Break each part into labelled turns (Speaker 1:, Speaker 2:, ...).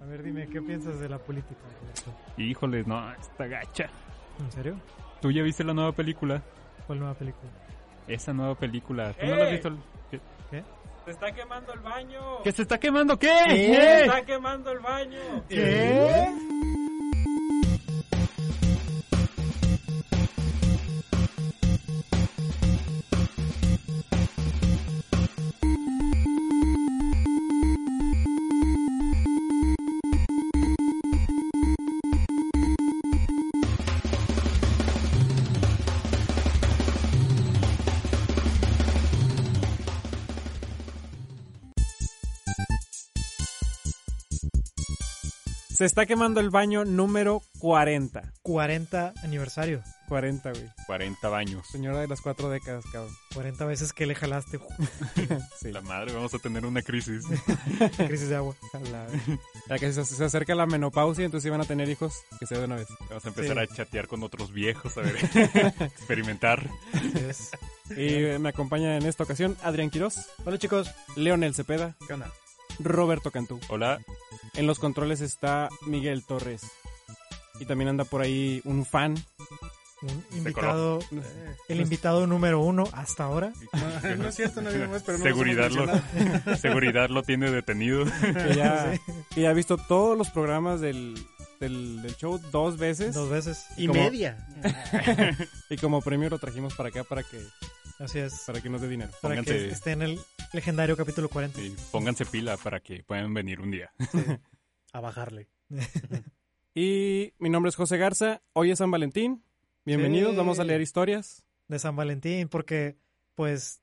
Speaker 1: A ver, dime, ¿qué piensas de la política?
Speaker 2: Híjole, no, está gacha.
Speaker 1: ¿En serio?
Speaker 2: ¿Tú ya viste la nueva película?
Speaker 1: ¿Cuál nueva película?
Speaker 2: Esa nueva película. ¿Tú no la has
Speaker 3: ¡Eh!
Speaker 2: visto? ¿Qué?
Speaker 1: ¿Qué?
Speaker 3: Se está quemando el baño.
Speaker 2: ¿Que se está quemando? ¿Qué?
Speaker 3: Se
Speaker 2: ¿Qué?
Speaker 3: está quemando el baño. Se está quemando el baño número 40.
Speaker 1: 40 aniversario.
Speaker 3: 40, güey.
Speaker 2: 40 baños.
Speaker 3: Señora de las cuatro décadas, cabrón.
Speaker 1: 40 veces que le jalaste
Speaker 3: Sí.
Speaker 2: La madre, vamos a tener una crisis.
Speaker 1: crisis de agua.
Speaker 3: Ojalá, güey. Ya que se, se acerca la menopausia, entonces iban a tener hijos, que sea de una vez.
Speaker 2: Vamos a empezar
Speaker 1: Sí.
Speaker 2: a chatear con otros viejos, a ver, experimentar.
Speaker 1: Yes.
Speaker 3: Y eh, me acompaña en esta ocasión Adrián Quirós,
Speaker 1: Hola chicos.
Speaker 3: Leonel Cepeda,
Speaker 1: ¿Qué onda?
Speaker 3: Roberto Cantú.
Speaker 2: Hola,
Speaker 3: En los controles está Miguel Torres. Y también anda por ahí un fan.
Speaker 1: Un invitado,
Speaker 4: Eh,
Speaker 1: el invitado número uno hasta ahora.
Speaker 4: no, no es cierto, no había más, pero no
Speaker 2: seguridad,
Speaker 4: nos hemos mencionado.
Speaker 2: lo, seguridad lo tiene detenido.
Speaker 3: Que ya, que ya ha visto todos los programas del, del- del show dos veces.
Speaker 1: Dos veces.
Speaker 4: Y
Speaker 3: como-
Speaker 4: media.
Speaker 3: Y como premio lo trajimos para acá para que,
Speaker 1: Así es.
Speaker 3: para que nos dé dinero.
Speaker 1: Para
Speaker 2: Pónganse-
Speaker 1: que esté en el legendario capítulo 40.
Speaker 2: Sí, pónganse pila para que puedan venir un día.
Speaker 4: A bajarle.
Speaker 3: Y mi nombre es José Garza. Hoy es San Valentín. Bienvenidos,
Speaker 4: Sí.
Speaker 3: vamos a leer historias.
Speaker 1: De San Valentín, porque, pues,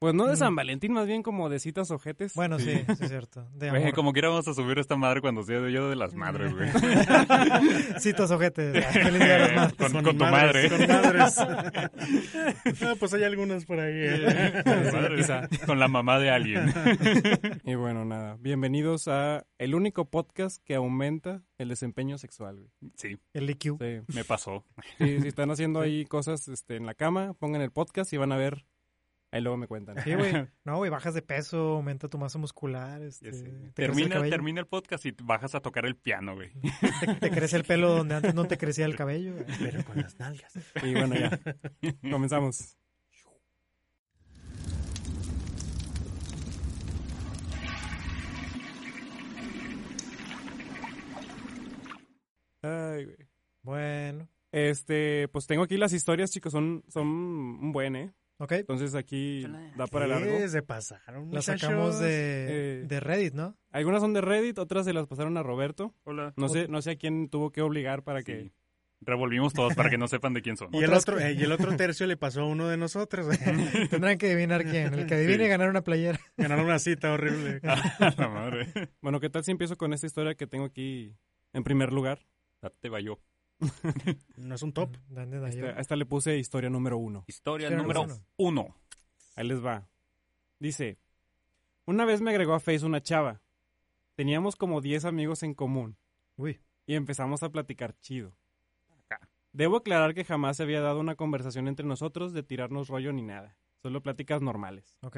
Speaker 3: Pues no de
Speaker 1: Mm.
Speaker 3: San Valentín, más bien como de citas ojetes.
Speaker 1: bueno, sí,
Speaker 2: Sí.
Speaker 1: sí es cierto. De
Speaker 2: Güey,
Speaker 1: amor.
Speaker 2: como quiera vamos a subir esta madre cuando sea yo de las madres, güey.
Speaker 1: Citas ojetes. Feliz día de las madres.
Speaker 2: con,
Speaker 4: Con
Speaker 2: con tu
Speaker 4: madres,
Speaker 2: madre.
Speaker 4: Con madres. Ah, pues hay algunas por ahí. eh.
Speaker 2: Con tu madre, con la mamá de alguien.
Speaker 3: Y bueno, nada. Bienvenidos a el único podcast que aumenta el desempeño sexual. güey.
Speaker 2: Sí,
Speaker 1: El E IQ.
Speaker 3: Sí.
Speaker 2: me pasó.
Speaker 3: Sí, si están haciendo ahí cosas este, en la cama, pongan el podcast y van a ver. Ahí luego me cuentan.
Speaker 1: Sí, güey. No, güey, bajas de peso, aumenta tu masa muscular. Este,
Speaker 2: Ya sé.
Speaker 1: te crece el
Speaker 2: Termina,
Speaker 1: cabello.
Speaker 2: termina el podcast y bajas a tocar el piano, güey.
Speaker 1: Te, te crece el pelo donde antes no te crecía el cabello. güey.
Speaker 4: Pero con las nalgas.
Speaker 3: Y bueno, ya. Comenzamos. Ay, güey.
Speaker 1: Bueno,
Speaker 3: Este, pues tengo aquí las historias, chicos, son, son un buen, ¿eh?
Speaker 1: ok.
Speaker 3: Entonces aquí da para largo.
Speaker 4: Eh, se pasaron,
Speaker 1: La
Speaker 4: muchachos.
Speaker 1: sacamos de,
Speaker 3: Eh.
Speaker 1: de Reddit, ¿no?
Speaker 3: Algunas son de Reddit, otras se las pasaron a Roberto.
Speaker 2: Hola.
Speaker 3: No sé, no sé a quién tuvo que obligar para que...
Speaker 2: Sí. Revolvimos todos para que no sepan de quién son.
Speaker 4: Y el,
Speaker 1: Otras-
Speaker 4: otro, eh, y el otro tercio le pasó a uno de nosotros.
Speaker 1: Tendrán que adivinar quién. El que adivine
Speaker 2: Sí.
Speaker 1: ganar una playera.
Speaker 4: Ganaron una cita horrible.
Speaker 2: Ah, la madre.
Speaker 3: Bueno, ¿qué tal si empiezo con esta historia que tengo aquí en primer lugar?
Speaker 2: Date yo.
Speaker 4: No es un top.
Speaker 1: Dande, dande,
Speaker 3: Esta,
Speaker 1: yo.
Speaker 3: a esta le puse historia número uno.
Speaker 2: Historia
Speaker 1: Claro,
Speaker 2: número
Speaker 1: bueno.
Speaker 2: uno.
Speaker 3: Ahí les va. Dice, una vez me agregó a Face una chava. Teníamos como 10 amigos en común.
Speaker 1: Uy.
Speaker 3: Y empezamos a platicar chido. Debo aclarar que jamás se había dado una conversación entre nosotros de tirarnos rollo ni nada. Solo pláticas normales.
Speaker 1: Ok.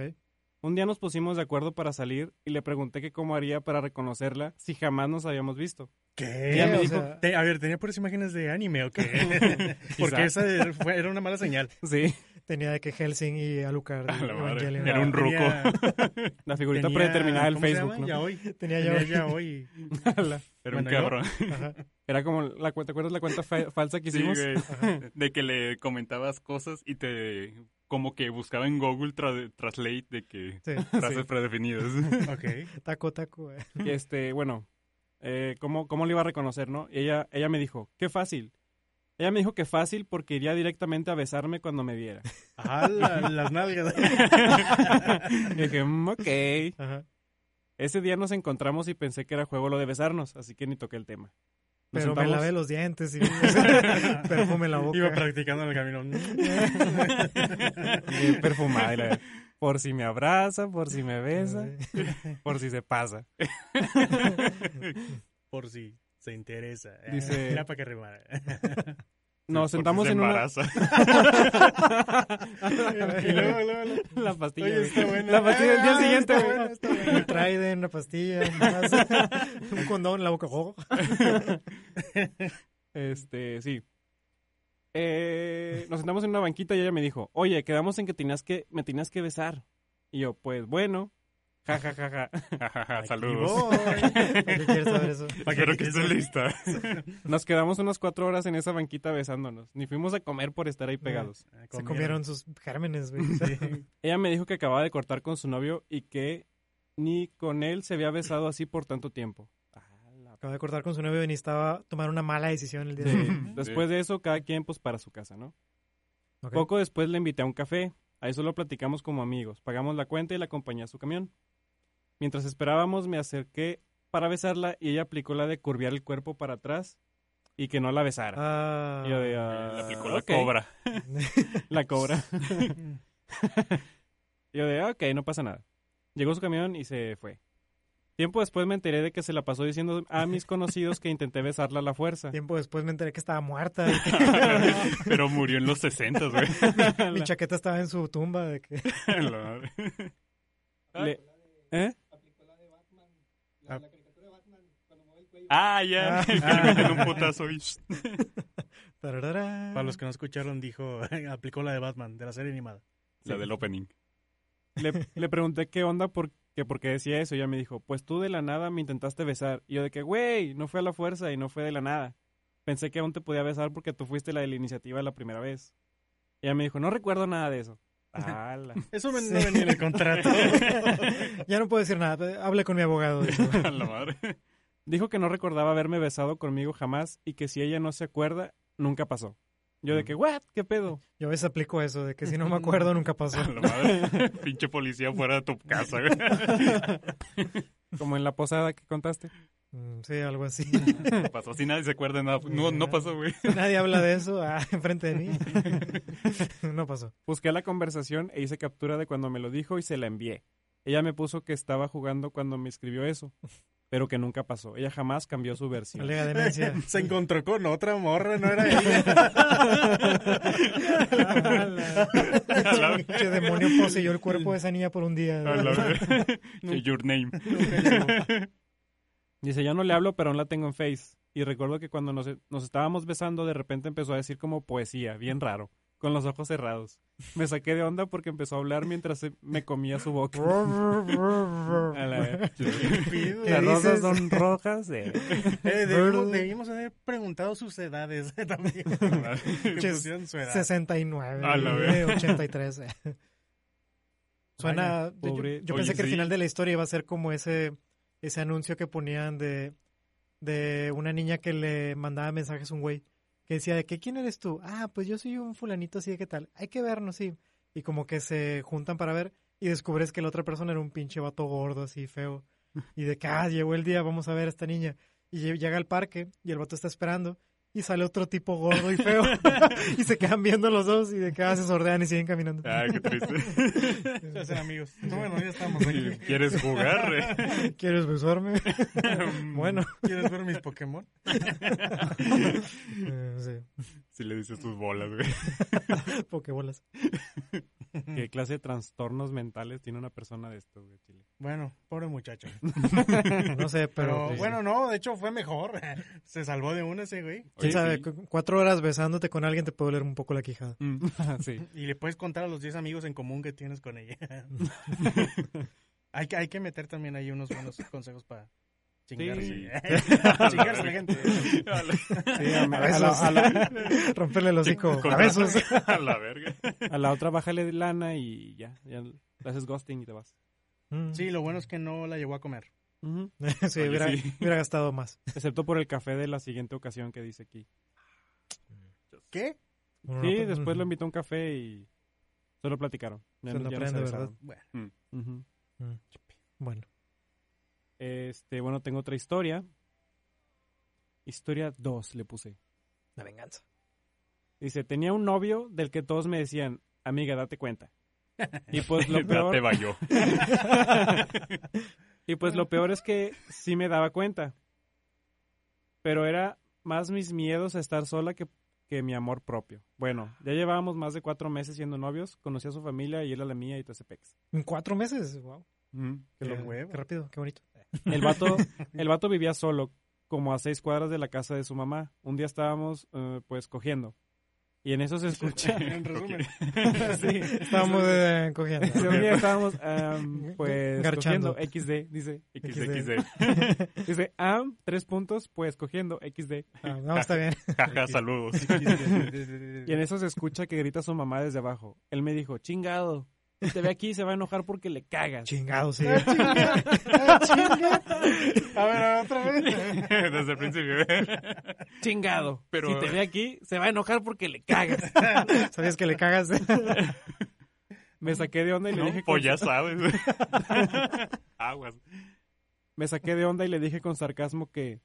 Speaker 3: Un día nos pusimos de acuerdo para salir y le pregunté que cómo haría para reconocerla si jamás nos habíamos visto.
Speaker 4: ¿Qué?
Speaker 1: Ella me
Speaker 4: O
Speaker 1: dijo-
Speaker 4: sea, te- a ver, tenía puras imágenes de anime o qué.
Speaker 3: Quizá.
Speaker 4: Porque esa de- fue- era una mala señal.
Speaker 3: Sí,
Speaker 1: Tenía de que Helsing y Alucard.
Speaker 2: A la
Speaker 1: y
Speaker 2: madre.
Speaker 1: Evangelion.
Speaker 2: Era un ruco.
Speaker 4: Tenía-
Speaker 3: la figurita
Speaker 4: tenía-
Speaker 3: predeterminada del
Speaker 4: ¿cómo se
Speaker 3: Facebook.
Speaker 4: llama?
Speaker 3: ¿no?
Speaker 4: Ya hoy.
Speaker 1: Tenía ya.
Speaker 4: Tenía ya hoy.
Speaker 2: Era un
Speaker 4: Bueno, ¿yo?
Speaker 2: cabrón.
Speaker 1: Ajá.
Speaker 3: Era como la cuenta, ¿te acuerdas la cuenta fa- falsa que
Speaker 2: Sí,
Speaker 3: hicimos?
Speaker 2: güey. De que le comentabas cosas y te... Como que buscaba en Google tra- Translate de que...
Speaker 1: Sí.
Speaker 2: Frases predefinidas.
Speaker 4: Ok.
Speaker 1: Taco, taco. güey.
Speaker 3: Y, este, bueno, eh, ¿cómo, ¿cómo le iba a reconocer, no? Y ella, ella me dijo, qué fácil. Ella me dijo que fácil porque iría directamente a besarme cuando me viera.
Speaker 4: Ah, la- las nalgas.
Speaker 3: Y dije, "Mm, ok.
Speaker 1: Ajá.
Speaker 3: Ese día nos encontramos y pensé que era juego lo de besarnos, así que ni toqué el tema. Nos
Speaker 1: Pero me
Speaker 3: sentamos-
Speaker 1: lavé los dientes y perfume en la boca.
Speaker 4: Iba practicando en el camino.
Speaker 3: Bien perfumada. y la- Por si me abraza, por si me besa,
Speaker 1: Sí.
Speaker 3: por si se pasa.
Speaker 4: Por si se interesa.
Speaker 3: Dice-
Speaker 4: Era para que rimara.
Speaker 2: Porque
Speaker 3: nos sentamos
Speaker 2: se
Speaker 3: en una...
Speaker 2: embaraza.
Speaker 4: Y luego, luego, luego.
Speaker 3: La pastilla.
Speaker 4: Oye,
Speaker 3: güey.
Speaker 4: está buena.
Speaker 3: La pastilla del día
Speaker 4: Ah,
Speaker 3: siguiente,
Speaker 4: está
Speaker 3: güey.
Speaker 4: buena, está buena.
Speaker 1: Un Trident, una pastilla, nomás, un condón en la boca. Oh,
Speaker 3: Este, sí. Eh, nos sentamos en una banquita y ella me dijo, oye, quedamos en que tenías que, me tenías que besar. Y yo, pues bueno. Ja, ja, ja, ja.
Speaker 2: Jajaja,
Speaker 1: aquí
Speaker 2: Saludos.
Speaker 1: voy. oh. ¿Para qué quieres saber eso?
Speaker 2: Espero que estés lista.
Speaker 3: Nos quedamos unas cuatro horas en esa banquita besándonos. Ni fuimos a comer por estar ahí pegados.
Speaker 4: Ah,
Speaker 1: Se comieron sus gérmenes, güey.
Speaker 3: Ella me dijo que acababa de cortar con su novio y que ni con él se había besado así por tanto tiempo. Ah, la-
Speaker 1: Acabo de cortar con su novio y necesitaba tomar una mala decisión el día de
Speaker 3: Sí.
Speaker 1: hoy.
Speaker 3: Después de eso, cada quien pues para su casa, ¿no?
Speaker 1: Ok.
Speaker 3: Poco después le invité a un café. Ahí solo platicamos como amigos. Pagamos la cuenta y la acompañé a su camión. Mientras esperábamos, me acerqué para besarla y ella aplicó la de curviar el cuerpo para atrás y que no la besara.
Speaker 1: Ah,
Speaker 3: Y yo de, ah,
Speaker 2: Le aplicó la
Speaker 3: ok.
Speaker 2: cobra.
Speaker 3: La cobra. Yo de, ok, no pasa nada. Llegó su camión y se fue. Tiempo después me enteré de que se la pasó diciendo a mis conocidos que intenté besarla a la fuerza.
Speaker 1: tiempo después me enteré que estaba muerta. y que
Speaker 2: Pero murió en los 60, güey.
Speaker 1: mi chaqueta estaba en su tumba. De que...
Speaker 2: La madre.
Speaker 3: Le- ¿Eh?
Speaker 2: Ah, ya.
Speaker 1: Ah.
Speaker 2: El que le meten un putazo y...
Speaker 1: Tararara.
Speaker 4: Para los que no escucharon, dijo, aplicó la de Batman, de la serie animada.
Speaker 2: La del opening.
Speaker 3: Le, le pregunté qué onda por, que por qué decía eso. Ella me dijo, pues tú de la nada me intentaste besar. Y yo de que, güey, no fue a la fuerza y no fue de la nada. Pensé que aún te podía besar porque tú fuiste la de la iniciativa la primera vez. Ella me dijo, no recuerdo nada de eso. ¡Hala!
Speaker 4: Eso ven-
Speaker 1: Sí.
Speaker 4: no venía en el contrato.
Speaker 1: Ya no puedo decir nada. Hablé con mi abogado. dijo.
Speaker 2: A la madre.
Speaker 3: Dijo que no recordaba haberme besado conmigo jamás y que si ella no se acuerda, nunca pasó. Yo de
Speaker 2: Mm.
Speaker 3: que, ¿what? ¿Qué pedo?
Speaker 1: Yo a veces aplico eso, de que si no me acuerdo nunca pasó.
Speaker 2: A la madre. Pinche policía fuera de tu casa, güey.
Speaker 3: Como en la posada que contaste.
Speaker 1: Mm, Sí, algo así.
Speaker 2: No pasó. Si nadie se acuerda de nada. No, no pasó, güey.
Speaker 1: Nadie habla de eso ah, enfrente de mí. No pasó.
Speaker 3: Busqué la conversación e hice captura de cuando me lo dijo y se la envié. Ella me puso que estaba jugando cuando me escribió eso, pero que nunca pasó. Ella jamás cambió su versión.
Speaker 1: Alega demencia.
Speaker 4: Se encontró con otra morra, no era ella.
Speaker 2: A la-
Speaker 1: Che demonio poseyó el cuerpo de esa niña por un día.
Speaker 2: a la madre. Your name.
Speaker 3: Dice, ya no le hablo, pero aún la tengo en Face. Y recuerdo que cuando nos, nos estábamos besando, de repente empezó a decir como poesía, bien raro, con los ojos cerrados. Me saqué de onda porque empezó a hablar mientras se- me comía su boca. A la vez.
Speaker 4: Pido.
Speaker 1: ¿Qué
Speaker 3: Las rosas
Speaker 1: dices?
Speaker 3: son rojas. eh.
Speaker 4: Eh, debimos,
Speaker 1: Verde.
Speaker 4: debimos haber preguntado sus edades eh, también. Que
Speaker 1: Ches-
Speaker 4: pusieron su edad.
Speaker 1: 69,
Speaker 2: A la
Speaker 1: eh, 83. eh. Suena.
Speaker 3: Vaya,
Speaker 1: yo-
Speaker 3: pobre-
Speaker 1: yo
Speaker 2: Oye,
Speaker 1: pensé que el
Speaker 2: sí.
Speaker 1: final de la historia iba a ser como ese, ese anuncio que ponían de, de una niña que le mandaba mensajes a un güey que decía: de que, ¿Quién eres tú? Ah, pues yo soy un fulanito así de qué tal. Hay que vernos, sí. Y como que se juntan para ver y descubres que la otra persona era un pinche vato gordo así feo. Y de que, ah, llegó el día, vamos a ver a esta niña. Y lle- llega al parque y el vato está esperando. Y sale otro tipo gordo y feo. y se quedan viendo los dos y de que ah, se sordean y siguen caminando.
Speaker 2: Ah, qué triste.
Speaker 4: Se hacen amigos. No, bueno, ya estamos aquí.
Speaker 2: ¿Quieres jugar? eh?
Speaker 1: ¿Quieres besarme? bueno.
Speaker 4: ¿Quieres ver mis Pokémon?
Speaker 1: Eh,
Speaker 2: Si le dices tus bolas, güey.
Speaker 1: sí, pokebolas.
Speaker 3: ¿Qué clase de trastornos mentales tiene una persona de estos, güey, Chile?
Speaker 4: Bueno, pobre muchacho.
Speaker 1: No sé, pero...
Speaker 4: Pero bueno, no, de hecho fue mejor. Se salvó de una ese güey.
Speaker 1: ¿Quién
Speaker 2: Oye,
Speaker 1: sabe?
Speaker 2: sí.
Speaker 1: Cu- Cuatro horas besándote con alguien te puede doler un poco la quijada.
Speaker 2: Mm.
Speaker 3: Ah, sí.
Speaker 4: Y le puedes contar a los 10 amigos en común que tienes con ella. hay, que, hay que meter también ahí unos buenos consejos para chingarse.
Speaker 2: Sí.
Speaker 4: chingarse a la gente.
Speaker 2: A la-
Speaker 3: Sí, a,
Speaker 1: A
Speaker 3: a la,
Speaker 1: besos.
Speaker 3: a la-
Speaker 1: Romperle el hocico.
Speaker 2: Con-
Speaker 1: A besos.
Speaker 2: A la verga.
Speaker 3: a la otra bájale de lana y ya. Ya le haces ghosting y te vas.
Speaker 1: Mm,
Speaker 4: Sí, lo bueno es que no la llevó a comer.
Speaker 3: Ujú.
Speaker 1: sí,
Speaker 2: Oye,
Speaker 1: hubiera,
Speaker 2: sí.
Speaker 1: hubiera gastado más.
Speaker 3: Excepto por el café de la siguiente ocasión que dice aquí.
Speaker 4: ¿Qué?
Speaker 1: Ah,
Speaker 3: Sí,
Speaker 1: pues,
Speaker 3: después lo
Speaker 1: Mm,
Speaker 3: invitó a un café y solo platicaron. Ya
Speaker 1: Se
Speaker 3: no-
Speaker 1: la
Speaker 3: ya no
Speaker 1: prende,
Speaker 3: besaron.
Speaker 4: Bueno,
Speaker 3: Ujú.
Speaker 1: mm, Bueno.
Speaker 3: Este, bueno, tengo otra historia. Historia 2 le puse.
Speaker 1: La venganza.
Speaker 3: Dice, tenía un novio del que todos me decían, amiga, date cuenta. Y pues lo
Speaker 2: Ya te
Speaker 3: peor,
Speaker 2: vayó.
Speaker 3: y pues lo peor es que sí me daba cuenta. Pero era más mis miedos a estar sola que, que mi amor propio. Bueno, ya llevábamos más de cuatro meses siendo novios, conocí a su familia y él a la mía y todo ese pex.
Speaker 1: En cuatro meses, wow.
Speaker 3: Mm.
Speaker 4: Que
Speaker 1: Qué-
Speaker 4: lo mueva.
Speaker 1: Qué rápido, qué bonito.
Speaker 3: El vato, el vato vivía solo, como a seis cuadras de la casa de su mamá. Un día estábamos, eh, pues, cogiendo. Y en eso se escucha.
Speaker 4: En resumen.
Speaker 3: Sí.
Speaker 1: Estábamos eh, cogiendo.
Speaker 3: Sí, un día estábamos, am, pues,
Speaker 1: Garchando.
Speaker 3: cogiendo XD, dice.
Speaker 2: XD.
Speaker 3: Dice, am, tres puntos, pues, cogiendo XD.
Speaker 1: Ah, no, está bien.
Speaker 2: Jaja, saludos.
Speaker 3: Y en eso se escucha que grita su mamá desde abajo. Él me dijo, chingado, si te ve aquí se va a enojar porque le cagas.
Speaker 1: Chingado, Ah, sí.
Speaker 4: A ver, a ver, otra vez.
Speaker 2: Desde el principio.
Speaker 3: Chingado,
Speaker 2: Pero-
Speaker 3: si te ve aquí se va a enojar porque le cagas.
Speaker 1: Sabías que le cagas.
Speaker 3: Me saqué de onda y le
Speaker 2: No,
Speaker 3: dije, con-
Speaker 2: pues ya sabes. Aguas.
Speaker 3: me saqué de onda y le dije con sarcasmo que,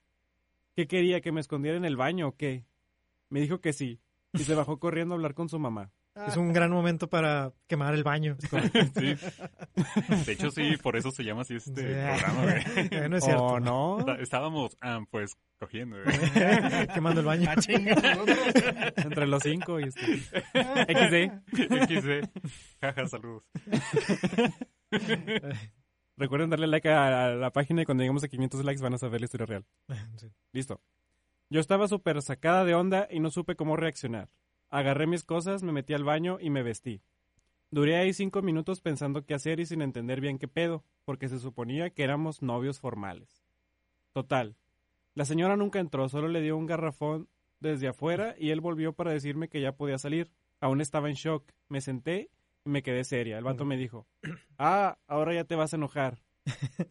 Speaker 3: que quería que me escondiera en el baño o qué. Me dijo que sí. Y se bajó corriendo a hablar con su mamá.
Speaker 1: Es un gran momento para quemar el baño.
Speaker 2: Sí. De hecho, sí, por eso se llama así este programa, güey.
Speaker 1: Eh, no es cierto.
Speaker 3: Oh, no.
Speaker 2: Está- Estábamos, ah, pues, cogiendo, güey.
Speaker 1: Quemando el baño.
Speaker 4: Ah, chinga, nosotros.
Speaker 3: Entre los cinco y este. XD.
Speaker 2: XD. Jaja, eh. saludos.
Speaker 3: Recuerden darle like a, a la página y cuando lleguemos a 500 likes van a saber la historia real.
Speaker 1: Sí.
Speaker 3: Listo. Yo estaba súper sacada de onda y no supe cómo reaccionar. Agarré mis cosas, me metí al baño y me vestí. Duré ahí cinco minutos pensando qué hacer y sin entender bien qué pedo, porque se suponía que éramos novios formales. Total. La señora nunca entró, solo le dio un garrafón desde afuera y él volvió para decirme que ya podía salir. Aún estaba en shock. Me senté y me quedé seria. El vato me dijo, ah, ahora ya te vas a enojar.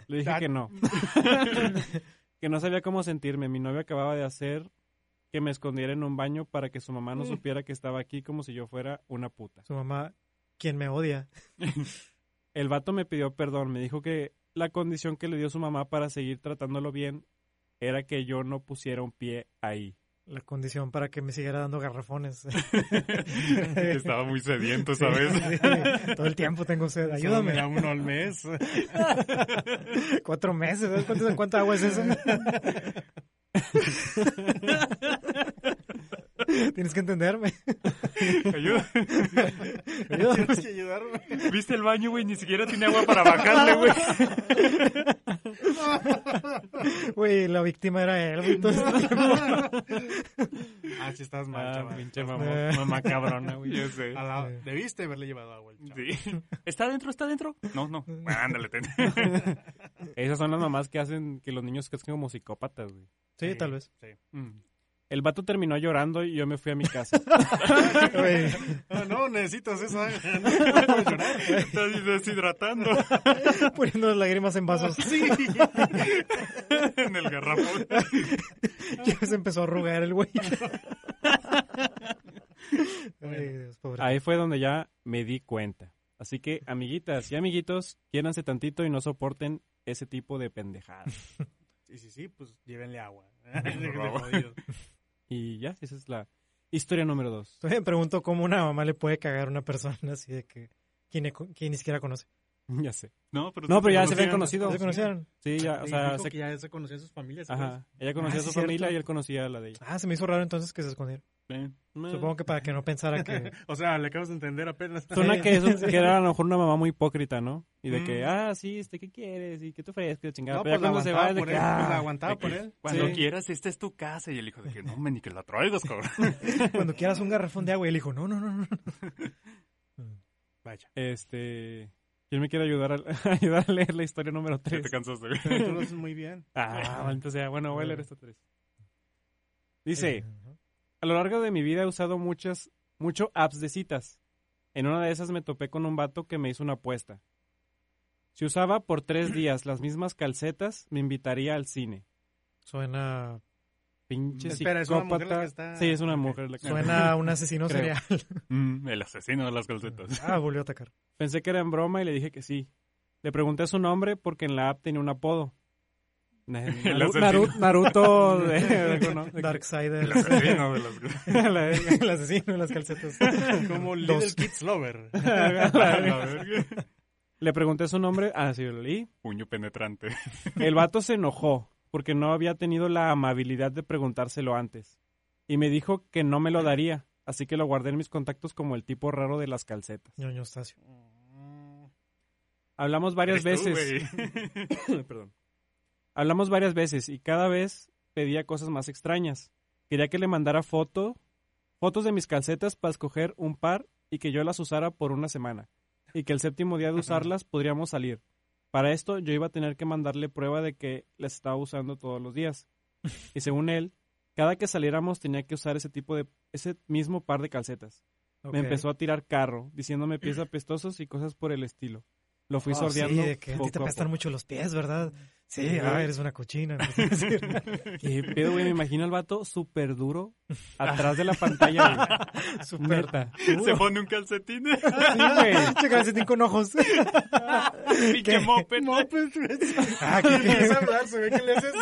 Speaker 3: Le dije que no que no sabía cómo sentirme. Mi novio acababa de hacer que me escondiera en un baño para que su mamá no supiera que estaba aquí como si yo fuera una puta.
Speaker 1: Su mamá, quien me odia.
Speaker 3: El vato me pidió perdón, me dijo que la condición que le dio su mamá para seguir tratándolo bien era que yo no pusiera un pie ahí.
Speaker 1: La condición para que me siguiera dando garrafones.
Speaker 2: Estaba muy sediento, ¿sabes?
Speaker 1: Sí, todo el tiempo tengo sed.
Speaker 4: Solo Me da
Speaker 1: Ayúdame.
Speaker 4: uno al mes.
Speaker 1: Cuatro meses. ¿sabes cuánto, cuánta agua es eso? Tienes que entenderme.
Speaker 2: Ayuda.
Speaker 1: Ayúdame.
Speaker 4: Tienes que ayudarme.
Speaker 2: ¿Viste el baño, güey? Ni siquiera tiene agua para bajarle, güey.
Speaker 1: Güey, la víctima era él. güey, todo este tiempo.
Speaker 4: Ah, sí estás mal, chaval.
Speaker 1: mamá-
Speaker 3: mamá cabrona,
Speaker 2: Ya sé.
Speaker 4: A la- Debiste haberle llevado agua al chaval.
Speaker 2: Sí. ¿Está adentro? ¿Está adentro? No, no. Bueno, ándale, ten.
Speaker 3: Esas son las mamás que hacen que los niños crezcan como psicópatas, güey.
Speaker 1: Sí, tal vez.
Speaker 4: Sí.
Speaker 3: El vato terminó llorando y yo me fui a mi casa.
Speaker 1: Güey,
Speaker 4: Ah, no, necesitas esa.
Speaker 2: Estás deshidratando
Speaker 1: poniendo las lágrimas en vasos.
Speaker 4: Sí.
Speaker 2: en el garrafón.
Speaker 1: Ya se empezó a arrugar el güey. Ay, Dios, pobre.
Speaker 3: Ahí fue donde ya me di cuenta. Así que, amiguitas y amiguitos, quiéranse tantito y no soporten ese tipo de pendejadas.
Speaker 4: Sí, sí, sí, pues llévenle agua.
Speaker 2: Por favor.
Speaker 4: Jodido.
Speaker 3: Y ya, esa es la historia número dos.
Speaker 1: Todavía Me pregunto cómo una mamá le puede cagar a una persona así de que quien, ne- quien ni siquiera conoce.
Speaker 3: Ya sé.
Speaker 2: No,
Speaker 4: Pues
Speaker 2: pero,
Speaker 3: No, pero ya se
Speaker 2: habían
Speaker 3: habían conocido.
Speaker 1: ¿Se conocieron?
Speaker 3: Sí, ya, o sea,
Speaker 4: Dijo
Speaker 3: se-
Speaker 4: que ya se conocían sus familias. pues.
Speaker 3: ajá. Ella conocía
Speaker 1: Ah,
Speaker 3: a su
Speaker 1: sí, cierto.
Speaker 3: familia y él conocía a la de ella.
Speaker 1: Ah, se me hizo raro entonces que se escondieron. Supongo que para que no pensara que...
Speaker 4: O sea, le acabas de entender apenas.
Speaker 3: Suena
Speaker 1: Sí.
Speaker 3: que, eso- que era a lo mejor una mamá muy hipócrita, ¿no? Y de que,
Speaker 2: Mm.
Speaker 3: ah, sí, este, ¿qué quieres? Y que tú ofrezco, y chingada.
Speaker 4: No,
Speaker 3: Pero
Speaker 4: pues
Speaker 3: ya
Speaker 4: la
Speaker 3: cuando se va,
Speaker 4: aguantaba
Speaker 3: es de
Speaker 4: por
Speaker 3: que,
Speaker 4: él. Pues la
Speaker 3: ah,
Speaker 4: aguantaba por él.
Speaker 2: Cuando
Speaker 3: Sí.
Speaker 2: quieras, esta es tu casa. Y el hijo de que no, me ni que la traigas, cabrón.
Speaker 1: Cuando quieras un garrafón de agua, y él dijo, no, no, no, no.
Speaker 4: Vaya.
Speaker 3: este, ¿quién me quiere ayudar a, ayudar a leer la historia número
Speaker 2: Ya
Speaker 3: tres?
Speaker 2: te cansaste, güey.
Speaker 4: Pero tú lo haces muy bien.
Speaker 3: Ah, maldita sea. Bueno, voy a leer
Speaker 1: Bueno.
Speaker 3: esta tres. Dice, a lo largo de mi vida he usado muchas, mucho apps de citas. En una de esas me topé con un vato que me hizo una apuesta. Si usaba por tres días las mismas calcetas, me invitaría al cine.
Speaker 1: Suena,
Speaker 3: Pinche
Speaker 4: Espera, ¿es una mujer la
Speaker 3: psicópata.
Speaker 4: que está-
Speaker 3: Sí, es una
Speaker 4: Ok.
Speaker 3: mujer la que
Speaker 1: suena a un asesino
Speaker 3: Creo.
Speaker 1: serial.
Speaker 2: Mm, el asesino de las calcetas.
Speaker 1: Ah, volvió a atacar.
Speaker 3: Pensé que era en broma y le dije que sí. Le pregunté su nombre porque en la app tenía un apodo. Na- Naru-
Speaker 2: asesino.
Speaker 3: Naru- Naruto de, de- ¿no? De-
Speaker 2: El
Speaker 1: Darksiders.
Speaker 2: asesino de las calcetas.
Speaker 3: la verga.
Speaker 1: El asesino de las calcetas.
Speaker 4: Como Little
Speaker 1: Dos.
Speaker 4: Kids Lover.
Speaker 3: La
Speaker 2: A la
Speaker 3: verga.
Speaker 2: verga.
Speaker 3: Le pregunté su nombre, ah, sí, lo leí.
Speaker 2: Puño penetrante.
Speaker 3: El vato se enojó porque no había tenido la amabilidad de preguntárselo antes. y me dijo que no me lo daría, así que lo guardé en mis contactos como el tipo raro de las calcetas.
Speaker 1: ñoño Stacio.
Speaker 3: Hablamos varias
Speaker 2: Eres tú,
Speaker 3: veces.
Speaker 2: güey.
Speaker 3: Perdón. Hablamos varias veces y cada vez pedía cosas más extrañas. Quería que le mandara foto, fotos de mis calcetas para escoger un par y que yo las usara por una semana. Y que el séptimo día de usarlas podríamos salir. Para esto yo iba a tener que mandarle prueba de que las estaba usando todos los días. Y según él, cada que saliéramos tenía que usar ese tipo de ese mismo par de calcetas.
Speaker 1: Ok.
Speaker 3: Me empezó a tirar carro, diciéndome pies apestosos y cosas por el estilo. Lo fui
Speaker 1: Oh,
Speaker 3: sordeando
Speaker 1: Sí, de que a ti te
Speaker 3: poco a
Speaker 1: apestan
Speaker 3: poco.
Speaker 1: mucho los pies, ¿verdad? Sí,
Speaker 3: Sí,
Speaker 1: ah,
Speaker 3: güey.
Speaker 1: eres una cochina. empezó a decir.
Speaker 3: Qué pedo, güey. Me imagino al vato súper duro atrás de la pantalla, güey. Neta.
Speaker 2: Se pone un calcetín.
Speaker 1: Ah, sí, güey. Che calcetín con ojos.
Speaker 2: y que moped.
Speaker 1: Ah, que- que-
Speaker 4: Empieza a hablar, se ve que le haces.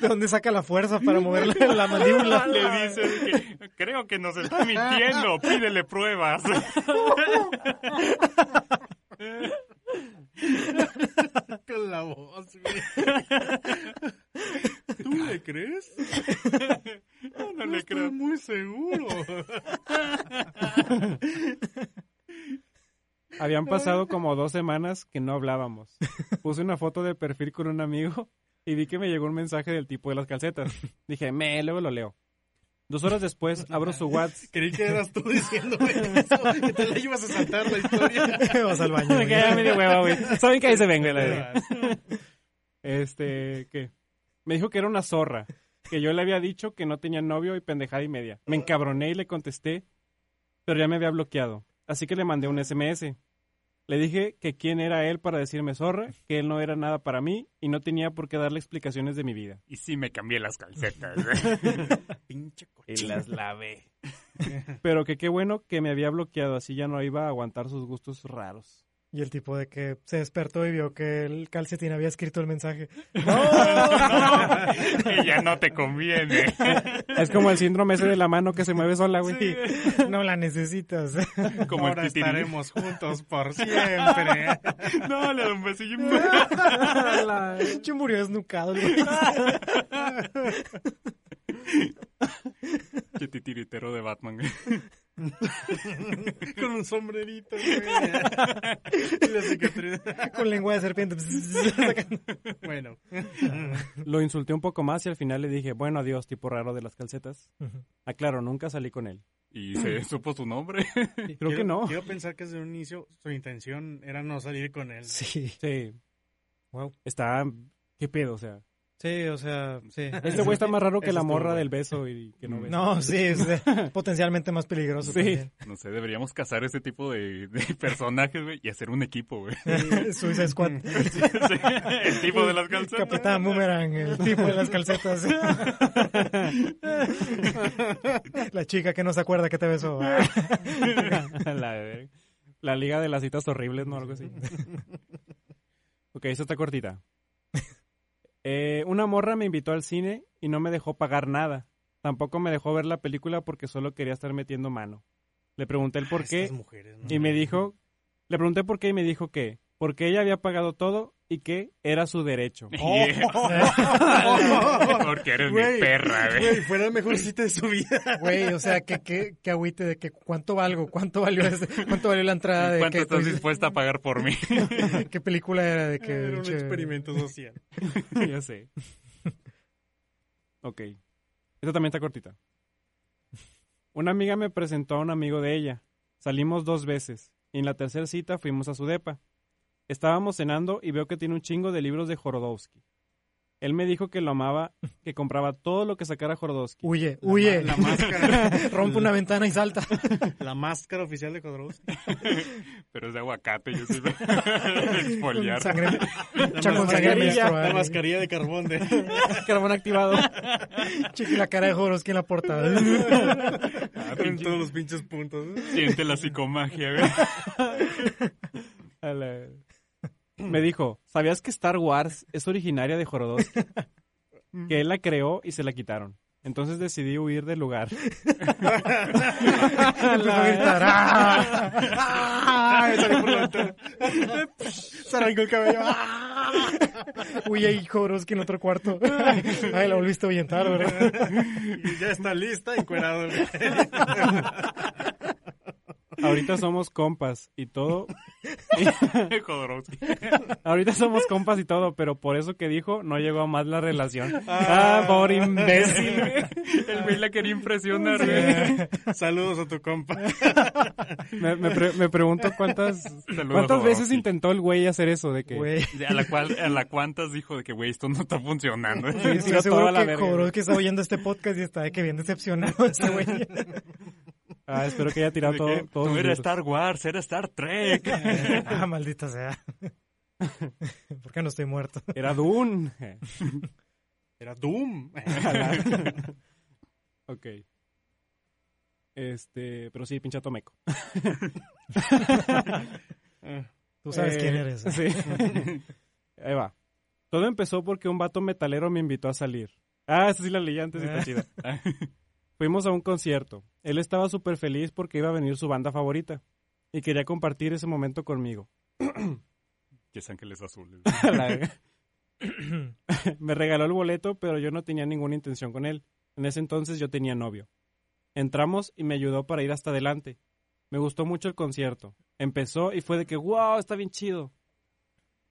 Speaker 1: ¿De dónde saca la fuerza para mover la, la mandíbula?
Speaker 2: Le dice de que creo que nos está mintiendo, pídele pruebas.
Speaker 4: Con la voz, güey. ¿Tú le crees?
Speaker 2: No, no
Speaker 4: No
Speaker 2: le
Speaker 4: estoy
Speaker 2: creo.
Speaker 4: muy seguro.
Speaker 3: Habían pasado como dos semanas que no hablábamos. Puse una foto de perfil con un amigo y vi que me llegó un mensaje del tipo de las calcetas. Dije, me, luego lo leo. Dos horas después abro su WhatsApp.
Speaker 4: Creí que eras tú diciéndome eso, que te la ibas a saltar la historia.
Speaker 1: Vas al baño.
Speaker 3: Me
Speaker 1: güey.
Speaker 3: quedé medio hueva, güey. Saben que ahí se venga la
Speaker 4: Eh,
Speaker 3: verga. Este, ¿qué? Me dijo que era una zorra, que yo le había dicho que no tenía novio y pendejada y media. Me encabroné y le contesté, pero ya me había bloqueado. Así que le mandé un SMS. Le dije que quién era él para decirme zorra, que él no era nada para mí y no tenía por qué darle explicaciones de mi vida.
Speaker 2: Y sí me cambié las calcetas.
Speaker 4: Pinche coche.
Speaker 3: Y las lavé. Pero que qué bueno que me había bloqueado, así ya no iba a aguantar sus gustos raros.
Speaker 1: Y el tipo de que se despertó y vio que el calcetín había escrito el mensaje.
Speaker 2: Ella no te conviene.
Speaker 3: Es como el síndrome ese de la mano que se mueve sola, güey.
Speaker 1: No la necesitas.
Speaker 2: Como
Speaker 4: Ahora
Speaker 2: el titirín.
Speaker 4: estaremos juntos por siempre.
Speaker 2: No, le da un besillo.
Speaker 1: Yo murió desnucado. el güey.
Speaker 2: Qué titiritero de Batman.
Speaker 4: Con un sombrerito, güey. Y la cicatriz.
Speaker 1: Con lengua de serpiente.
Speaker 4: Bueno.
Speaker 3: Lo insulté un poco más y al final le dije, bueno, adiós, tipo raro de las calcetas.
Speaker 1: Ujú.
Speaker 3: Aclaro, nunca salí con él.
Speaker 2: Y se supo su nombre.
Speaker 3: Creo
Speaker 4: Quiero-
Speaker 3: que no.
Speaker 4: Quiero pensar que desde un inicio su intención era no salir con él.
Speaker 1: Sí.
Speaker 3: Sí.
Speaker 1: Wow.
Speaker 3: Está... ¿Qué pedo? O sea,
Speaker 1: Sí, o sea, sí.
Speaker 3: este güey está más raro que
Speaker 1: Eso
Speaker 3: la
Speaker 1: estuvo
Speaker 3: morra
Speaker 1: bueno.
Speaker 3: del beso y que no besa.
Speaker 1: No, sí, o sea, potencialmente más peligroso.
Speaker 3: Sí.
Speaker 2: No sé, deberíamos cazar ese tipo de, de personajes, güey, y hacer un equipo, güey.
Speaker 1: también. Suiza Squad.
Speaker 2: Sí, el tipo de las calcetas.
Speaker 1: Capitán Boomerang, el tipo de las calcetas. La chica que no se acuerda que te besó.
Speaker 3: la, verga. la liga de las citas horribles, ¿no? Algo así. ok, esta está cortita. Eh, una morra me invitó al cine y no me dejó pagar nada. Tampoco me dejó ver la película porque solo quería estar metiendo mano. Le pregunté el por qué
Speaker 4: Estas mujeres, ¿no?
Speaker 3: Y me dijo, le pregunté por qué y me dijo que, porque ella había pagado todo y que era su derecho.
Speaker 2: Yeah. Porque eres mi
Speaker 4: Güey,
Speaker 2: perra, güey.
Speaker 4: Güey, fue la mejor cita de su vida.
Speaker 1: Güey, o sea, que, que, que agüite de que cuánto valgo, cuánto valió, ese- cuánto valió la entrada ah, de
Speaker 2: ¿Cuánto
Speaker 1: que, pues,
Speaker 2: estás dispuesta a pagar por mí?
Speaker 1: qué película era de que
Speaker 4: Era un
Speaker 1: che,
Speaker 4: experimento social.
Speaker 3: ya sé. Ok. Esta también está cortita. Una amiga me presentó a un amigo de ella. Salimos dos veces. Y en la tercera cita fuimos a su depa. Estábamos cenando y veo que tiene un chingo de libros de Jorodowski. Él me dijo que lo amaba, que compraba todo lo que sacara Jorodowski.
Speaker 1: Huye,
Speaker 4: La
Speaker 1: huye,
Speaker 4: ma- La, máscara.
Speaker 1: rompe una ventana y salta.
Speaker 4: La máscara oficial de Jodorowsky.
Speaker 2: Pero es de aguacate, yo sí. Exfoliar.
Speaker 1: Sangre,
Speaker 4: La
Speaker 1: cha- con sangre
Speaker 4: mascarilla.
Speaker 1: menstrual.
Speaker 4: La mascarilla de carbón de...
Speaker 3: Carbón activado.
Speaker 1: Chiqui, la cara de Jodorowsky en la portada.
Speaker 2: Ah,
Speaker 4: Con
Speaker 2: pinche-
Speaker 4: todos los pinches puntos.
Speaker 2: Siente la psicomagia, güey.
Speaker 3: A la- Me dijo, ¿sabías que Star Wars es originaria de Jorodowski? que él la creó y se la quitaron. Entonces decidí huir del lugar.
Speaker 1: Empezó a gritar. ¡Ah! ¡Ah! Y salió por la ventana. Se arrancó el cabello. ¡Ah! Uy, hay Jodorowsky en otro cuarto. Ay, la volviste a ahuyentar, ¿verdad?
Speaker 4: Y ya está lista, encuerado. güey.
Speaker 3: Ahorita somos compas y todo.
Speaker 2: Jodorowsky.
Speaker 3: Ahorita somos compas y todo, pero por eso que dijo, no llegó a más la relación. Ah, por imbécil. güey.
Speaker 2: El güey la quería impresionar, güey.
Speaker 1: Eh,
Speaker 4: Saludos a tu compa.
Speaker 3: Me, me pre- me pregunto cuántas,
Speaker 2: Saludos,
Speaker 3: cuántas veces
Speaker 2: Jodorowsky.
Speaker 3: intentó el güey hacer eso de que
Speaker 1: Güey,
Speaker 2: A la cual, a la cuantas dijo de que, güey, esto no está funcionando.
Speaker 1: sí, estoy
Speaker 3: Tiró
Speaker 1: seguro
Speaker 3: toda la
Speaker 1: que
Speaker 3: verga.
Speaker 1: Jodorowsky está oyendo este podcast y está de que bien decepcionado ese güey.
Speaker 3: ah, espero que haya tirado
Speaker 2: De
Speaker 3: todo,
Speaker 2: que,
Speaker 3: todos
Speaker 2: no
Speaker 3: los
Speaker 2: era
Speaker 3: libros".
Speaker 2: Star Wars, era Star Trek.
Speaker 1: Ah, maldita sea. ¿Por qué no estoy muerto?
Speaker 3: Era Dune.
Speaker 4: Era Doom.
Speaker 3: ok. Este, pero sí, pinche Tomeco.
Speaker 1: Tú sabes
Speaker 3: Eh,
Speaker 1: quién eres. ¿eh?
Speaker 3: Sí. Ahí va. Todo empezó porque un vato metalero me invitó a salir. Ah, esa sí la leí antes y está chida. Fuimos a un concierto. Él estaba súper feliz porque iba a venir su banda favorita. Y quería compartir ese momento conmigo.
Speaker 2: Que Ángeles Azules.
Speaker 3: A la- me regaló el boleto, pero yo no tenía ninguna intención con él. En ese entonces yo tenía novio. Entramos y me ayudó para ir hasta adelante. Me gustó mucho el concierto. Empezó y fue de que, wow, está bien chido.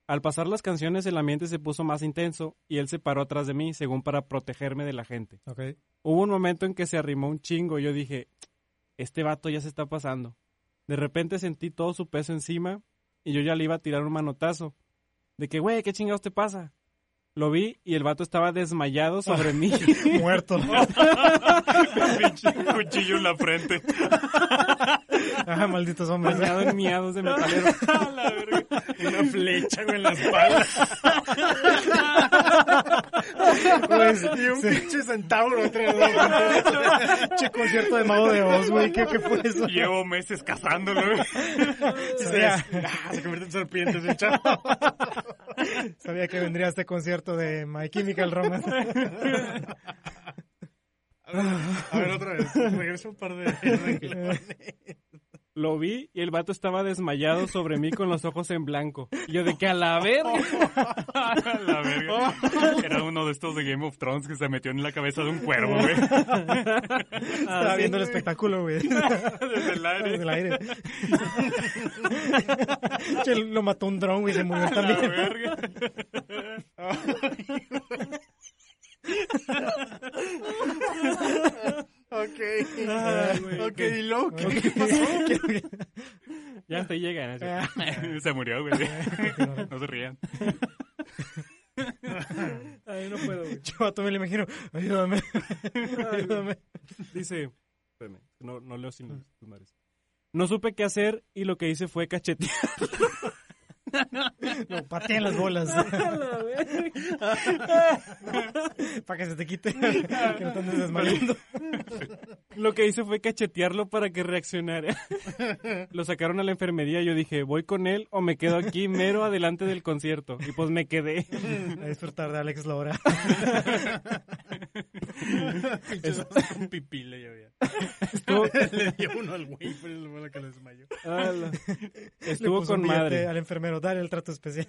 Speaker 3: Al pasar las canciones el ambiente se puso más intenso y él se paró atrás de mí según para protegerme de la gente.
Speaker 1: Ok.
Speaker 3: Hubo un momento en que se arrimó un chingo y yo dije, este vato ya se está pasando. De repente sentí todo su peso encima y yo ya le iba a tirar un manotazo. De que, güey, ¿qué chingados te pasa? Lo vi y el vato estaba desmayado sobre mí.
Speaker 1: Muerto.
Speaker 2: Pinche cuchillo en la frente.
Speaker 1: Ah, malditos hombres.
Speaker 3: Bañado en miados de metalero.
Speaker 2: A la verga.
Speaker 4: Una flecha, güey, en la espalda.
Speaker 1: Pues,
Speaker 4: Y un
Speaker 1: sí.
Speaker 4: pinche centauro atrás. güey.
Speaker 1: Che, concierto de Mago de Oz, güey. ¿Qué, qué fue eso?
Speaker 2: Llevo meses cazándolo, güey.
Speaker 4: Se,
Speaker 1: Sabía,
Speaker 4: ah, se convierte en serpiente ese chavo.
Speaker 1: sabía que vendría este concierto de My Chemical Romance.
Speaker 4: A ver, a ver, otra vez. Regreso un par de renglones.
Speaker 3: Lo vi y el vato estaba desmayado sobre mí con los ojos en blanco. Y yo de que a la verga.
Speaker 2: A la verga. Era uno de estos de Game of Thrones que se metió en la cabeza de un cuervo, güey.
Speaker 1: Estaba viendo el espectáculo, güey.
Speaker 2: Desde el aire.
Speaker 1: Desde el aire. Che, lo mató un dron, güey. Se murió
Speaker 2: A la
Speaker 1: también.
Speaker 2: verga.
Speaker 4: Ok. Ok, ¿y luego qué?
Speaker 3: Ya hasta ahí llegan. así.
Speaker 1: Ah,
Speaker 2: Se murió, güey. No se rían.
Speaker 3: Ay, Ah, no puedo, güey.
Speaker 1: Yo a todo me lo imagino. Ayúdame. Ayúdame.
Speaker 3: Dice, espérame, no, no leo sin los mares. No supe qué hacer y lo que hice fue cachetear.
Speaker 1: Lo patean las bolas. Para que se te quite. Que no te andes desmayando.
Speaker 3: Lo que hice fue cachetearlo para que reaccionara. Lo sacaron a la enfermería y yo dije, voy con él o me quedo aquí mero adelante del concierto. Y pues me quedé.
Speaker 1: A disfrutar de Alex Lora.
Speaker 4: Eso un pipí le llovía.
Speaker 3: Estuvo,
Speaker 4: Le dio uno al güey, pero es la que le desmayó.
Speaker 3: ala.
Speaker 1: Le
Speaker 3: Estuvo
Speaker 1: puso
Speaker 3: con
Speaker 1: un billete
Speaker 3: madre.
Speaker 1: Al enfermero, dale el trato especial.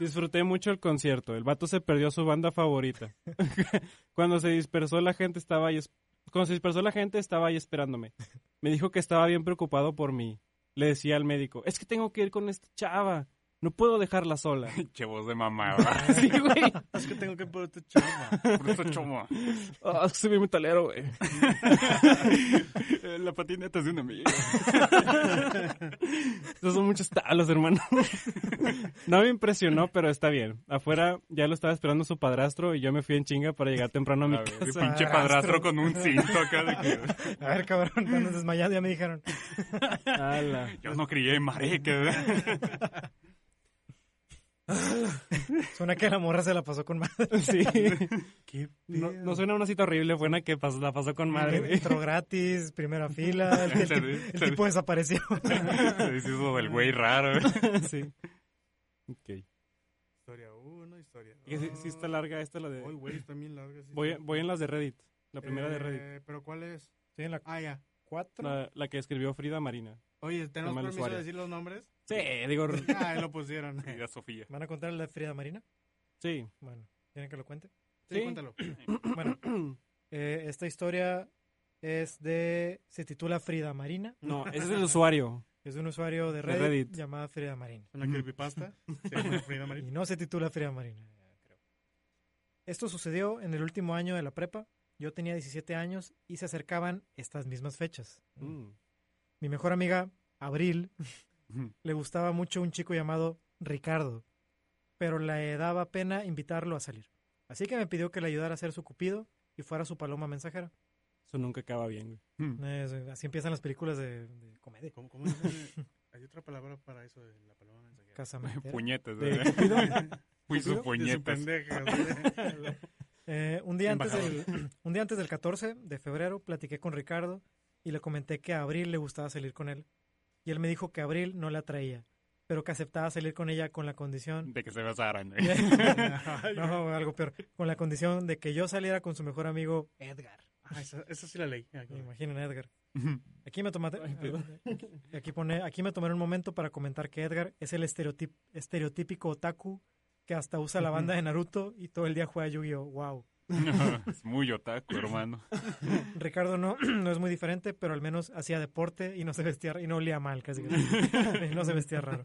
Speaker 3: Disfruté mucho el concierto. El vato se perdió a su banda favorita. Cuando se dispersó la gente estaba ahí es- cuando se dispersó la gente estaba ahí esperándome. Me dijo que estaba bien preocupado por mí. Le decía al médico, "Es que tengo que ir con esta chava. No puedo dejarla sola."
Speaker 2: Che voz de mamá, ¿verdad?
Speaker 3: Sí, güey.
Speaker 4: Es que tengo que poner tu chamba.
Speaker 2: Por eso chomo.
Speaker 3: Ah, es que soy bien metalero, güey.
Speaker 2: Eh, La patineta es de un amigo.
Speaker 3: Estos son muchos talos, hermano. No me impresionó, pero está bien. Afuera ya lo estaba esperando su padrastro y yo me fui en chinga para llegar temprano a mi
Speaker 2: A ver,
Speaker 3: casa.
Speaker 2: Pinche padrastro con un cinto acá de que
Speaker 1: A ver, cabrón, te andas desmayado, ya me dijeron.
Speaker 3: Ala.
Speaker 2: yo no crié mareca.
Speaker 1: Suena que la morra se la pasó con madre.
Speaker 3: Sí. No, no suena una cita horrible, fue una que pas- la pasó con madre. güey.
Speaker 1: Entró gratis, primera fila. El, el
Speaker 2: Se
Speaker 1: tip-
Speaker 2: ve-
Speaker 1: el
Speaker 2: se
Speaker 1: tipo desapareció.
Speaker 2: Se dice eso del güey raro. ¿eh?
Speaker 3: sí. Ok.
Speaker 4: Historia 1, historia 2.
Speaker 3: Y sí, sí está larga esta, la
Speaker 4: Ay,
Speaker 3: de...
Speaker 4: güey, está bien larga. sí.
Speaker 3: Voy, voy en las de Reddit, la primera de
Speaker 4: Eh,
Speaker 3: Reddit.
Speaker 4: ¿Pero cuál es?
Speaker 1: Sí, en la
Speaker 4: Ah, ya.
Speaker 1: cuatro.
Speaker 3: La, la que escribió Frida Marina.
Speaker 4: Oye, ¿tenemos
Speaker 3: Llama al
Speaker 4: permiso
Speaker 3: usuario.
Speaker 4: de decir los nombres?
Speaker 3: Sí, digo,
Speaker 4: Ah, ahí lo pusieron.
Speaker 2: Diga Sofía.
Speaker 1: ¿Van a contar la Frida Marina?
Speaker 3: sí.
Speaker 1: Bueno, ¿quieren que lo cuente?
Speaker 4: Sí,
Speaker 3: Sí.
Speaker 4: cuéntalo.
Speaker 1: Bueno, eh, esta historia es de... Se titula Frida Marina.
Speaker 3: No, ese es el usuario.
Speaker 1: Es de un usuario de Reddit,
Speaker 3: Reddit.
Speaker 1: llamada Frida Marina.
Speaker 4: Una creepypasta. Se llama Frida Marín.
Speaker 1: Y no se titula Frida Marina. creo. Esto sucedió en el último año de la prepa. Yo tenía 17 años y se acercaban estas mismas fechas.
Speaker 3: Mm.
Speaker 1: Mi mejor amiga, Abril, le gustaba mucho un chico llamado Ricardo, pero le daba pena invitarlo a salir. Así que me pidió que le ayudara a ser su cupido y fuera su paloma mensajera.
Speaker 3: Eso nunca acaba bien, güey.
Speaker 1: Eh, así empiezan las películas de, de comedia.
Speaker 4: ¿Cómo, cómo es ese? Hay otra palabra para eso de la paloma mensajera.
Speaker 1: Casamentera.
Speaker 2: Puñetas,
Speaker 3: ¿De
Speaker 2: ¿verdad?
Speaker 3: Cupido?
Speaker 2: Fui su
Speaker 3: Cupido?
Speaker 4: De su
Speaker 2: puñetas.
Speaker 4: pendeja.
Speaker 1: Eh, un, día antes del, un día antes del 14 de febrero platiqué con Ricardo y le comenté que a Abril le gustaba salir con él. Y él me dijo que a Abril no la atraía, pero que aceptaba salir con ella con la condición...
Speaker 2: De que se besaran, güey.
Speaker 4: Ay, güey.
Speaker 1: No, algo peor. Con la condición de que yo saliera con su mejor amigo Edgar.
Speaker 4: Ah, esa, esa sí la leí. Ah,
Speaker 1: Me
Speaker 4: claro.
Speaker 1: imagino a Edgar. Aquí me, tomate- aquí, pone, aquí me tomaré un momento para comentar que Edgar es el estereotip- estereotípico otaku que hasta usa la banda de Naruto y todo el día juega Yu-Gi-Oh! ¡Wow!
Speaker 2: es muy otaku, hermano.
Speaker 1: Ricardo no, no es muy diferente, pero al menos hacía deporte y no se vestía y no olía mal, casi. casi. Y no se vestía raro.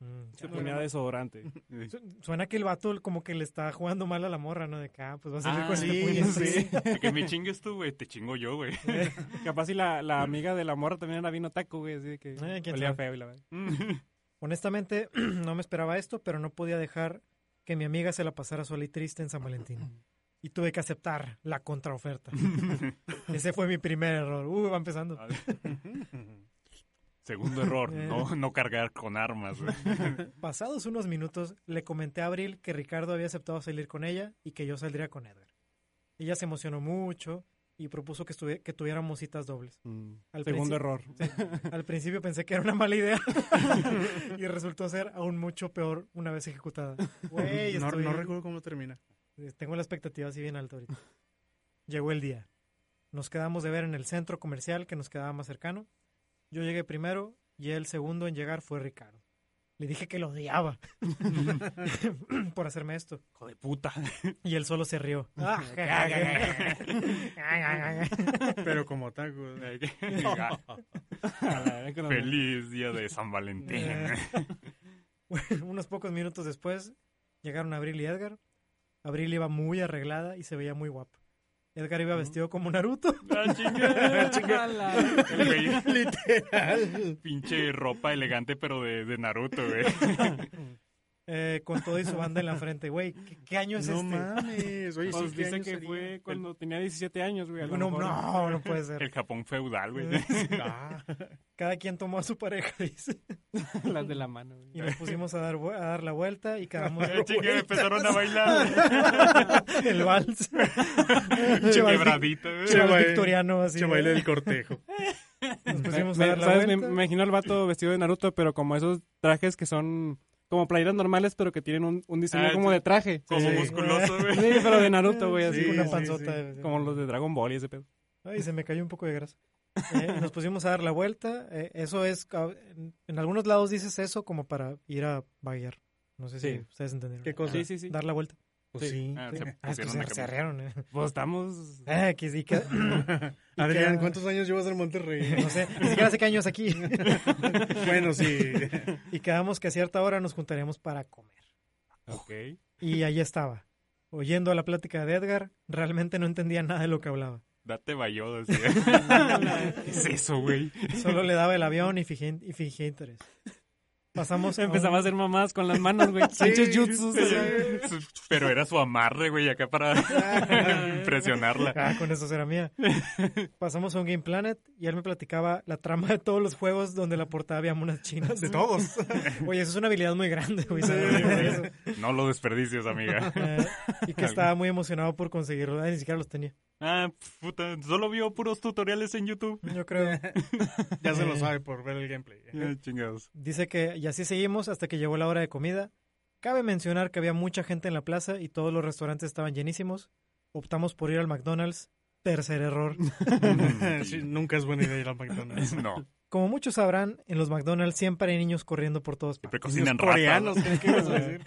Speaker 1: Mm,
Speaker 3: Se ponía desodorante.
Speaker 1: su- Suena que el vato como que le está jugando mal a la morra, ¿no? De acá, pues va a salir
Speaker 2: Ah,
Speaker 1: con
Speaker 2: sí,
Speaker 1: este puño.
Speaker 2: sí. De que me chingues tú, güey, te chingo yo, güey.
Speaker 3: Capaz si la, la amiga de la morra también era vino taco, güey, así de que
Speaker 1: Eh, quién
Speaker 3: olía
Speaker 1: sabe.
Speaker 3: feo y la verdad.
Speaker 1: Honestamente, no me esperaba esto, pero no podía dejar que mi amiga se la pasara sola y triste en San Valentín. Y tuve que aceptar la contraoferta. Ese fue mi primer error. Uy, va empezando.
Speaker 2: A ver. Segundo error, no, no cargar con armas, güey.
Speaker 1: Pasados unos minutos, le comenté a Abril que Ricardo había aceptado salir con ella y que yo saldría con Edgar. Ella se emocionó mucho y propuso que, estuvi- que tuviéramos citas dobles.
Speaker 2: Mm.
Speaker 1: Al
Speaker 3: Segundo
Speaker 1: principio-
Speaker 3: error.
Speaker 1: Al principio pensé que era una mala idea y resultó ser aún mucho peor una vez ejecutada. Güey,
Speaker 4: no,
Speaker 1: estoy-
Speaker 4: no recuerdo cómo termina.
Speaker 1: Eh, Tengo la expectativa así bien alta ahorita. Llegó el día. Nos quedamos de ver en el centro comercial que nos quedaba más cercano. Yo llegué primero y el segundo en llegar fue Ricardo. Le dije que lo odiaba por hacerme esto.
Speaker 2: Hijo de puta.
Speaker 1: Y él solo se rió. Ah,
Speaker 4: Pero como taco.
Speaker 3: A la verga, no, no.
Speaker 2: Feliz día de San Valentín.
Speaker 1: Unos pocos minutos después llegaron Abril y Edgar. Abril iba muy arreglada y se veía muy guapa. Edgar iba vestido como Naruto.
Speaker 2: Ah, chinga, chinga. El güey,
Speaker 4: Literal.
Speaker 2: pinche ropa elegante, pero de, de Naruto, güey.
Speaker 1: eh, con todo y su banda en la frente. Güey, ¿qué, qué año es
Speaker 4: No
Speaker 1: este?
Speaker 4: mames. Oye,
Speaker 3: Pues
Speaker 4: sí, ¿qué
Speaker 3: dice
Speaker 4: año
Speaker 3: que
Speaker 4: sería?
Speaker 3: fue cuando tenía 17 años, güey. a lo
Speaker 1: No,
Speaker 3: mejor.
Speaker 1: no, no puede ser.
Speaker 2: El Japón feudal, güey.
Speaker 4: Ah,
Speaker 1: Cada quien tomó a su pareja, dice.
Speaker 3: Las de la mano, güey.
Speaker 1: Y nos pusimos a dar, vu- a dar la vuelta y quedamos
Speaker 2: Ah, chinga, empezaron a bailar.
Speaker 1: el vals. Cheval,
Speaker 2: Quebradito, güey.
Speaker 4: Che, güey.
Speaker 1: victoriano, así.
Speaker 4: che, baile del cortejo.
Speaker 1: Nos
Speaker 3: Me-
Speaker 1: pusimos a
Speaker 3: me-
Speaker 1: dar la
Speaker 3: ¿sabes? Me,
Speaker 1: vuelta.
Speaker 3: me imagino al vato vestido de Naruto, pero como esos trajes que son como playeras normales, pero que tienen un, un diseño
Speaker 2: Ah,
Speaker 3: como
Speaker 2: sí.
Speaker 3: de traje.
Speaker 2: Como
Speaker 1: Sí.
Speaker 2: musculoso,
Speaker 3: Sí,
Speaker 2: güey.
Speaker 3: pero de Naruto, güey, así.
Speaker 1: Sí,
Speaker 3: como-
Speaker 1: una
Speaker 4: sí,
Speaker 1: panzota.
Speaker 3: Como los de Dragon Ball y ese pedo.
Speaker 1: Ay, se me cayó un poco de grasa. Eh, nos pusimos a dar la vuelta. eh, eso es. ca- En, en algunos lados dices eso como para ir a vaguear. No sé si
Speaker 3: Sí.
Speaker 1: ustedes entendieron.
Speaker 4: ¿Qué cosa?
Speaker 3: Sí, sí, sí.
Speaker 1: Dar la vuelta.
Speaker 4: Pues sí.
Speaker 2: Ah, se
Speaker 1: Ah, es que se
Speaker 2: pusieron
Speaker 1: se
Speaker 2: a caminar.
Speaker 1: arrearon, eh.
Speaker 3: Pues estamos...
Speaker 1: Ah, que sí, que-
Speaker 4: Adrián,
Speaker 1: queda-
Speaker 4: ¿cuántos años llevas en Monterrey?
Speaker 1: no sé, ni siquiera sé qué años aquí.
Speaker 4: bueno, sí.
Speaker 1: Y quedamos que a cierta hora nos juntaríamos para comer.
Speaker 3: Ok.
Speaker 1: Y ahí estaba. Oyendo la plática de Edgar, realmente no entendía nada de lo que hablaba.
Speaker 2: Date bayodas, güey. ¿Qué es eso, güey?
Speaker 1: Solo le daba el avión y fingía, y fingía interés. Pasamos a un-
Speaker 3: Empezaba a hacer mamadas con las manos, güey. Sánchez jutsus. o sea,
Speaker 2: Pero era su amarre, güey, acá para impresionarla.
Speaker 1: Ah, con eso será mía. Pasamos a un Game Planet y él me platicaba la trama de todos los juegos donde la portada había monas chinas.
Speaker 4: De todos.
Speaker 1: Oye, eso es una habilidad muy grande, güey, saber eso.
Speaker 2: No lo desperdicies, amiga.
Speaker 1: Eh, y que estaba muy emocionado por conseguirlo. Ay, ni siquiera los tenía.
Speaker 2: Ah, puta, solo vio puros tutoriales en YouTube.
Speaker 1: Yo creo.
Speaker 4: Ya se lo sabe por ver el gameplay.
Speaker 2: Ah,
Speaker 4: ¿eh?
Speaker 2: chingados.
Speaker 1: Dice que y así seguimos hasta que llegó la hora de comida. Cabe mencionar que había mucha gente en la plaza y todos los restaurantes estaban llenísimos. Optamos por ir al McDonald's. Tercer error.
Speaker 4: Mm. Eh, Sí, nunca es buena idea ir al McDonald's.
Speaker 2: No.
Speaker 1: Como muchos sabrán, en los McDonald's siempre hay niños corriendo por todos
Speaker 2: Siempre
Speaker 1: partes.
Speaker 2: cocinan
Speaker 4: Los coreanos,
Speaker 2: ratas.
Speaker 4: ¿qué ibas a decir?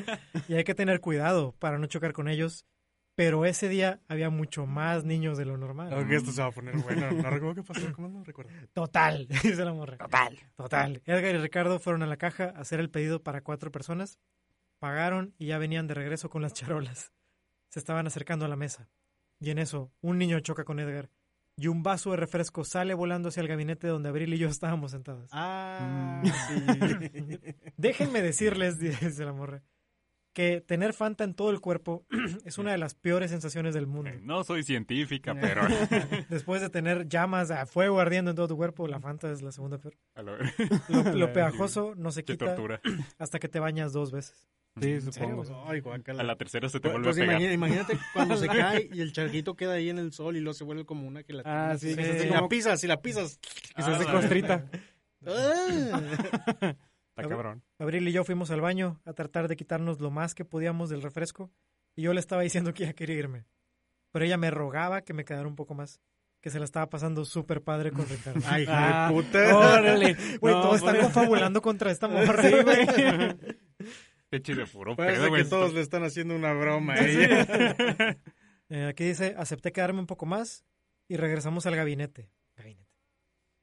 Speaker 1: Y hay que tener cuidado para no chocar con ellos. Pero ese día había mucho más niños de lo normal.
Speaker 4: Creo que esto se va a poner bueno. No recuerdo qué pasó, ¿cómo no recuerdo?
Speaker 1: Total, dice la morra.
Speaker 2: Total.
Speaker 1: Total. Edgar y Ricardo fueron a la caja a hacer el pedido para cuatro personas, pagaron y ya venían de regreso con las charolas. Se estaban acercando a la mesa. Y en eso, un niño choca con Edgar y un vaso de refresco sale volando hacia el gabinete donde Abril y yo estábamos sentadas.
Speaker 4: Ah,
Speaker 3: Mm.
Speaker 4: sí.
Speaker 1: Déjenme decirles, dice la morra, que tener Fanta en todo el cuerpo es una de las peores sensaciones del mundo.
Speaker 2: Eh, No soy científica, pero...
Speaker 1: Después de tener llamas a fuego ardiendo en todo tu cuerpo, la Fanta es la segunda peor.
Speaker 2: A la ver,
Speaker 1: Lo, lo pegajoso no se
Speaker 2: Qué
Speaker 1: quita
Speaker 2: tortura.
Speaker 1: hasta que te bañas dos veces.
Speaker 3: Sí,
Speaker 1: serio?
Speaker 3: supongo.
Speaker 4: Ay, guácala.
Speaker 2: A la tercera se te
Speaker 4: Pues,
Speaker 2: vuelve
Speaker 4: pues
Speaker 2: a pegar.
Speaker 4: imagina- imagínate cuando se cae y el charquito queda ahí en el sol y luego se vuelve como una gelatina.
Speaker 3: Ah, sí,
Speaker 1: Sí.
Speaker 3: que se
Speaker 4: Si
Speaker 3: hace
Speaker 4: la
Speaker 3: como-
Speaker 4: pisas, si la pisas.
Speaker 3: que se hace
Speaker 2: Ah,
Speaker 3: costrita.
Speaker 4: Ah.
Speaker 1: A
Speaker 3: Está
Speaker 1: ver.
Speaker 3: cabrón.
Speaker 1: Abril y yo fuimos al baño a tratar de quitarnos lo más que podíamos del refresco y yo le estaba diciendo que ya quería irme. Pero ella me rogaba que me quedara un poco más, que se la estaba pasando súper padre con Ricardo.
Speaker 4: Ay, hija
Speaker 3: Ah,
Speaker 4: de puta.
Speaker 3: Órale.
Speaker 1: Güey,
Speaker 3: No,
Speaker 1: todos están
Speaker 3: pues-
Speaker 1: confabulando contra esta morra.
Speaker 2: Te eche de puro
Speaker 4: Parece
Speaker 2: pedo,
Speaker 4: que
Speaker 2: güey.
Speaker 4: todos le están haciendo una broma a ella.
Speaker 1: Eh, aquí dice, acepté quedarme un poco más y regresamos al gabinete. Gabinete.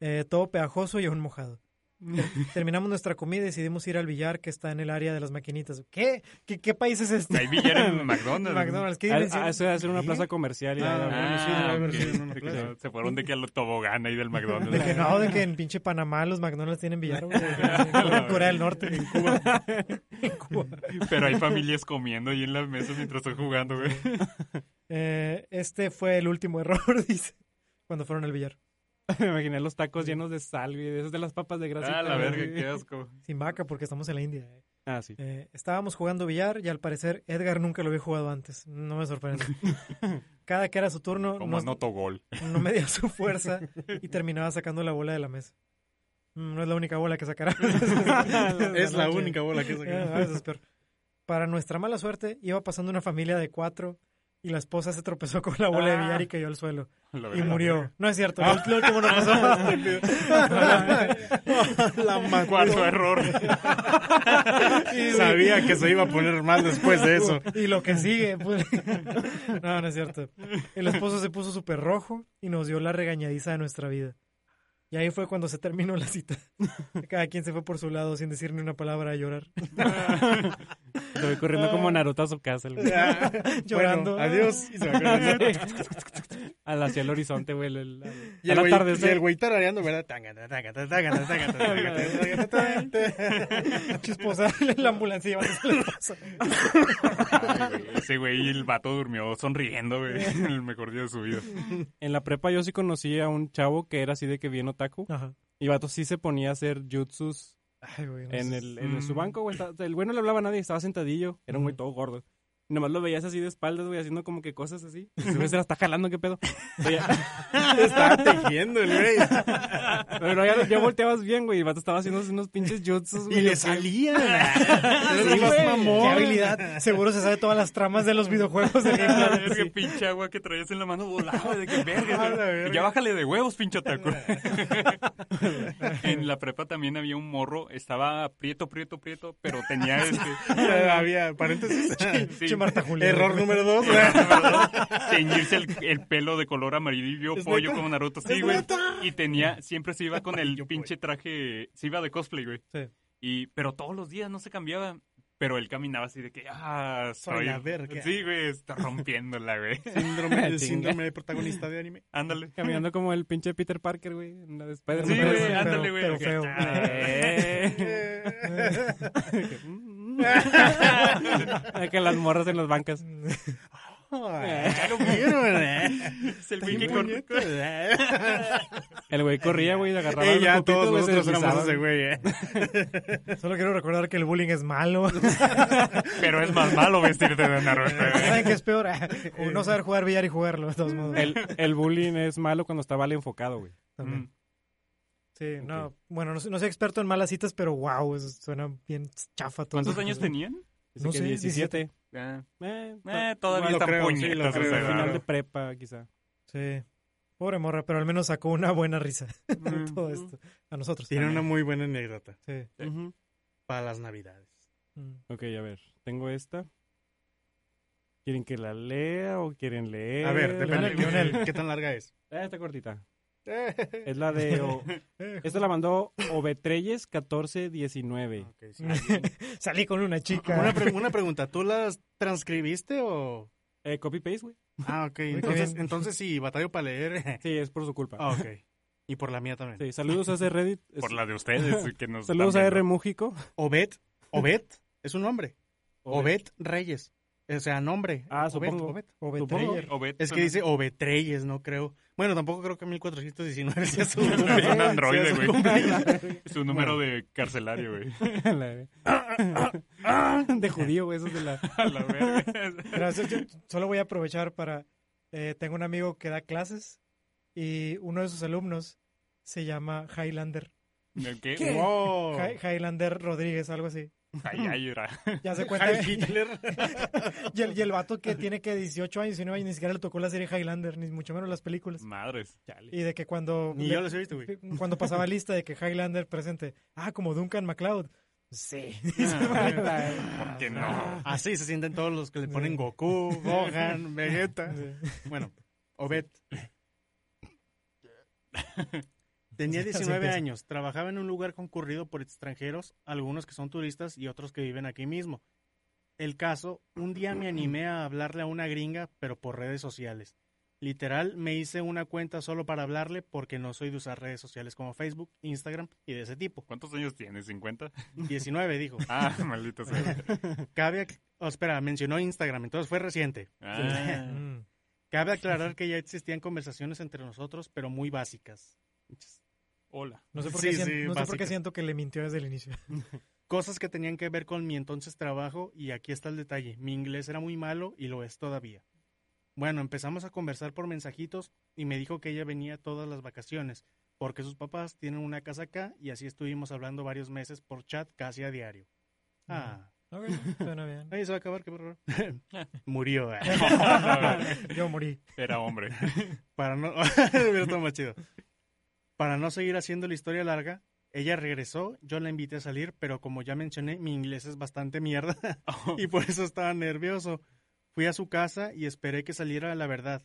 Speaker 1: Eh, todo pegajoso y aún mojado. Terminamos nuestra comida y decidimos ir al billar que está en el área de las maquinitas. ¿Qué? ¿Qué, qué país es este?
Speaker 2: Hay billar en McDonald's.
Speaker 1: McDonald's. ¿Qué
Speaker 3: A- a-
Speaker 1: dimensión?
Speaker 3: Eso de hacer una
Speaker 4: ¿Sí?
Speaker 3: plaza comercial y
Speaker 4: Ah,
Speaker 3: ahí-
Speaker 2: Ah,
Speaker 4: Bueno,
Speaker 2: ok.
Speaker 4: sí, debe haber sido en una
Speaker 2: De que
Speaker 4: plaza.
Speaker 2: se- Se fueron de que a lo tobogán ahí del McDonald's.
Speaker 1: De que no, de que en pinche Panamá los McDonald's tienen billar, güey. En Corea del Norte. En Cuba. En Cuba.
Speaker 2: Pero hay familias comiendo ahí en la mesa mientras están jugando, güey.
Speaker 1: Eh, este fue el último error, dice, cuando fueron al billar.
Speaker 3: me imaginé los tacos llenos de sal, güey. de Esas de las papas de grasa.
Speaker 2: Ah, la verga, qué asco.
Speaker 1: Sin vaca, porque estamos en la India. eh.
Speaker 3: Ah, sí.
Speaker 1: Eh, estábamos jugando billar y al parecer Edgar nunca lo había jugado antes. No me sorprende. Cada que era su turno,
Speaker 2: Como
Speaker 1: no,
Speaker 2: anoto gol.
Speaker 1: no medía su fuerza y terminaba sacando la bola de la mesa. Mm, No es la única bola que sacará.
Speaker 4: Es la
Speaker 1: noche.
Speaker 4: única bola que
Speaker 1: Eh,
Speaker 4: saca.
Speaker 1: a veces es peor. Para nuestra mala suerte, iba pasando una familia de cuatro y la esposa se tropezó con la bola de billar y cayó al suelo.
Speaker 2: La
Speaker 1: Y
Speaker 2: verga.
Speaker 1: murió. No es cierto, lo lo último no pasó.
Speaker 4: La
Speaker 2: Cuarto
Speaker 4: mató.
Speaker 2: error.
Speaker 4: Sabía que se iba a poner mal después de eso.
Speaker 1: Y lo que sigue, pues. No, no es cierto. El esposo se puso súper rojo y nos dio la regañadiza de nuestra vida. Y ahí fue cuando se terminó la cita. Cada quien se fue por su lado sin decir ni una palabra a llorar.
Speaker 3: Lo voy corriendo como Naruto a su casa, güey.
Speaker 4: Ya.
Speaker 1: Llorando.
Speaker 4: Bueno, adiós. Y se va a correr.
Speaker 3: Al hacia el horizonte, güey. el- el-
Speaker 4: Y
Speaker 3: al
Speaker 4: el, güey,
Speaker 3: atardecer.
Speaker 4: y el güey tarareando, ¿verdad? Tangata, tangata, tangata, tangata, tangata, tangata.
Speaker 1: Pinche esposa, la ambulancia llevándose a la esposa.
Speaker 2: Ay, güey, Ese güey, el vato durmió sonriendo, güey. El mejor día de su vida.
Speaker 3: En la prepa yo sí conocí a un chavo que era así de que bien otaku.
Speaker 1: Ajá.
Speaker 3: Y vato sí se ponía a hacer jutsus
Speaker 1: Ay, güey, no
Speaker 3: en,
Speaker 1: sé.
Speaker 3: el, en
Speaker 2: Mm.
Speaker 3: su banco, güey. Estaba- El güey no le hablaba a nadie, estaba sentadillo. Era un güey todo gordo. Y nomás lo veías así de espaldas, güey, haciendo como que cosas así. Y ese güey se la está jalando, qué pedo. Pero ya-
Speaker 4: Estaba tejiendo el güey.
Speaker 3: pero ya, ya volteabas bien, güey. Y el vato estaba haciendo unos pinches jutsus, güey.
Speaker 4: Y le salía.
Speaker 1: Sí,
Speaker 4: Eres más
Speaker 1: güey.
Speaker 4: mamón.
Speaker 1: Qué habilidad. Seguro se sabe todas las tramas de los videojuegos del Game Planet.
Speaker 2: Es que pinche agua que traías en la mano volaba, de que
Speaker 4: A
Speaker 2: verga.
Speaker 4: Ah, la verga.
Speaker 2: Ya bájale de huevos, pinche taco. en la prepa también había un morro, estaba prieto, prieto, prieto, pero tenía este
Speaker 4: Había paréntesis.
Speaker 2: sí,
Speaker 1: Che, Marta Julia.
Speaker 4: Error número dos. güey.
Speaker 2: teñirse el, el pelo de color amarillo
Speaker 4: ¿Es
Speaker 2: pollo
Speaker 4: neta?
Speaker 2: como Naruto, sí,
Speaker 4: ¿Es
Speaker 2: güey.
Speaker 4: neta?
Speaker 2: Y tenía, siempre se iba con el
Speaker 4: Amarillo
Speaker 2: pinche traje, se iba de cosplay, güey.
Speaker 1: Sí.
Speaker 2: Y, pero todos los días no se cambiaba. Pero él caminaba así de que, ah,
Speaker 4: Soy
Speaker 2: soy...
Speaker 4: la verga.
Speaker 2: Sí, güey, está rompiéndola, güey.
Speaker 4: Síndrome, el
Speaker 3: Chinga.
Speaker 4: síndrome de protagonista de anime.
Speaker 2: Ándale.
Speaker 3: Caminando como el pinche Peter Parker, güey. en la de Spider-Man.
Speaker 2: Sí, güey,
Speaker 1: Pero-
Speaker 2: ándale, güey.
Speaker 1: pero
Speaker 2: que-
Speaker 1: feo.
Speaker 2: "Ah, Eh.
Speaker 3: mm, Que las morras en las bancas.
Speaker 4: Ay, ya lo vieron, eh.
Speaker 2: Es el
Speaker 4: Qué
Speaker 2: güey Ah, que corre.
Speaker 4: bonito, eh.
Speaker 3: El güey corría, güey, y agarraba
Speaker 4: Y
Speaker 3: los
Speaker 4: ya
Speaker 3: copitos,
Speaker 4: todos
Speaker 3: güey, se
Speaker 4: nosotros éramos
Speaker 3: deslizaban.
Speaker 4: ese güey, eh.
Speaker 1: Solo quiero recordar que el bullying es malo.
Speaker 2: Pero es más malo vestirte de Naruto. güey.
Speaker 1: ¿Saben qué es peor? O no saber jugar billar y jugarlo, de todos modos.
Speaker 3: El, el bullying es malo cuando está mal enfocado, güey.
Speaker 1: También.
Speaker 2: Mm.
Speaker 4: Mm.
Speaker 1: Sí,
Speaker 3: Ok.
Speaker 1: no. Bueno, no, soy- no soy experto en malas citas, pero wow, eso suena bien chafa todo.
Speaker 2: ¿Cuántos años tenían?
Speaker 3: Dice
Speaker 1: No
Speaker 3: que
Speaker 1: sé,
Speaker 3: 17.
Speaker 2: Ah,
Speaker 3: Eh,
Speaker 2: eh,
Speaker 3: bueno,
Speaker 2: todavía
Speaker 4: lo
Speaker 2: están
Speaker 4: creo, sí, lo
Speaker 2: puñetas.
Speaker 4: creo,
Speaker 2: o sea,
Speaker 3: al final
Speaker 4: claro.
Speaker 3: de prepa, quizá.
Speaker 1: Sí. Pobre morra, pero al menos sacó una buena risa de
Speaker 3: Mm.
Speaker 1: todo esto. A nosotros.
Speaker 4: Tiene una
Speaker 1: también.
Speaker 4: muy buena anécdota
Speaker 1: Sí.
Speaker 2: Sí.
Speaker 3: Ujú.
Speaker 4: para las navidades.
Speaker 1: Mm.
Speaker 3: Ok, a ver, tengo esta. ¿Quieren que la lea o quieren leer?
Speaker 4: A ver, depende
Speaker 1: Leonel, Leonel.
Speaker 4: qué tan larga es.
Speaker 3: Ah, está cortita.
Speaker 4: Eh,
Speaker 3: Es la de... o-
Speaker 1: Eh,
Speaker 3: Esta la mandó Obetreyes1419.
Speaker 4: ok, sí.
Speaker 1: Salí con una chica.
Speaker 4: Una, pre- una pregunta, ¿tú las transcribiste o...?
Speaker 3: Eh, copy-paste, güey.
Speaker 4: Ah, ok.
Speaker 1: qué
Speaker 4: Entonces,
Speaker 1: bien.
Speaker 4: entonces sí, batallo para leer.
Speaker 3: Sí, es por su culpa.
Speaker 4: Ah, ok. Y por la mía también.
Speaker 3: Sí, saludos a ese Reddit.
Speaker 2: Por la de ustedes que nos
Speaker 3: Saludos a
Speaker 2: están
Speaker 3: R.
Speaker 2: viendo.
Speaker 3: Mújico.
Speaker 4: Obed, Obed, es un nombre.
Speaker 3: Obed.
Speaker 4: Obed Reyes. O sea, nombre.
Speaker 3: Ah,
Speaker 4: Obed,
Speaker 3: supongo.
Speaker 4: Obed.
Speaker 1: O
Speaker 3: Supongo.
Speaker 1: Betrayer.
Speaker 2: Obed
Speaker 4: Es que
Speaker 2: suena-
Speaker 4: dice Obetreyes, no creo. Bueno, tampoco creo que 1419 sea su
Speaker 2: Es un androide,
Speaker 4: sea su
Speaker 2: güey.
Speaker 4: cumpleaños.
Speaker 2: Es un número de carcelario, güey.
Speaker 3: La- de judío, güey, eso es de la...
Speaker 2: A la verga.
Speaker 1: Gracias. Yo solo voy a aprovechar para. eh, tengo un amigo que da clases y uno de sus alumnos se llama Highlander.
Speaker 2: ¿Qué?
Speaker 1: ¿Qué?
Speaker 4: Wow.
Speaker 1: Hi- Highlander Rodríguez, algo así.
Speaker 2: Ay, ay, era.
Speaker 1: Ya se cuenta.
Speaker 4: Heil Hitler.
Speaker 1: y, el, y el vato que tiene que 18 años, 19 años, ni siquiera le tocó la serie Highlander, ni mucho menos las películas.
Speaker 2: Madres.
Speaker 1: Y de que cuando.
Speaker 4: Ni
Speaker 1: le-
Speaker 4: yo los he visto, güey.
Speaker 1: cuando pasaba lista de que Highlander presente. Ah, como Duncan MacLeod. Sí.
Speaker 4: Ah,
Speaker 2: ¿Por qué no?
Speaker 3: Ah.
Speaker 4: Así se sienten todos los que le ponen Goku, Gohan, Vegeta. Bueno, Obed. Tenía
Speaker 1: Sí, así
Speaker 4: 19
Speaker 1: empieza.
Speaker 4: años, trabajaba en un lugar concurrido por extranjeros, algunos que son turistas y otros que viven aquí mismo. El caso, un día me animé a hablarle a una gringa, pero por redes sociales. Literal, me hice una cuenta solo para hablarle porque no soy de usar redes sociales como Facebook, Instagram y de ese tipo.
Speaker 2: ¿Cuántos años tienes? ¿50?
Speaker 4: 19, dijo.
Speaker 2: Ah, maldito sea.
Speaker 4: Cabe... ac- oh, espera, mencionó Instagram, entonces fue reciente.
Speaker 2: Ah,
Speaker 1: Mm.
Speaker 4: Cabe aclarar que ya existían conversaciones entre nosotros, pero muy básicas.
Speaker 2: hola.
Speaker 1: No sé por
Speaker 4: Sí,
Speaker 1: qué,
Speaker 4: sí,
Speaker 1: siento, no sé por qué
Speaker 4: básica.
Speaker 1: siento que le mintió desde el inicio.
Speaker 4: Cosas que tenían que ver con mi entonces trabajo y aquí está el detalle. Mi inglés era muy malo y lo es todavía. Bueno, empezamos a conversar por mensajitos y me dijo que ella venía todas las vacaciones porque sus papás tienen una casa acá y así estuvimos hablando varios meses por chat casi a diario. Ah,
Speaker 1: Ok, suena bien.
Speaker 4: ahí se va a acabar, qué horror. Murió. ah.
Speaker 1: Yo morí.
Speaker 2: Era hombre.
Speaker 4: Para no. Hubiera estado más chido. Para no seguir haciendo la historia larga, ella regresó, yo la invité a salir, pero como ya mencioné, mi inglés es bastante mierda y por eso estaba nervioso. Fui a su casa y esperé que saliera la verdad.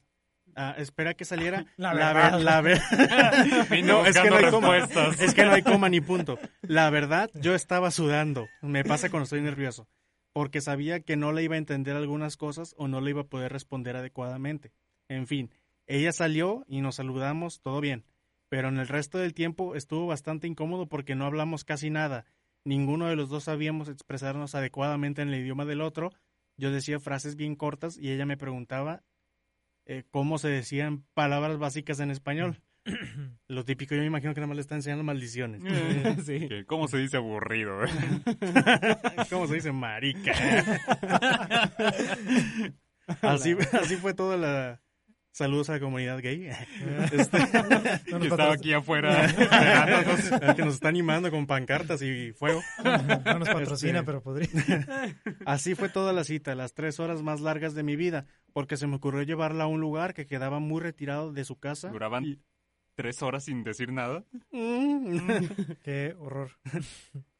Speaker 4: Ah, espera que saliera
Speaker 1: La
Speaker 4: la
Speaker 1: verdad.
Speaker 4: ver- la ver-
Speaker 2: Vino
Speaker 4: es que no hay
Speaker 2: buscando
Speaker 4: coma.
Speaker 2: respuestas.
Speaker 4: Es que no hay coma ni punto. La verdad, yo estaba sudando. Me pasa cuando estoy nervioso. Porque sabía que no le iba a entender algunas cosas o no le iba a poder responder adecuadamente. En fin, ella salió y nos saludamos, todo bien. Pero en el resto del tiempo estuvo bastante incómodo porque no hablamos casi nada. Ninguno de los dos sabíamos expresarnos adecuadamente en el idioma del otro. Yo decía frases bien cortas y ella me preguntaba eh, cómo se decían palabras básicas en español. Lo típico, yo me imagino que nada más le está enseñando maldiciones.
Speaker 3: sí.
Speaker 2: ¿Qué? ¿Cómo se dice aburrido? eh?
Speaker 4: ¿Cómo se dice? Marica. así, así fue toda la... Saludos a la comunidad gay. Este,
Speaker 1: No
Speaker 2: Yo
Speaker 1: nos,
Speaker 2: estaba
Speaker 1: patro-
Speaker 2: aquí afuera esperándonos.
Speaker 4: que nos está animando con pancartas y fuego.
Speaker 1: no nos patrocina,
Speaker 4: Este-
Speaker 1: pero podría.
Speaker 4: Así fue toda la cita, las tres horas más largas de mi vida, porque se me ocurrió llevarla a un lugar que quedaba muy retirado de su casa.
Speaker 2: Duraban tres horas sin decir nada.
Speaker 4: Mm.
Speaker 1: Qué horror.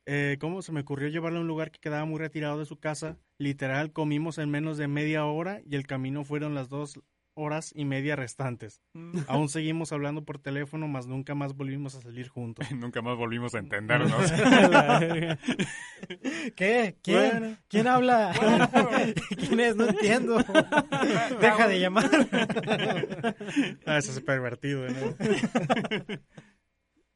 Speaker 4: Eh, ¿Cómo se me ocurrió llevarla a un lugar que quedaba muy retirado de su casa? Literal, comimos en menos de media hora y el camino fueron las dos horas y media restantes.
Speaker 3: Mm.
Speaker 4: Aún seguimos hablando por teléfono, mas nunca más volvimos a salir juntos.
Speaker 2: Nunca más volvimos a entendernos.
Speaker 1: ¿Qué? ¿Quién?
Speaker 4: Bueno.
Speaker 1: ¿Quién habla? ¿Quién es? No entiendo. Deja de llamar.
Speaker 4: Ah, eso es ¿eh? pervertido, ¿no?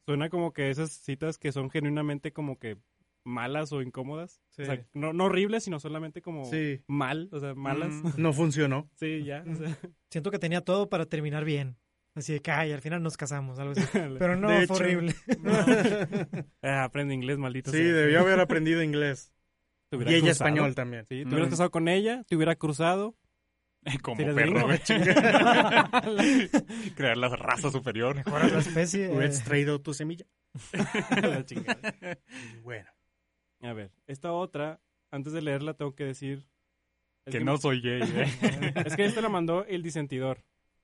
Speaker 3: Suena como que esas citas que son genuinamente como que malas o incómodas.
Speaker 1: Sí.
Speaker 3: O sea, no, no horribles, sino solamente como
Speaker 4: Sí.
Speaker 3: mal, o sea, malas.
Speaker 2: Mm.
Speaker 4: No funcionó.
Speaker 3: Sí, ya. o sea,
Speaker 1: Siento que tenía todo para terminar bien. Así de que, ay, al final nos casamos, algo así.
Speaker 3: la-
Speaker 1: Pero no, fue
Speaker 4: De hecho.
Speaker 1: horrible.
Speaker 3: Ah, aprende inglés, maldito.
Speaker 4: Sí,
Speaker 3: sea.
Speaker 4: debió haber aprendido inglés.
Speaker 3: Te
Speaker 4: Y
Speaker 3: hubiera
Speaker 4: ella
Speaker 3: cruzado.
Speaker 4: español también.
Speaker 3: Sí, te
Speaker 2: Mm.
Speaker 3: hubieras casado con ella, te hubiera cruzado.
Speaker 2: Como
Speaker 3: Sí, eres
Speaker 2: perro,
Speaker 3: gringo.
Speaker 2: güey. Crear la raza superior.
Speaker 1: Ahora la especie. eh,
Speaker 4: Hubieras traído tu semilla.
Speaker 3: La chingada.
Speaker 4: Y Bueno.
Speaker 3: A ver, esta otra, antes de leerla tengo que decir... es
Speaker 2: Que no soy gay, eh.
Speaker 3: Es que esta la mandó el disentidor.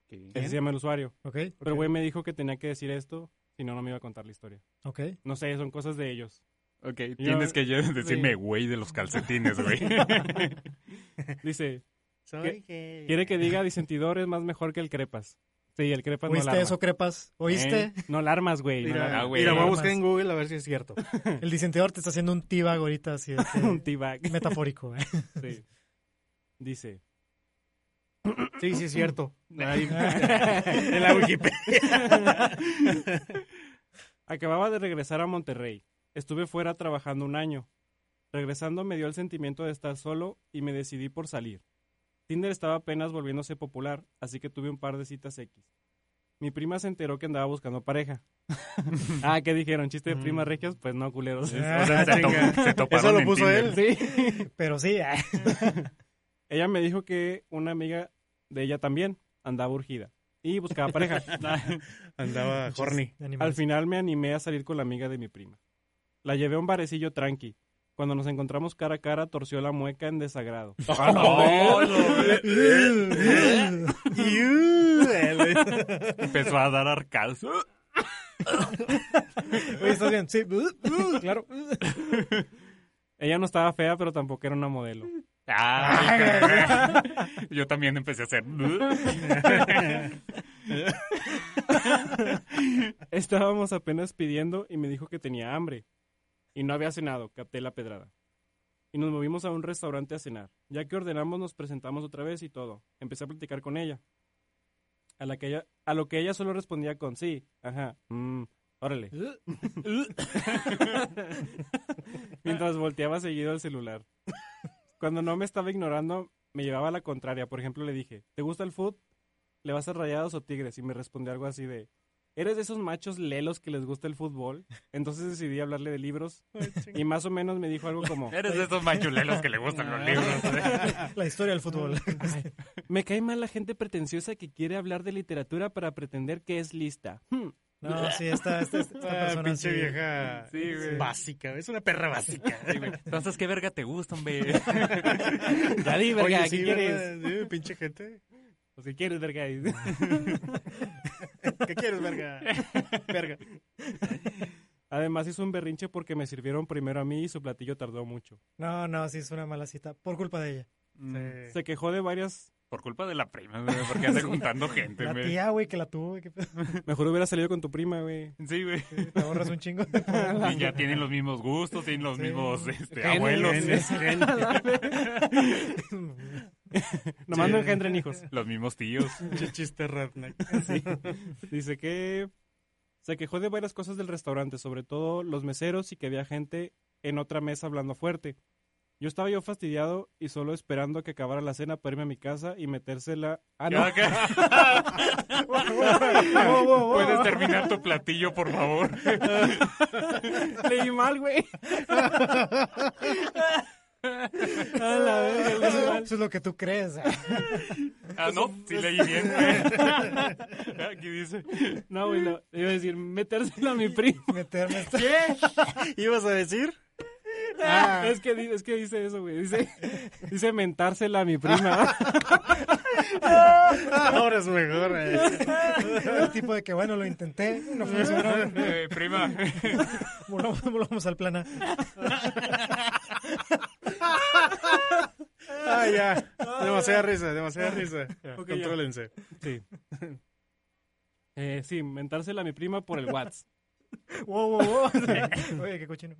Speaker 3: Ese se llama el usuario.
Speaker 1: Ok,
Speaker 3: Pero el güey me dijo que tenía que decir esto, si no, no me iba a contar la historia.
Speaker 1: ok.
Speaker 3: No sé, son cosas de ellos.
Speaker 2: Ok, tienes que ya decirme
Speaker 3: sí.
Speaker 2: güey de los calcetines, güey.
Speaker 3: Dice,
Speaker 4: Soy gay.
Speaker 3: quiere que diga disentidor es más mejor que el crepas. Sí, el crepas no la
Speaker 1: ¿Oíste
Speaker 3: arma.
Speaker 1: eso, crepas? ¿Oíste?
Speaker 3: Eh, No la armas, güey. no la
Speaker 4: Mira,
Speaker 2: Ah,
Speaker 3: armas.
Speaker 2: güey.
Speaker 4: mira, voy a
Speaker 1: Nada
Speaker 4: buscar
Speaker 1: más.
Speaker 4: en Google a ver si es cierto.
Speaker 1: El disentidor te está haciendo un tíbag ahorita, así este,
Speaker 3: Un T-Bag.
Speaker 1: metafórico. ¿eh?
Speaker 3: Sí. Dice,
Speaker 4: Sí, sí es cierto. Ahí- en la Wikipedia.
Speaker 3: Acababa de regresar a Monterrey. Estuve fuera trabajando un año. Regresando me dio el sentimiento de estar solo y me decidí por salir. Tinder estaba apenas volviéndose popular, así que tuve un par de citas X. Mi prima se enteró que andaba buscando pareja. ah, ¿qué dijeron? ¿Chiste de primas
Speaker 4: Mm.
Speaker 3: regias? Pues no, culeros.
Speaker 1: Ah,
Speaker 2: O sea, se, to-
Speaker 4: chinga.
Speaker 2: se toparon
Speaker 4: Eso lo
Speaker 2: en
Speaker 4: puso
Speaker 2: Tinder.
Speaker 4: él.
Speaker 3: Sí.
Speaker 1: Pero sí, ah,
Speaker 3: Ella me dijo que una amiga de ella también andaba urgida y buscaba pareja.
Speaker 4: Andaba horny.
Speaker 3: Al
Speaker 1: animales.
Speaker 3: final me animé a salir con la amiga de mi prima. La llevé a un barecillo tranqui. Cuando nos encontramos cara a cara, torció la mueca en desagrado.
Speaker 2: Oh, lo-
Speaker 4: uh,
Speaker 2: Empezó a dar arcadas.
Speaker 1: Oye, ¿estás bien? Sí.
Speaker 3: claro. Ella no estaba fea, pero tampoco era una modelo.
Speaker 2: Ah, Yo también empecé a hacer.
Speaker 3: Estábamos apenas pidiendo y me dijo que tenía hambre. Y no había cenado, capté la pedrada. Y nos movimos a un restaurante a cenar. Ya que ordenamos, nos presentamos otra vez y todo. Empecé a platicar con ella. A, la que ella, a lo que ella solo respondía con sí, ajá, mm, órale. Mientras volteaba seguido el celular. Cuando no me estaba ignorando, me llevaba a la contraria. Por ejemplo, le dije, ¿te gusta el food? ¿Le vas a rayados o tigres? Y me respondió algo así de, ¿eres de esos machos lelos que les gusta el fútbol? Entonces decidí hablarle de libros y más o menos me dijo algo como,
Speaker 2: Eres de esos machulelos que le gustan los libros.
Speaker 1: La historia del fútbol.
Speaker 3: "Ay, me cae mal la gente pretenciosa que quiere hablar de literatura para pretender que es lista. Hmm,
Speaker 1: No, sí, esta, esta, esta
Speaker 4: Ah,
Speaker 1: persona
Speaker 4: pinche
Speaker 1: sí.
Speaker 4: vieja
Speaker 2: Sí, güey.
Speaker 4: básica, es una perra básica.
Speaker 2: Entonces, ¿qué verga te gusta, hombre?
Speaker 3: Ya di, verga,
Speaker 4: Oye,
Speaker 3: ¿qué
Speaker 4: sí,
Speaker 3: quieres?
Speaker 4: ¿verdad? Sí, pinche gente.
Speaker 3: Pues, ¿Qué quieres, verga?
Speaker 4: ¿Qué quieres, verga? Verga.
Speaker 3: Además hizo un berrinche porque me sirvieron primero a mí y su platillo tardó mucho.
Speaker 1: No, no, sí, es una mala cita. Por culpa de ella.
Speaker 4: Sí.
Speaker 3: Se quejó de varias...
Speaker 2: Mm, Por culpa de la prima, güey, porque anda juntando gente,
Speaker 1: La
Speaker 2: güey.
Speaker 1: tía, güey, que la tuvo. güey, que-
Speaker 3: Mejor hubiera salido con tu prima, güey.
Speaker 2: Sí, güey.
Speaker 1: Te ahorras un chingo.
Speaker 2: Y ya tienen los mismos gustos, tienen los
Speaker 1: Sí.
Speaker 2: mismos este,
Speaker 3: Genes,
Speaker 2: abuelos,
Speaker 4: genes, genes.
Speaker 3: Nomás
Speaker 4: Sí.
Speaker 3: no engendren hijos.
Speaker 2: los mismos tíos.
Speaker 4: Pinche chiste redneck.
Speaker 3: Dice que se quejó de varias cosas del restaurante, sobre todo los meseros y que había gente en otra mesa hablando fuerte. Yo estaba yo fastidiado y solo esperando que acabara la cena para irme a mi casa y metérsela... Ah, no.
Speaker 2: Puedes terminar tu platillo, por favor.
Speaker 3: Leí mal, güey. A la verga, leí
Speaker 1: Eso,
Speaker 3: mal.
Speaker 1: eso es lo que tú crees.
Speaker 2: Ah, no, sí leí bien. güey. Aquí dice.
Speaker 3: No, güey, no. Iba a decir, metérsela a mi primo.
Speaker 1: Meterme este esta-
Speaker 4: ¿Ibas a decir?
Speaker 3: Es, que, di- es que dice eso, güey. Dice, dice mentársela a mi prima.
Speaker 4: Ahora es mejor. eh.
Speaker 1: el tipo de que, bueno, lo intenté, no funcionó.
Speaker 2: Eh, prima,
Speaker 1: Volvamos, volvamos al plan A.
Speaker 4: Ah, ya. Demasiada risa, demasiada risa.
Speaker 3: Ok, ya.
Speaker 4: Contrólense.
Speaker 3: Sí. Eh, sí, mentársela a mi prima por el WhatsApp.
Speaker 1: Wow, wow, wow. Oye, qué cochino.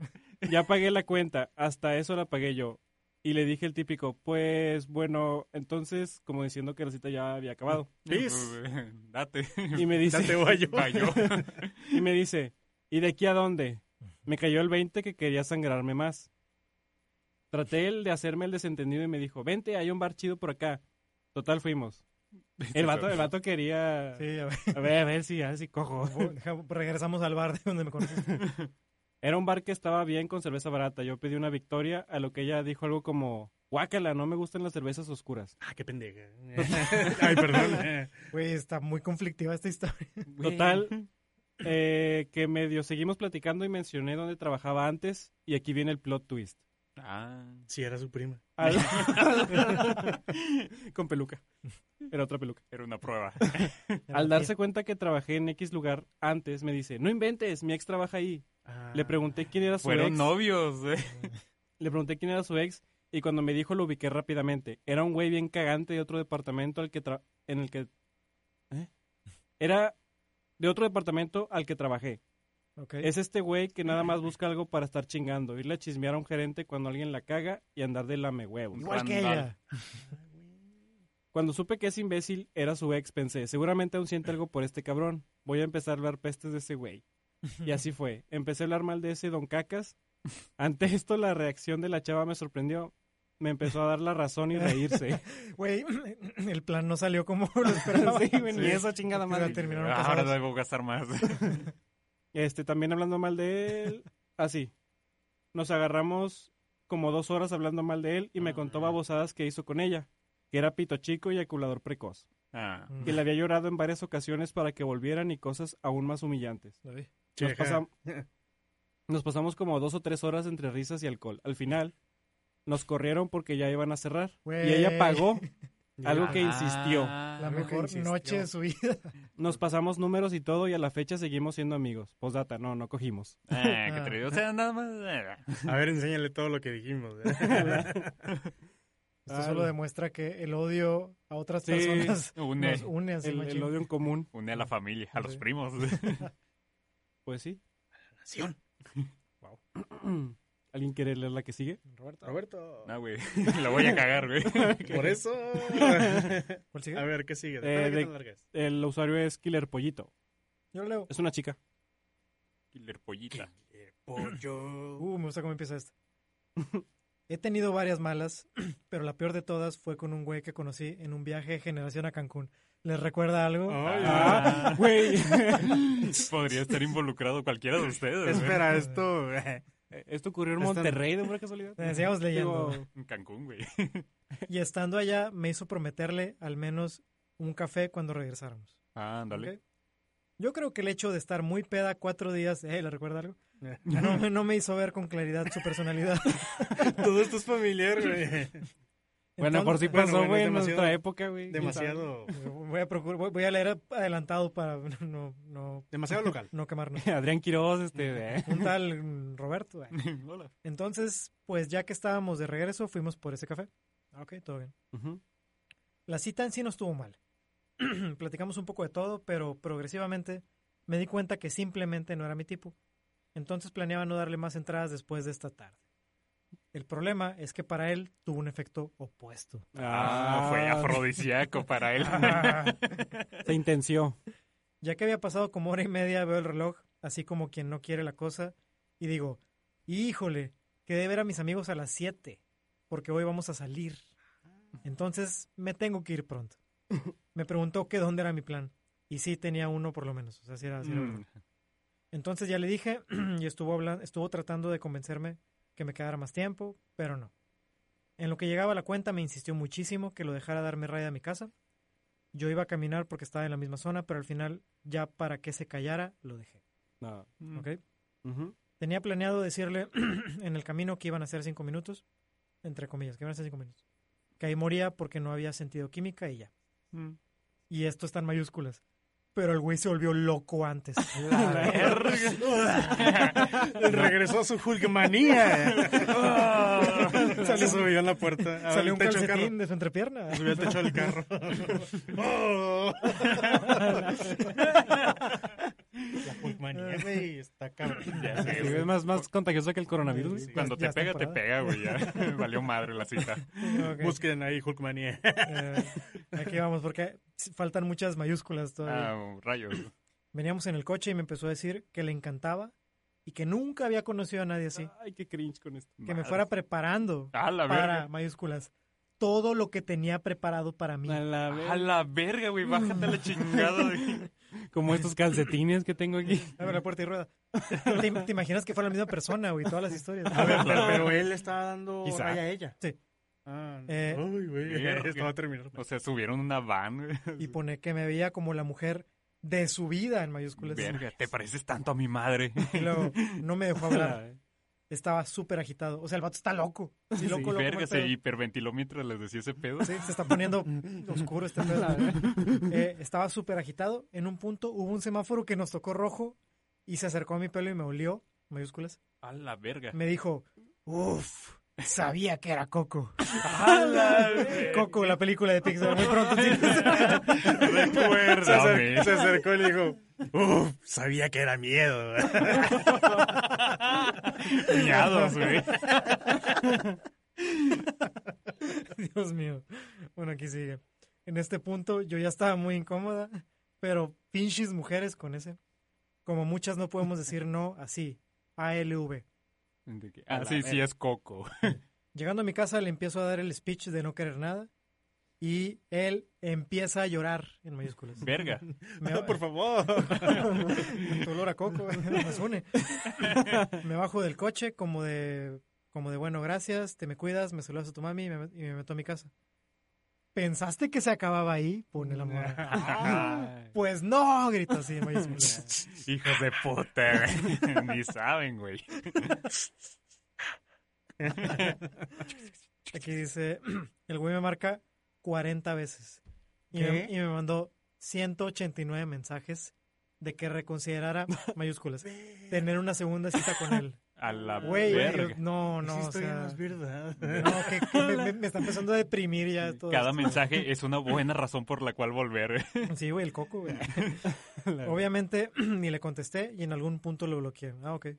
Speaker 3: Ya pagué la cuenta. Hasta eso la pagué yo. Y le dije el típico, pues bueno, entonces, como diciendo que la cita ya había acabado.
Speaker 4: Peace.
Speaker 2: date.
Speaker 3: Y me dice,
Speaker 4: Ya te voy yo.
Speaker 2: Cayó.
Speaker 3: Y me dice, ¿y de aquí a dónde? Me cayó el 20 que quería sangrarme más. Traté el de hacerme el desentendido y me dijo, vente, hay un bar chido por acá. Total, fuimos. El vato, el vato quería...
Speaker 1: Sí, a ver.
Speaker 3: A ver, a ver si, a ver si cojo.
Speaker 1: Deja- Regresamos al bar de donde me conociste.
Speaker 3: Era un bar que estaba bien con cerveza barata. Yo pedí una victoria, a lo que ella dijo algo como, guácala, no me gustan las cervezas oscuras.
Speaker 4: Ah, qué pendeja. Ay, perdón. eh.
Speaker 1: Güey, está muy conflictiva esta historia.
Speaker 3: Total, eh, que medio seguimos platicando y mencioné dónde trabajaba antes y aquí viene el plot twist.
Speaker 2: Ah.
Speaker 4: Sí, era su prima.
Speaker 3: Al- Con peluca. Era otra peluca.
Speaker 2: Era una prueba.
Speaker 1: Era
Speaker 3: Al
Speaker 1: una
Speaker 3: darse
Speaker 1: tía.
Speaker 3: cuenta que trabajé en X lugar antes, me dice, no inventes, mi ex trabaja ahí.
Speaker 4: Ah,
Speaker 1: Ah.
Speaker 3: Le pregunté quién era su
Speaker 2: Fueron
Speaker 3: ex.
Speaker 2: novios. eh.
Speaker 3: Le pregunté quién era su ex y cuando me dijo lo ubiqué rápidamente. Era un güey bien cagante de otro departamento al que tra- en el que ¿eh? era de otro departamento al que trabajé.
Speaker 1: Ok.
Speaker 3: Es este güey que nada más busca algo para estar chingando, irle a chismear a un gerente cuando alguien la caga y andar de lame huevos.
Speaker 1: Igual que
Speaker 2: Randall.
Speaker 1: ella.
Speaker 3: Cuando supe que ese imbécil era su ex, pensé, seguramente aún siente algo por este cabrón. Voy a empezar a hablar pestes de ese güey. Y así fue. Empecé a hablar mal de ese don Cacas. Ante esto, la reacción de la chava me sorprendió. Me empezó a dar la razón y reírse.
Speaker 1: Güey, el plan no salió como lo esperaba.
Speaker 3: Sí, güey, ni
Speaker 1: Sí.
Speaker 3: eso, chingada madre.
Speaker 1: Ya terminaron
Speaker 2: Ah, Ahora
Speaker 1: casados.
Speaker 2: debo gastar más.
Speaker 3: Este, también hablando mal de él. Así. Nos agarramos como dos horas hablando mal de él y
Speaker 1: Ah,
Speaker 3: me contó babosadas que hizo con ella. Que era pito chico y aculador precoz.
Speaker 2: Ah.
Speaker 1: Mm.
Speaker 3: Que le había llorado en varias ocasiones para que volvieran y cosas aún más humillantes.
Speaker 1: Ay,
Speaker 3: Nos,
Speaker 4: Checa.
Speaker 3: pasam- nos pasamos como dos o tres horas entre risas y alcohol. Al final, nos corrieron porque ya iban a cerrar.
Speaker 1: Güey.
Speaker 3: Y ella pagó algo que Ah, insistió.
Speaker 2: Ah,
Speaker 1: La
Speaker 4: Algo que
Speaker 1: mejor
Speaker 4: insistió.
Speaker 1: noche de su vida.
Speaker 3: Nos pasamos números y todo y a la fecha seguimos siendo amigos. Postdata, no, no cogimos.
Speaker 2: Ah, qué atrevido. O sea, nada más. eh,
Speaker 4: A ver, enséñale todo lo que dijimos. ¿eh?
Speaker 1: Esto
Speaker 3: Ah,
Speaker 1: solo
Speaker 3: la-
Speaker 1: demuestra que el odio a otras
Speaker 3: Sí.
Speaker 1: personas
Speaker 2: Une,
Speaker 1: nos une así,
Speaker 3: El,
Speaker 1: machín.
Speaker 3: el odio en común,
Speaker 2: une a la familia, a los
Speaker 1: Sí.
Speaker 2: primos.
Speaker 3: pues sí.
Speaker 4: Nación.
Speaker 3: ¿Alguien quiere leer la que sigue?
Speaker 1: Roberto,
Speaker 4: Roberto.
Speaker 2: No, güey. La voy a cagar, güey.
Speaker 4: Por eso.
Speaker 1: ¿cuál
Speaker 4: A
Speaker 1: sigue?
Speaker 4: ver, ¿qué sigue?
Speaker 3: Eh,
Speaker 4: Espera, ¿qué
Speaker 3: de-
Speaker 4: tan larga es?
Speaker 3: El usuario es Killer Pollito.
Speaker 1: Yo lo leo.
Speaker 3: Es una chica.
Speaker 2: Killer pollita.
Speaker 4: Eh, Pollo.
Speaker 1: Uh, me gusta cómo empieza esto. He tenido varias malas, pero la peor de todas fue con un güey que conocí en un viaje de generación a Cancún. ¿Les recuerda algo?
Speaker 4: Ay,
Speaker 3: Ah, güey.
Speaker 2: Podría estar involucrado cualquiera de ustedes. güey.
Speaker 4: Espera, esto. eh.
Speaker 3: Esto ocurrió en
Speaker 4: Están-
Speaker 3: Monterrey de pura casualidad.
Speaker 1: Eh, sigamos leyendo.
Speaker 3: Digo,
Speaker 2: En Cancún, güey.
Speaker 1: Y estando allá, me hizo prometerle al menos un café cuando regresáramos.
Speaker 2: Ah, ándale.
Speaker 1: ¿ok? Yo creo que el hecho de estar muy peda cuatro días, eh, ¿le recuerda algo? Ah, No, me- no me hizo ver con claridad su personalidad.
Speaker 4: Todo esto es familiar, güey.
Speaker 3: Bueno, por si
Speaker 1: Entonces, eh,
Speaker 3: pasó,
Speaker 4: bueno,
Speaker 3: güey, en
Speaker 4: bueno, es demasiado-
Speaker 3: nuestra época, güey.
Speaker 4: Demasiado.
Speaker 1: Voy a, procurar, voy- voy a leer adelantado para no, no,
Speaker 4: Demasiado local.
Speaker 1: no quemarnos.
Speaker 3: Adrián Quiroz, este. eh.
Speaker 1: Un tal mm, Roberto. eh.
Speaker 2: Hola.
Speaker 1: Entonces, pues ya que estábamos de regreso, fuimos por ese café. Ah, Ok, todo bien.
Speaker 3: Ujú.
Speaker 1: La cita en sí no estuvo mal. Platicamos un poco de todo, pero progresivamente me di cuenta que simplemente no era mi tipo. Entonces planeaba no darle más entradas después de esta tarde. El problema es que para él tuvo un efecto opuesto.
Speaker 2: Ah, fue afrodisíaco para él.
Speaker 3: Se intenció.
Speaker 1: Ya que había pasado como hora y media, veo el reloj, así como quien no quiere la cosa, y digo, híjole, quedé de ver a mis amigos a las 7, porque hoy vamos a salir. Entonces, me tengo que ir pronto. Me preguntó que dónde era mi plan, y sí tenía uno por lo menos, o sea, sí era, sí era verdad.
Speaker 2: Mm.
Speaker 1: Entonces ya le dije, y estuvo, hablan- estuvo tratando de convencerme que me quedara más tiempo, pero no. En lo que llegaba a la cuenta me insistió muchísimo que lo dejara darme raya a mi casa. Yo iba a caminar porque estaba en la misma zona, pero al final, ya para que se callara, lo dejé.
Speaker 3: No.
Speaker 1: ¿ok?
Speaker 3: Ujú.
Speaker 1: Tenía planeado decirle en el camino que iban a ser cinco minutos, entre comillas, que iban a ser cinco minutos. Que ahí moría porque no había sentido química y ya. Y esto está en mayúsculas. Pero el güey se volvió loco antes.
Speaker 4: Regresó a su Hulkmanía. Se
Speaker 1: Salió-
Speaker 4: subió en la puerta.
Speaker 1: Salió un
Speaker 4: techo del carro.
Speaker 1: calcetín de su entrepierna.
Speaker 4: Subió al techo del carro. Oh. La Hulkmanía, güey, está cabrón.
Speaker 2: Ya sé,
Speaker 3: Sí,
Speaker 2: güey.
Speaker 3: es más, más contagioso que el coronavirus. güey.
Speaker 1: Sí.
Speaker 2: Cuando
Speaker 1: Ya- ya
Speaker 2: te
Speaker 1: es
Speaker 2: pega, te
Speaker 1: temporada.
Speaker 2: pega, güey. Ya. Valió madre la cita.
Speaker 1: Ok.
Speaker 4: Busquen ahí Hulkmanía.
Speaker 1: Eh, aquí vamos, porque faltan muchas mayúsculas todavía.
Speaker 2: Ah, rayos.
Speaker 1: Veníamos en el coche y me empezó a decir que le encantaba y que nunca había conocido a nadie así.
Speaker 3: Ay, qué cringe con esto.
Speaker 1: Que me fuera preparando
Speaker 2: A la
Speaker 1: para
Speaker 2: verga.
Speaker 1: mayúsculas todo lo que tenía preparado para mí.
Speaker 3: A la ver-
Speaker 2: A la verga, güey. Bájate a la chingada, güey.
Speaker 3: Como estos calcetines que tengo aquí.
Speaker 1: Abre la puerta y rueda. ¿Te, te imaginas que fuera la misma persona, güey? Todas las historias.
Speaker 4: A ver, pero, pero él estaba dando
Speaker 2: Quizá.
Speaker 4: raya a ella.
Speaker 1: Sí.
Speaker 4: Ah,
Speaker 1: Eh,
Speaker 4: uy, güey,
Speaker 2: mira,
Speaker 4: esto va a terminar.
Speaker 2: O sea, subieron una van, güey.
Speaker 1: Y pone que me veía como la mujer de su vida en mayúsculas.
Speaker 2: Verga, te pareces tanto a mi madre.
Speaker 1: Y luego, no me dejó hablar. estaba súper agitado. O sea, el vato está loco. Sí, loco, loco.
Speaker 2: Verga,
Speaker 1: mal
Speaker 2: se
Speaker 1: pedo.
Speaker 2: hiperventiló mientras les decía ese pedo.
Speaker 1: Sí, se está poniendo oscuro este pedo. Eh, estaba súper agitado. En un punto hubo un semáforo que nos tocó rojo y se acercó a mi pelo y me olió, mayúsculas.
Speaker 2: A la verga.
Speaker 1: Me dijo, uff, sabía que era Coco.
Speaker 2: A la verga.
Speaker 1: Coco, la película de Pixar. Muy pronto sí.
Speaker 4: Se, acer-
Speaker 2: Recuérdame.
Speaker 4: se acercó y le dijo, uff, sabía que era miedo.
Speaker 2: Miados, güey.
Speaker 1: Dios mío. Bueno, aquí sigue. En este punto yo ya estaba muy incómoda, pero pinches mujeres con ese. Como muchas no podemos decir no así. ALV.
Speaker 2: De que,
Speaker 4: A
Speaker 2: Ah,
Speaker 4: la
Speaker 2: sí, sí,
Speaker 4: verga.
Speaker 2: es Coco.
Speaker 1: Llegando a mi casa le empiezo a dar el speech de no querer nada y él empieza a llorar en mayúsculas.
Speaker 2: Verga.
Speaker 1: Me-
Speaker 4: No, Ah, por favor.
Speaker 1: Tu olor a coco nos une. Me bajo del coche como de, como de bueno, gracias, te me cuidas, me saludas a tu mami y me, y me meto a mi casa. ¿Pensaste que se acababa ahí? Pone la morra. Pues no, grita así en mayúsculas.
Speaker 2: Ah, Hijos de puta, güey. Ni saben, güey.
Speaker 1: Aquí dice, el güey me marca 40 veces. Y me,
Speaker 4: ¿Qué?
Speaker 1: y me mandó 189 mensajes de que reconsiderara, mayúsculas, tener una segunda cita con él.
Speaker 2: A la
Speaker 1: Güey,
Speaker 2: verga.
Speaker 1: yo- no, no,
Speaker 4: No,
Speaker 1: o sea,
Speaker 4: no es verdad.
Speaker 1: No, que, que me, me- me está empezando a deprimir ya todo.
Speaker 2: Cada
Speaker 1: esto.
Speaker 2: mensaje es una buena razón por la cual volver. güey.
Speaker 1: Sí, güey, el coco, güey. Obviamente, ni le contesté y en algún punto lo bloqueé. Ah, ok.
Speaker 3: Es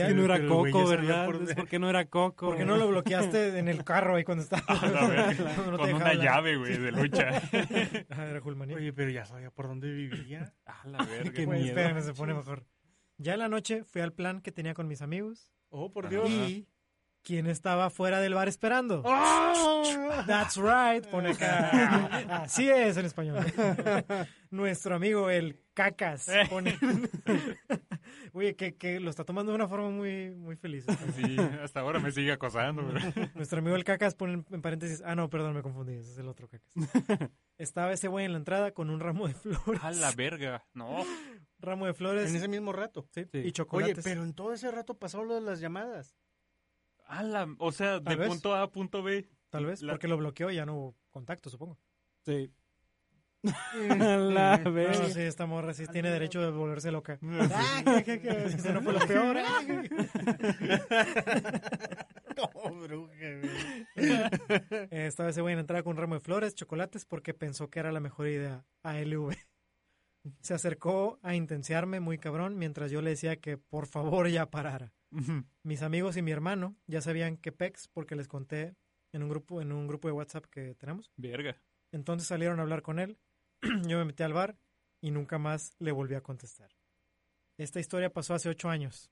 Speaker 1: Ya,
Speaker 3: que no era
Speaker 4: pero el güey
Speaker 3: Coco,
Speaker 4: ya sabía
Speaker 3: ¿verdad?
Speaker 4: por dónde.
Speaker 3: Es porque no era Coco.
Speaker 1: ¿Por qué no lo bloqueaste en el carro ahí cuando estaba?
Speaker 2: A Ah, la verga.
Speaker 1: Cuando no te
Speaker 2: Con
Speaker 1: dejaba
Speaker 2: una
Speaker 1: hablar.
Speaker 2: llave, güey, de lucha.
Speaker 1: Ah, era Julmanía.
Speaker 4: Oye, pero ya sabía por dónde vivía.
Speaker 2: A la verga.
Speaker 3: Qué
Speaker 1: Güey,
Speaker 3: miedo.
Speaker 1: espérame, se pone mejor. Ya en la noche fui al plan que tenía con mis amigos
Speaker 4: Oh, por
Speaker 3: Ah,
Speaker 2: Ajá.
Speaker 4: Dios.
Speaker 1: y ¿quién estaba fuera del bar esperando?
Speaker 2: Oh.
Speaker 4: ¡Ah!
Speaker 1: That's right, pone acá. Así es en español. Nuestro amigo el cacas
Speaker 2: Eh.
Speaker 1: pone. Oye, que, que lo está tomando de una forma muy, muy feliz.
Speaker 2: Sí, hasta ahora me sigue acosando, güey.
Speaker 1: Nuestro amigo el cacas pone en paréntesis. Ah, no, perdón, me confundí. Ese es el otro cacas. Estaba ese güey en la entrada con un ramo de flores.
Speaker 2: A la verga. No.
Speaker 1: Ramo de
Speaker 4: En
Speaker 1: flores
Speaker 4: ese mismo rato.
Speaker 1: sí, y
Speaker 3: Sí.
Speaker 4: Oye,
Speaker 1: chocolates.
Speaker 4: pero en todo ese rato pasó lo de las llamadas.
Speaker 2: A la, o sea, de
Speaker 1: Tal vez.
Speaker 2: punto A a punto B.
Speaker 1: Tal vez
Speaker 2: la-
Speaker 1: porque lo bloqueó y ya no hubo contacto, supongo.
Speaker 3: Sí. A la
Speaker 1: No,
Speaker 3: verga.
Speaker 1: Ah, sí, esta morra sí tiene
Speaker 4: Al-
Speaker 1: derecho de volverse loca. Ah, que- que- que- Eso no fue lo peor. ah, que-
Speaker 4: Oh, bruja, güey.
Speaker 1: Eh, Esta vez se voy a entrar con un ramo de flores, chocolates, porque pensó que era la mejor idea. ALV. Se acercó a intenciarme muy cabrón mientras yo le decía que por favor ya parara. Mis amigos y mi hermano ya sabían que Pex porque les conté en un grupo, en un grupo de WhatsApp que tenemos.
Speaker 2: Verga.
Speaker 1: Entonces salieron a hablar con él. Yo me metí al bar y nunca más le volví a contestar. Esta historia pasó hace ocho años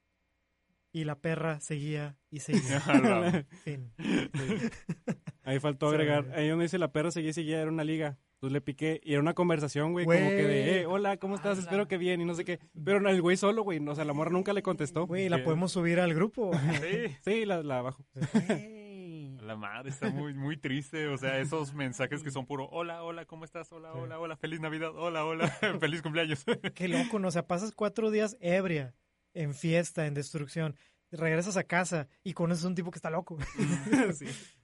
Speaker 1: y la perra seguía y seguía.
Speaker 2: A la-
Speaker 1: Fin.
Speaker 3: Ahí faltó
Speaker 1: Sí.
Speaker 3: agregar. Ahí donde dice la perra seguía, seguía, era una liga. Entonces le piqué y era una conversación, güey,
Speaker 1: Güey.
Speaker 3: como que de, eh, hola, ¿cómo estás?
Speaker 1: Ala.
Speaker 3: Espero que bien y no sé qué. Pero no, el güey solo, güey, no, o sea, la morra nunca le contestó.
Speaker 1: Güey, la
Speaker 2: Bien.
Speaker 1: podemos subir al grupo.
Speaker 2: Sí.
Speaker 3: Sí, la, la bajo.
Speaker 4: Ey.
Speaker 2: A La madre está muy, muy triste. O sea, esos mensajes que son puro: Hola, hola, ¿cómo estás? Hola,
Speaker 1: Sí.
Speaker 2: hola, hola. Feliz Navidad. Hola, hola. Feliz cumpleaños.
Speaker 1: Qué loco, ¿no? O sea, pasas cuatro días ebria, en fiesta, en destrucción, regresas a casa y conoces a un tipo que está loco.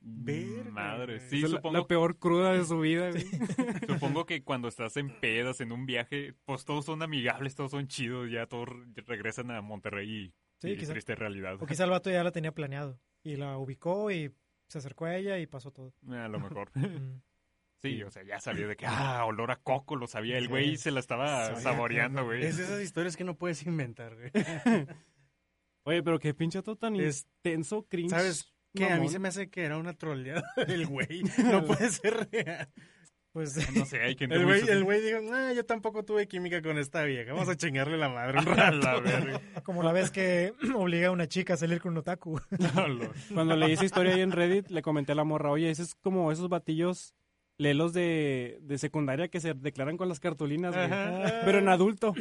Speaker 4: Verga,
Speaker 2: Madre.
Speaker 4: güey.
Speaker 2: Sí,
Speaker 3: Esa es la-
Speaker 2: supongo,
Speaker 3: la peor cruda de su vida, güey.
Speaker 2: supongo que cuando estás en pedas, en un viaje, pues todos son amigables, todos son chidos. Ya todos regresan a Monterrey y,
Speaker 1: Sí,
Speaker 2: y
Speaker 1: quizá.
Speaker 2: triste realidad.
Speaker 1: O quizá el vato ya la tenía planeado y la ubicó y se acercó a ella y pasó todo.
Speaker 2: A lo mejor.
Speaker 1: Mm.
Speaker 2: Sí, o sea, ya sabía de que, ah, olor a coco, lo sabía el
Speaker 1: Sí.
Speaker 2: güey y se la estaba
Speaker 4: Sabía
Speaker 2: saboreando,
Speaker 4: que-
Speaker 2: güey.
Speaker 4: Es de esas historias que no puedes inventar, güey.
Speaker 3: Oye, pero qué pinche todo tan
Speaker 4: Es-
Speaker 3: intenso, cringe.
Speaker 4: ¿Sabes Que a mí
Speaker 3: mamón.
Speaker 4: se me hace que era una troleada del güey. No puede ser real.
Speaker 1: Pues
Speaker 2: No sé, hay gente
Speaker 4: El
Speaker 2: muy
Speaker 4: güey,
Speaker 2: sus-
Speaker 4: el güey dijo, "Nah, yo tampoco tuve química con esta vieja. Vamos a chingarle la madre un
Speaker 2: A
Speaker 4: rato.
Speaker 2: la verga.
Speaker 1: como la vez que obliga a una chica a salir con un otaku.
Speaker 2: No, lo-
Speaker 3: Cuando leí esa historia ahí en Reddit, le comenté a la morra, oye, ese es como esos batillos lelos de, de secundaria que se declaran con las cartulinas, güey.
Speaker 4: Ajá.
Speaker 3: Pero en adulto.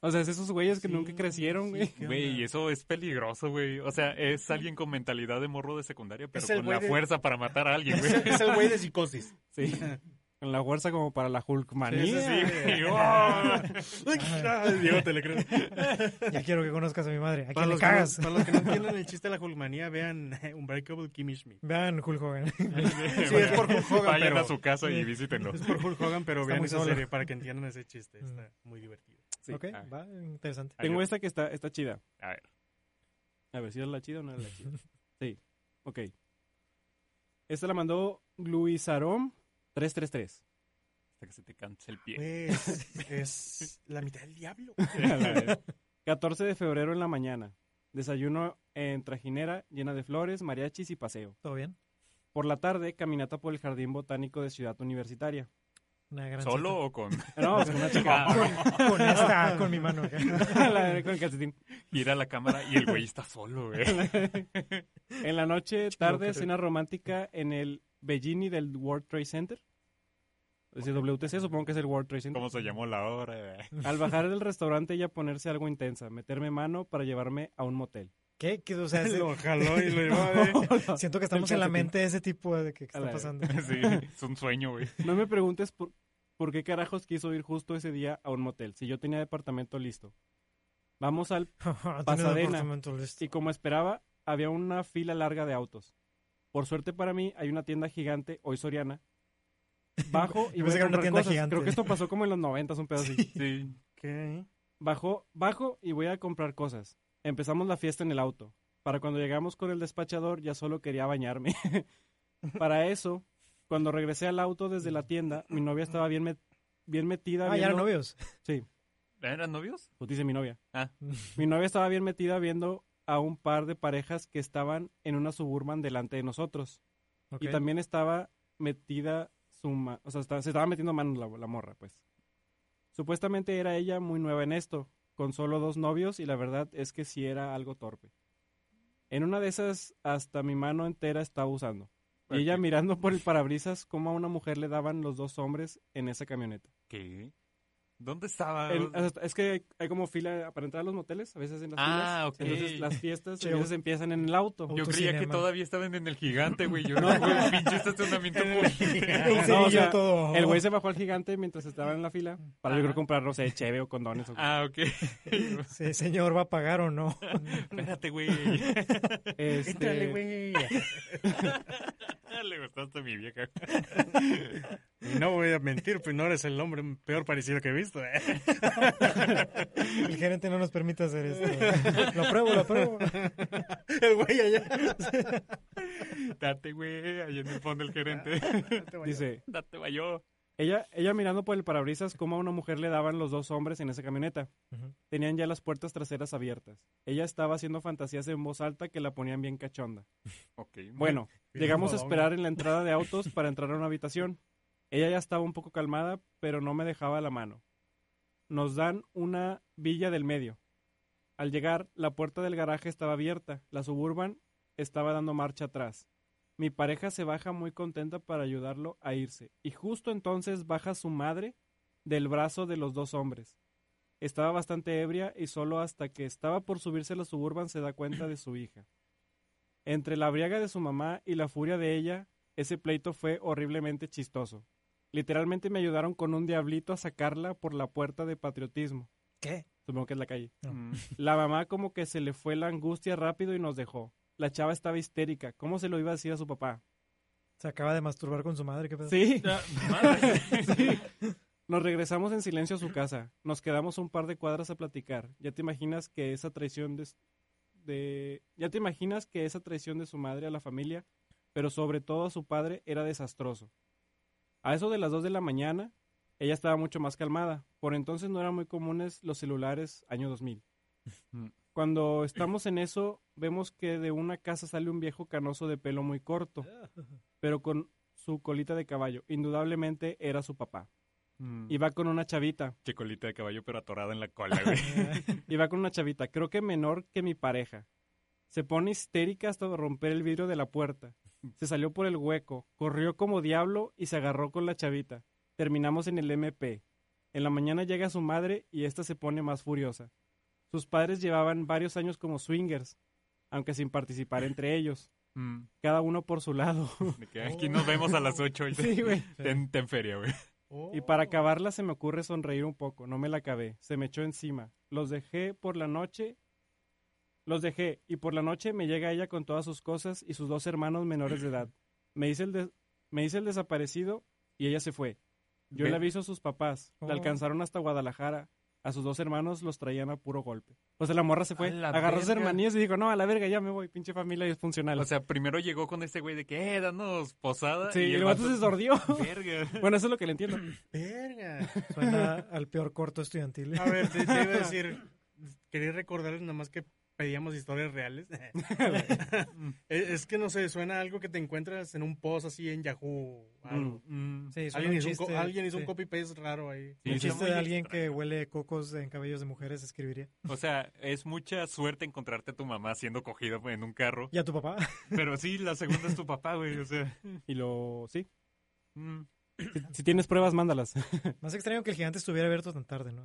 Speaker 3: O sea, es esos güeyes que
Speaker 4: Sí,
Speaker 3: nunca crecieron,
Speaker 4: sí,
Speaker 3: güey.
Speaker 4: ¿qué
Speaker 2: Güey,
Speaker 4: onda?
Speaker 2: eso es peligroso, güey. O sea, es alguien con mentalidad de morro de secundaria, pero
Speaker 4: Es el
Speaker 2: con
Speaker 4: güey
Speaker 2: la
Speaker 4: de-
Speaker 2: fuerza para matar a alguien,
Speaker 4: Es
Speaker 2: güey.
Speaker 4: el- es el güey de psicosis.
Speaker 3: Sí. con la fuerza como para la Hulkmanía.
Speaker 4: Sí, sí, sí.
Speaker 2: Y, ¡oh!
Speaker 4: Ay, Diego, te le creo.
Speaker 1: Ya quiero que conozcas a mi madre. ¿A
Speaker 4: Para
Speaker 1: quién le
Speaker 4: los, que,
Speaker 1: cagas?
Speaker 4: para los que no entienden el chiste de la Hulkmanía, vean eh, Unbreakable Kimmy Schmidt.
Speaker 1: Vean, Hulk Hogan.
Speaker 4: Sí, es por Hulk Hogan,
Speaker 2: Vayan
Speaker 4: pero-
Speaker 2: a su casa y visítenlo.
Speaker 4: Es por Hulk Hogan, pero
Speaker 1: Está
Speaker 4: vean
Speaker 1: muy
Speaker 4: esa
Speaker 1: solo.
Speaker 4: serie para que entiendan ese chiste.
Speaker 1: Mm.
Speaker 4: Está muy divertido.
Speaker 2: Sí,
Speaker 1: ok,
Speaker 2: a-
Speaker 1: va, interesante.
Speaker 3: Ah, Tengo
Speaker 2: Adiós.
Speaker 3: esta que está, está chida.
Speaker 2: a ver.
Speaker 3: A ver si era la chida o no era la chida. Sí, ok. Esta la mandó Gluisarom 333.
Speaker 2: Hasta que se te canse el pie.
Speaker 4: Pues, es la mitad del diablo.
Speaker 3: A la vez. 14 de febrero en la mañana. Desayuno en trajinera llena de flores, mariachis y paseo.
Speaker 1: ¿Todo bien?
Speaker 3: Por la tarde, caminata por el Jardín Botánico de Ciudad Universitaria.
Speaker 1: Una gran
Speaker 2: ¿Solo o con
Speaker 3: No, con una chica.
Speaker 1: cita. Con esta, con mi mano. acá.
Speaker 3: A la vez, con el calcetín.
Speaker 2: gira la cámara y el güey está solo, güey?
Speaker 3: En la noche, tarde,
Speaker 1: creo.
Speaker 3: cena romántica en el Bellini del World Trade Center. Es decir, WTC, supongo que es el World Trade Center.
Speaker 2: ¿Cómo se llamó la obra? güey?
Speaker 3: Al bajar del restaurante, ella ponerse algo intensa, meterme mano para llevarme a un motel.
Speaker 1: ¿Qué? ¿Qué? O sea, es-
Speaker 4: lo jaló y lo llevó a ver.
Speaker 1: siento que estamos en la
Speaker 3: calcetín.
Speaker 1: mente de ese tipo de que, que está
Speaker 3: A la-
Speaker 1: pasando.
Speaker 2: Sí, es un sueño, güey.
Speaker 3: No me preguntes por, por qué carajos quiso ir justo ese día a un motel, si yo tenía departamento listo. Vamos al... Pasadena. Y como esperaba, había una fila larga de autos. Por suerte para mí, hay una tienda gigante, hoy Soriana. Bajo y
Speaker 1: Yo pensé
Speaker 3: voy
Speaker 1: que
Speaker 3: a
Speaker 1: era una
Speaker 3: comprar
Speaker 1: tienda
Speaker 3: cosas.
Speaker 1: gigante.
Speaker 3: Creo que esto pasó como en los noventas, un pedo así.
Speaker 2: Sí.
Speaker 4: ¿Qué?
Speaker 3: Bajo, bajo y voy a comprar cosas. Empezamos la fiesta en el auto. Para cuando llegamos con el despachador ya solo quería bañarme. Para eso, cuando regresé al auto desde la tienda, mi novia estaba bien, met- bien metida.
Speaker 1: Ah, ya eran
Speaker 3: viendo-
Speaker 1: novios.
Speaker 2: ¿Eran novios?
Speaker 3: Pues dice mi novia.
Speaker 2: Ah.
Speaker 3: Mi novia estaba bien metida viendo a un par de parejas que estaban en una suburban delante de nosotros.
Speaker 1: Ok.
Speaker 3: Y también estaba metida su ma- o sea, está- se estaba metiendo manos la, la morra, pues. Supuestamente era ella muy nueva en esto, con solo dos novios y la verdad es que sí era algo torpe. En una de esas hasta mi mano entera estaba usando. Y ella mirando por el parabrisas cómo a una mujer le daban los dos hombres en esa camioneta.
Speaker 2: ¿Qué? ¿Dónde estaba?
Speaker 3: El- o sea, es que hay como fila para entrar a los moteles, a veces en las
Speaker 2: Ah,
Speaker 3: filas.
Speaker 2: ok.
Speaker 3: Entonces las fiestas a
Speaker 1: Chido.
Speaker 3: veces empiezan en el auto.
Speaker 2: Yo creía que
Speaker 1: Autocinema.
Speaker 2: todavía estaban en el gigante, güey. Yo no, güey, pinche este estacionamiento
Speaker 1: El
Speaker 2: público.
Speaker 3: No, o
Speaker 1: cerillo
Speaker 3: sea,
Speaker 1: todo.
Speaker 3: El güey se bajó al gigante mientras estaba en la fila para yo creo
Speaker 2: Ajá.
Speaker 3: comprar, no sé, cheve o condones. o-
Speaker 2: Ah, ok.
Speaker 1: Sí, señor, ¿va a pagar o no?
Speaker 2: Espérate, güey.
Speaker 3: Este,
Speaker 4: Éntrale, güey.
Speaker 2: Le gustaste a mi vieja.
Speaker 4: Y no voy a mentir, pues no eres el hombre peor parecido que he visto. ¿eh?
Speaker 1: El gerente no nos permite hacer esto. Lo apruebo, lo apruebo.
Speaker 4: El güey allá.
Speaker 2: Date, güey. Ahí en el fondo el gerente.
Speaker 3: Dice,
Speaker 2: Date, vayó.
Speaker 3: ella, ella mirando por el parabrisas cómo a una mujer le daban los dos hombres en esa camioneta.
Speaker 1: Ujú.
Speaker 3: Tenían ya las puertas traseras abiertas. Ella estaba haciendo fantasías en voz alta que la ponían bien cachonda.
Speaker 2: Ok.
Speaker 3: Bueno, llegamos a
Speaker 4: jodón.
Speaker 3: esperar en la entrada de autos para entrar a una habitación. Ella ya estaba un poco calmada, pero no me dejaba la mano. Nos dan una villa del medio. Al llegar, la puerta del garaje estaba abierta. La suburban estaba dando marcha atrás. Mi pareja se baja muy contenta para ayudarlo a irse. Y justo entonces baja su madre del brazo de los dos hombres. Estaba bastante ebria y solo hasta que estaba por subirse a la suburban se da cuenta de su hija. Entre la briaga de su mamá y la furia de ella, ese pleito fue horriblemente chistoso. Literalmente me ayudaron con un diablito a sacarla por la puerta de patriotismo.
Speaker 1: ¿Qué?
Speaker 3: Supongo que es la calle.
Speaker 2: Mm.
Speaker 3: La mamá como que se le fue la angustia rápido y nos dejó. La chava estaba histérica. ¿Cómo se lo iba a decir a su papá?
Speaker 1: Se acaba de masturbar con su madre, ¿qué pedo?
Speaker 3: Sí.
Speaker 2: Ya, madre.
Speaker 3: Nos regresamos en silencio a su casa. Nos quedamos un par de cuadras a platicar. Ya te imaginas que esa traición de, de- ya te imaginas que esa traición de su madre a la familia, pero sobre todo a su padre era desastroso. A eso de las 2 de la mañana, ella estaba mucho más calmada. Por entonces no eran muy comunes los celulares año 2000.
Speaker 2: Mm.
Speaker 3: Cuando estamos en eso, vemos que de una casa sale un viejo canoso de pelo muy corto, pero con su colita de caballo. Indudablemente era su papá.
Speaker 2: Mm.
Speaker 3: Y va con una chavita.
Speaker 2: Che, colita de caballo, pero atorada en la cola, güey.
Speaker 3: Y va con una chavita, creo que menor que mi pareja. Se pone histérica hasta romper el vidrio de la puerta. Se salió por el hueco, corrió como diablo y se agarró con la chavita. Terminamos en el MP. En la mañana llega su madre y ésta se pone más furiosa. Sus padres llevaban varios años como swingers, aunque sin participar entre ellos.
Speaker 2: Mm,
Speaker 3: cada uno por su lado.
Speaker 2: de que aquí nos vemos a las 8 y
Speaker 3: sí, güey.
Speaker 2: ten, ten feria, güey.
Speaker 3: Y para acabarla se me ocurre sonreír un poco, no me la acabé, se me echó encima. Los dejé por la noche, los dejé y por la noche me llega ella con todas sus cosas y sus dos hermanos menores de edad. Me hice el, des- me hice el desaparecido y ella se fue. Yo
Speaker 2: Ve-
Speaker 3: le aviso a sus papás,
Speaker 1: Oh.
Speaker 3: la alcanzaron hasta Guadalajara. A sus dos hermanos los traían a puro golpe. Pues la morra se fue,
Speaker 2: A la
Speaker 3: agarró a sus
Speaker 2: verga.
Speaker 3: hermanillos y dijo, no, a la verga, ya me voy, pinche familia disfuncional.
Speaker 2: O sea, primero llegó con este güey de que, eh, danos posada.
Speaker 3: sí, y el vato se sordió.
Speaker 2: Verga.
Speaker 3: bueno, eso es lo que le entiendo.
Speaker 4: Oh, Verga.
Speaker 1: Suena al peor corto estudiantil.
Speaker 4: A ver, te, te iba a decir, quería recordarles nomás que pedíamos historias reales. es, es que no sé, suena a algo que te encuentras en un post así en Yahoo. algo.
Speaker 2: Mm,
Speaker 1: Sí, suena
Speaker 4: Alguien, hizo un, co-
Speaker 1: chiste,
Speaker 4: alguien hizo
Speaker 1: sí.
Speaker 4: un copy paste raro ahí.
Speaker 2: sí,
Speaker 1: un
Speaker 2: está
Speaker 1: chiste
Speaker 2: muy
Speaker 1: de alguien
Speaker 2: extraño.
Speaker 1: que huele cocos en cabellos de mujeres escribiría.
Speaker 2: O sea, es mucha suerte encontrarte a tu mamá siendo cogida en un carro.
Speaker 1: ¿Y a tu papá?
Speaker 2: Pero sí, la segunda es tu papá, güey. O sea,
Speaker 3: Y lo... Sí,
Speaker 2: mm,
Speaker 3: si- si tienes pruebas, mándalas.
Speaker 1: Más extraño que el gigante estuviera abierto tan tarde, ¿no?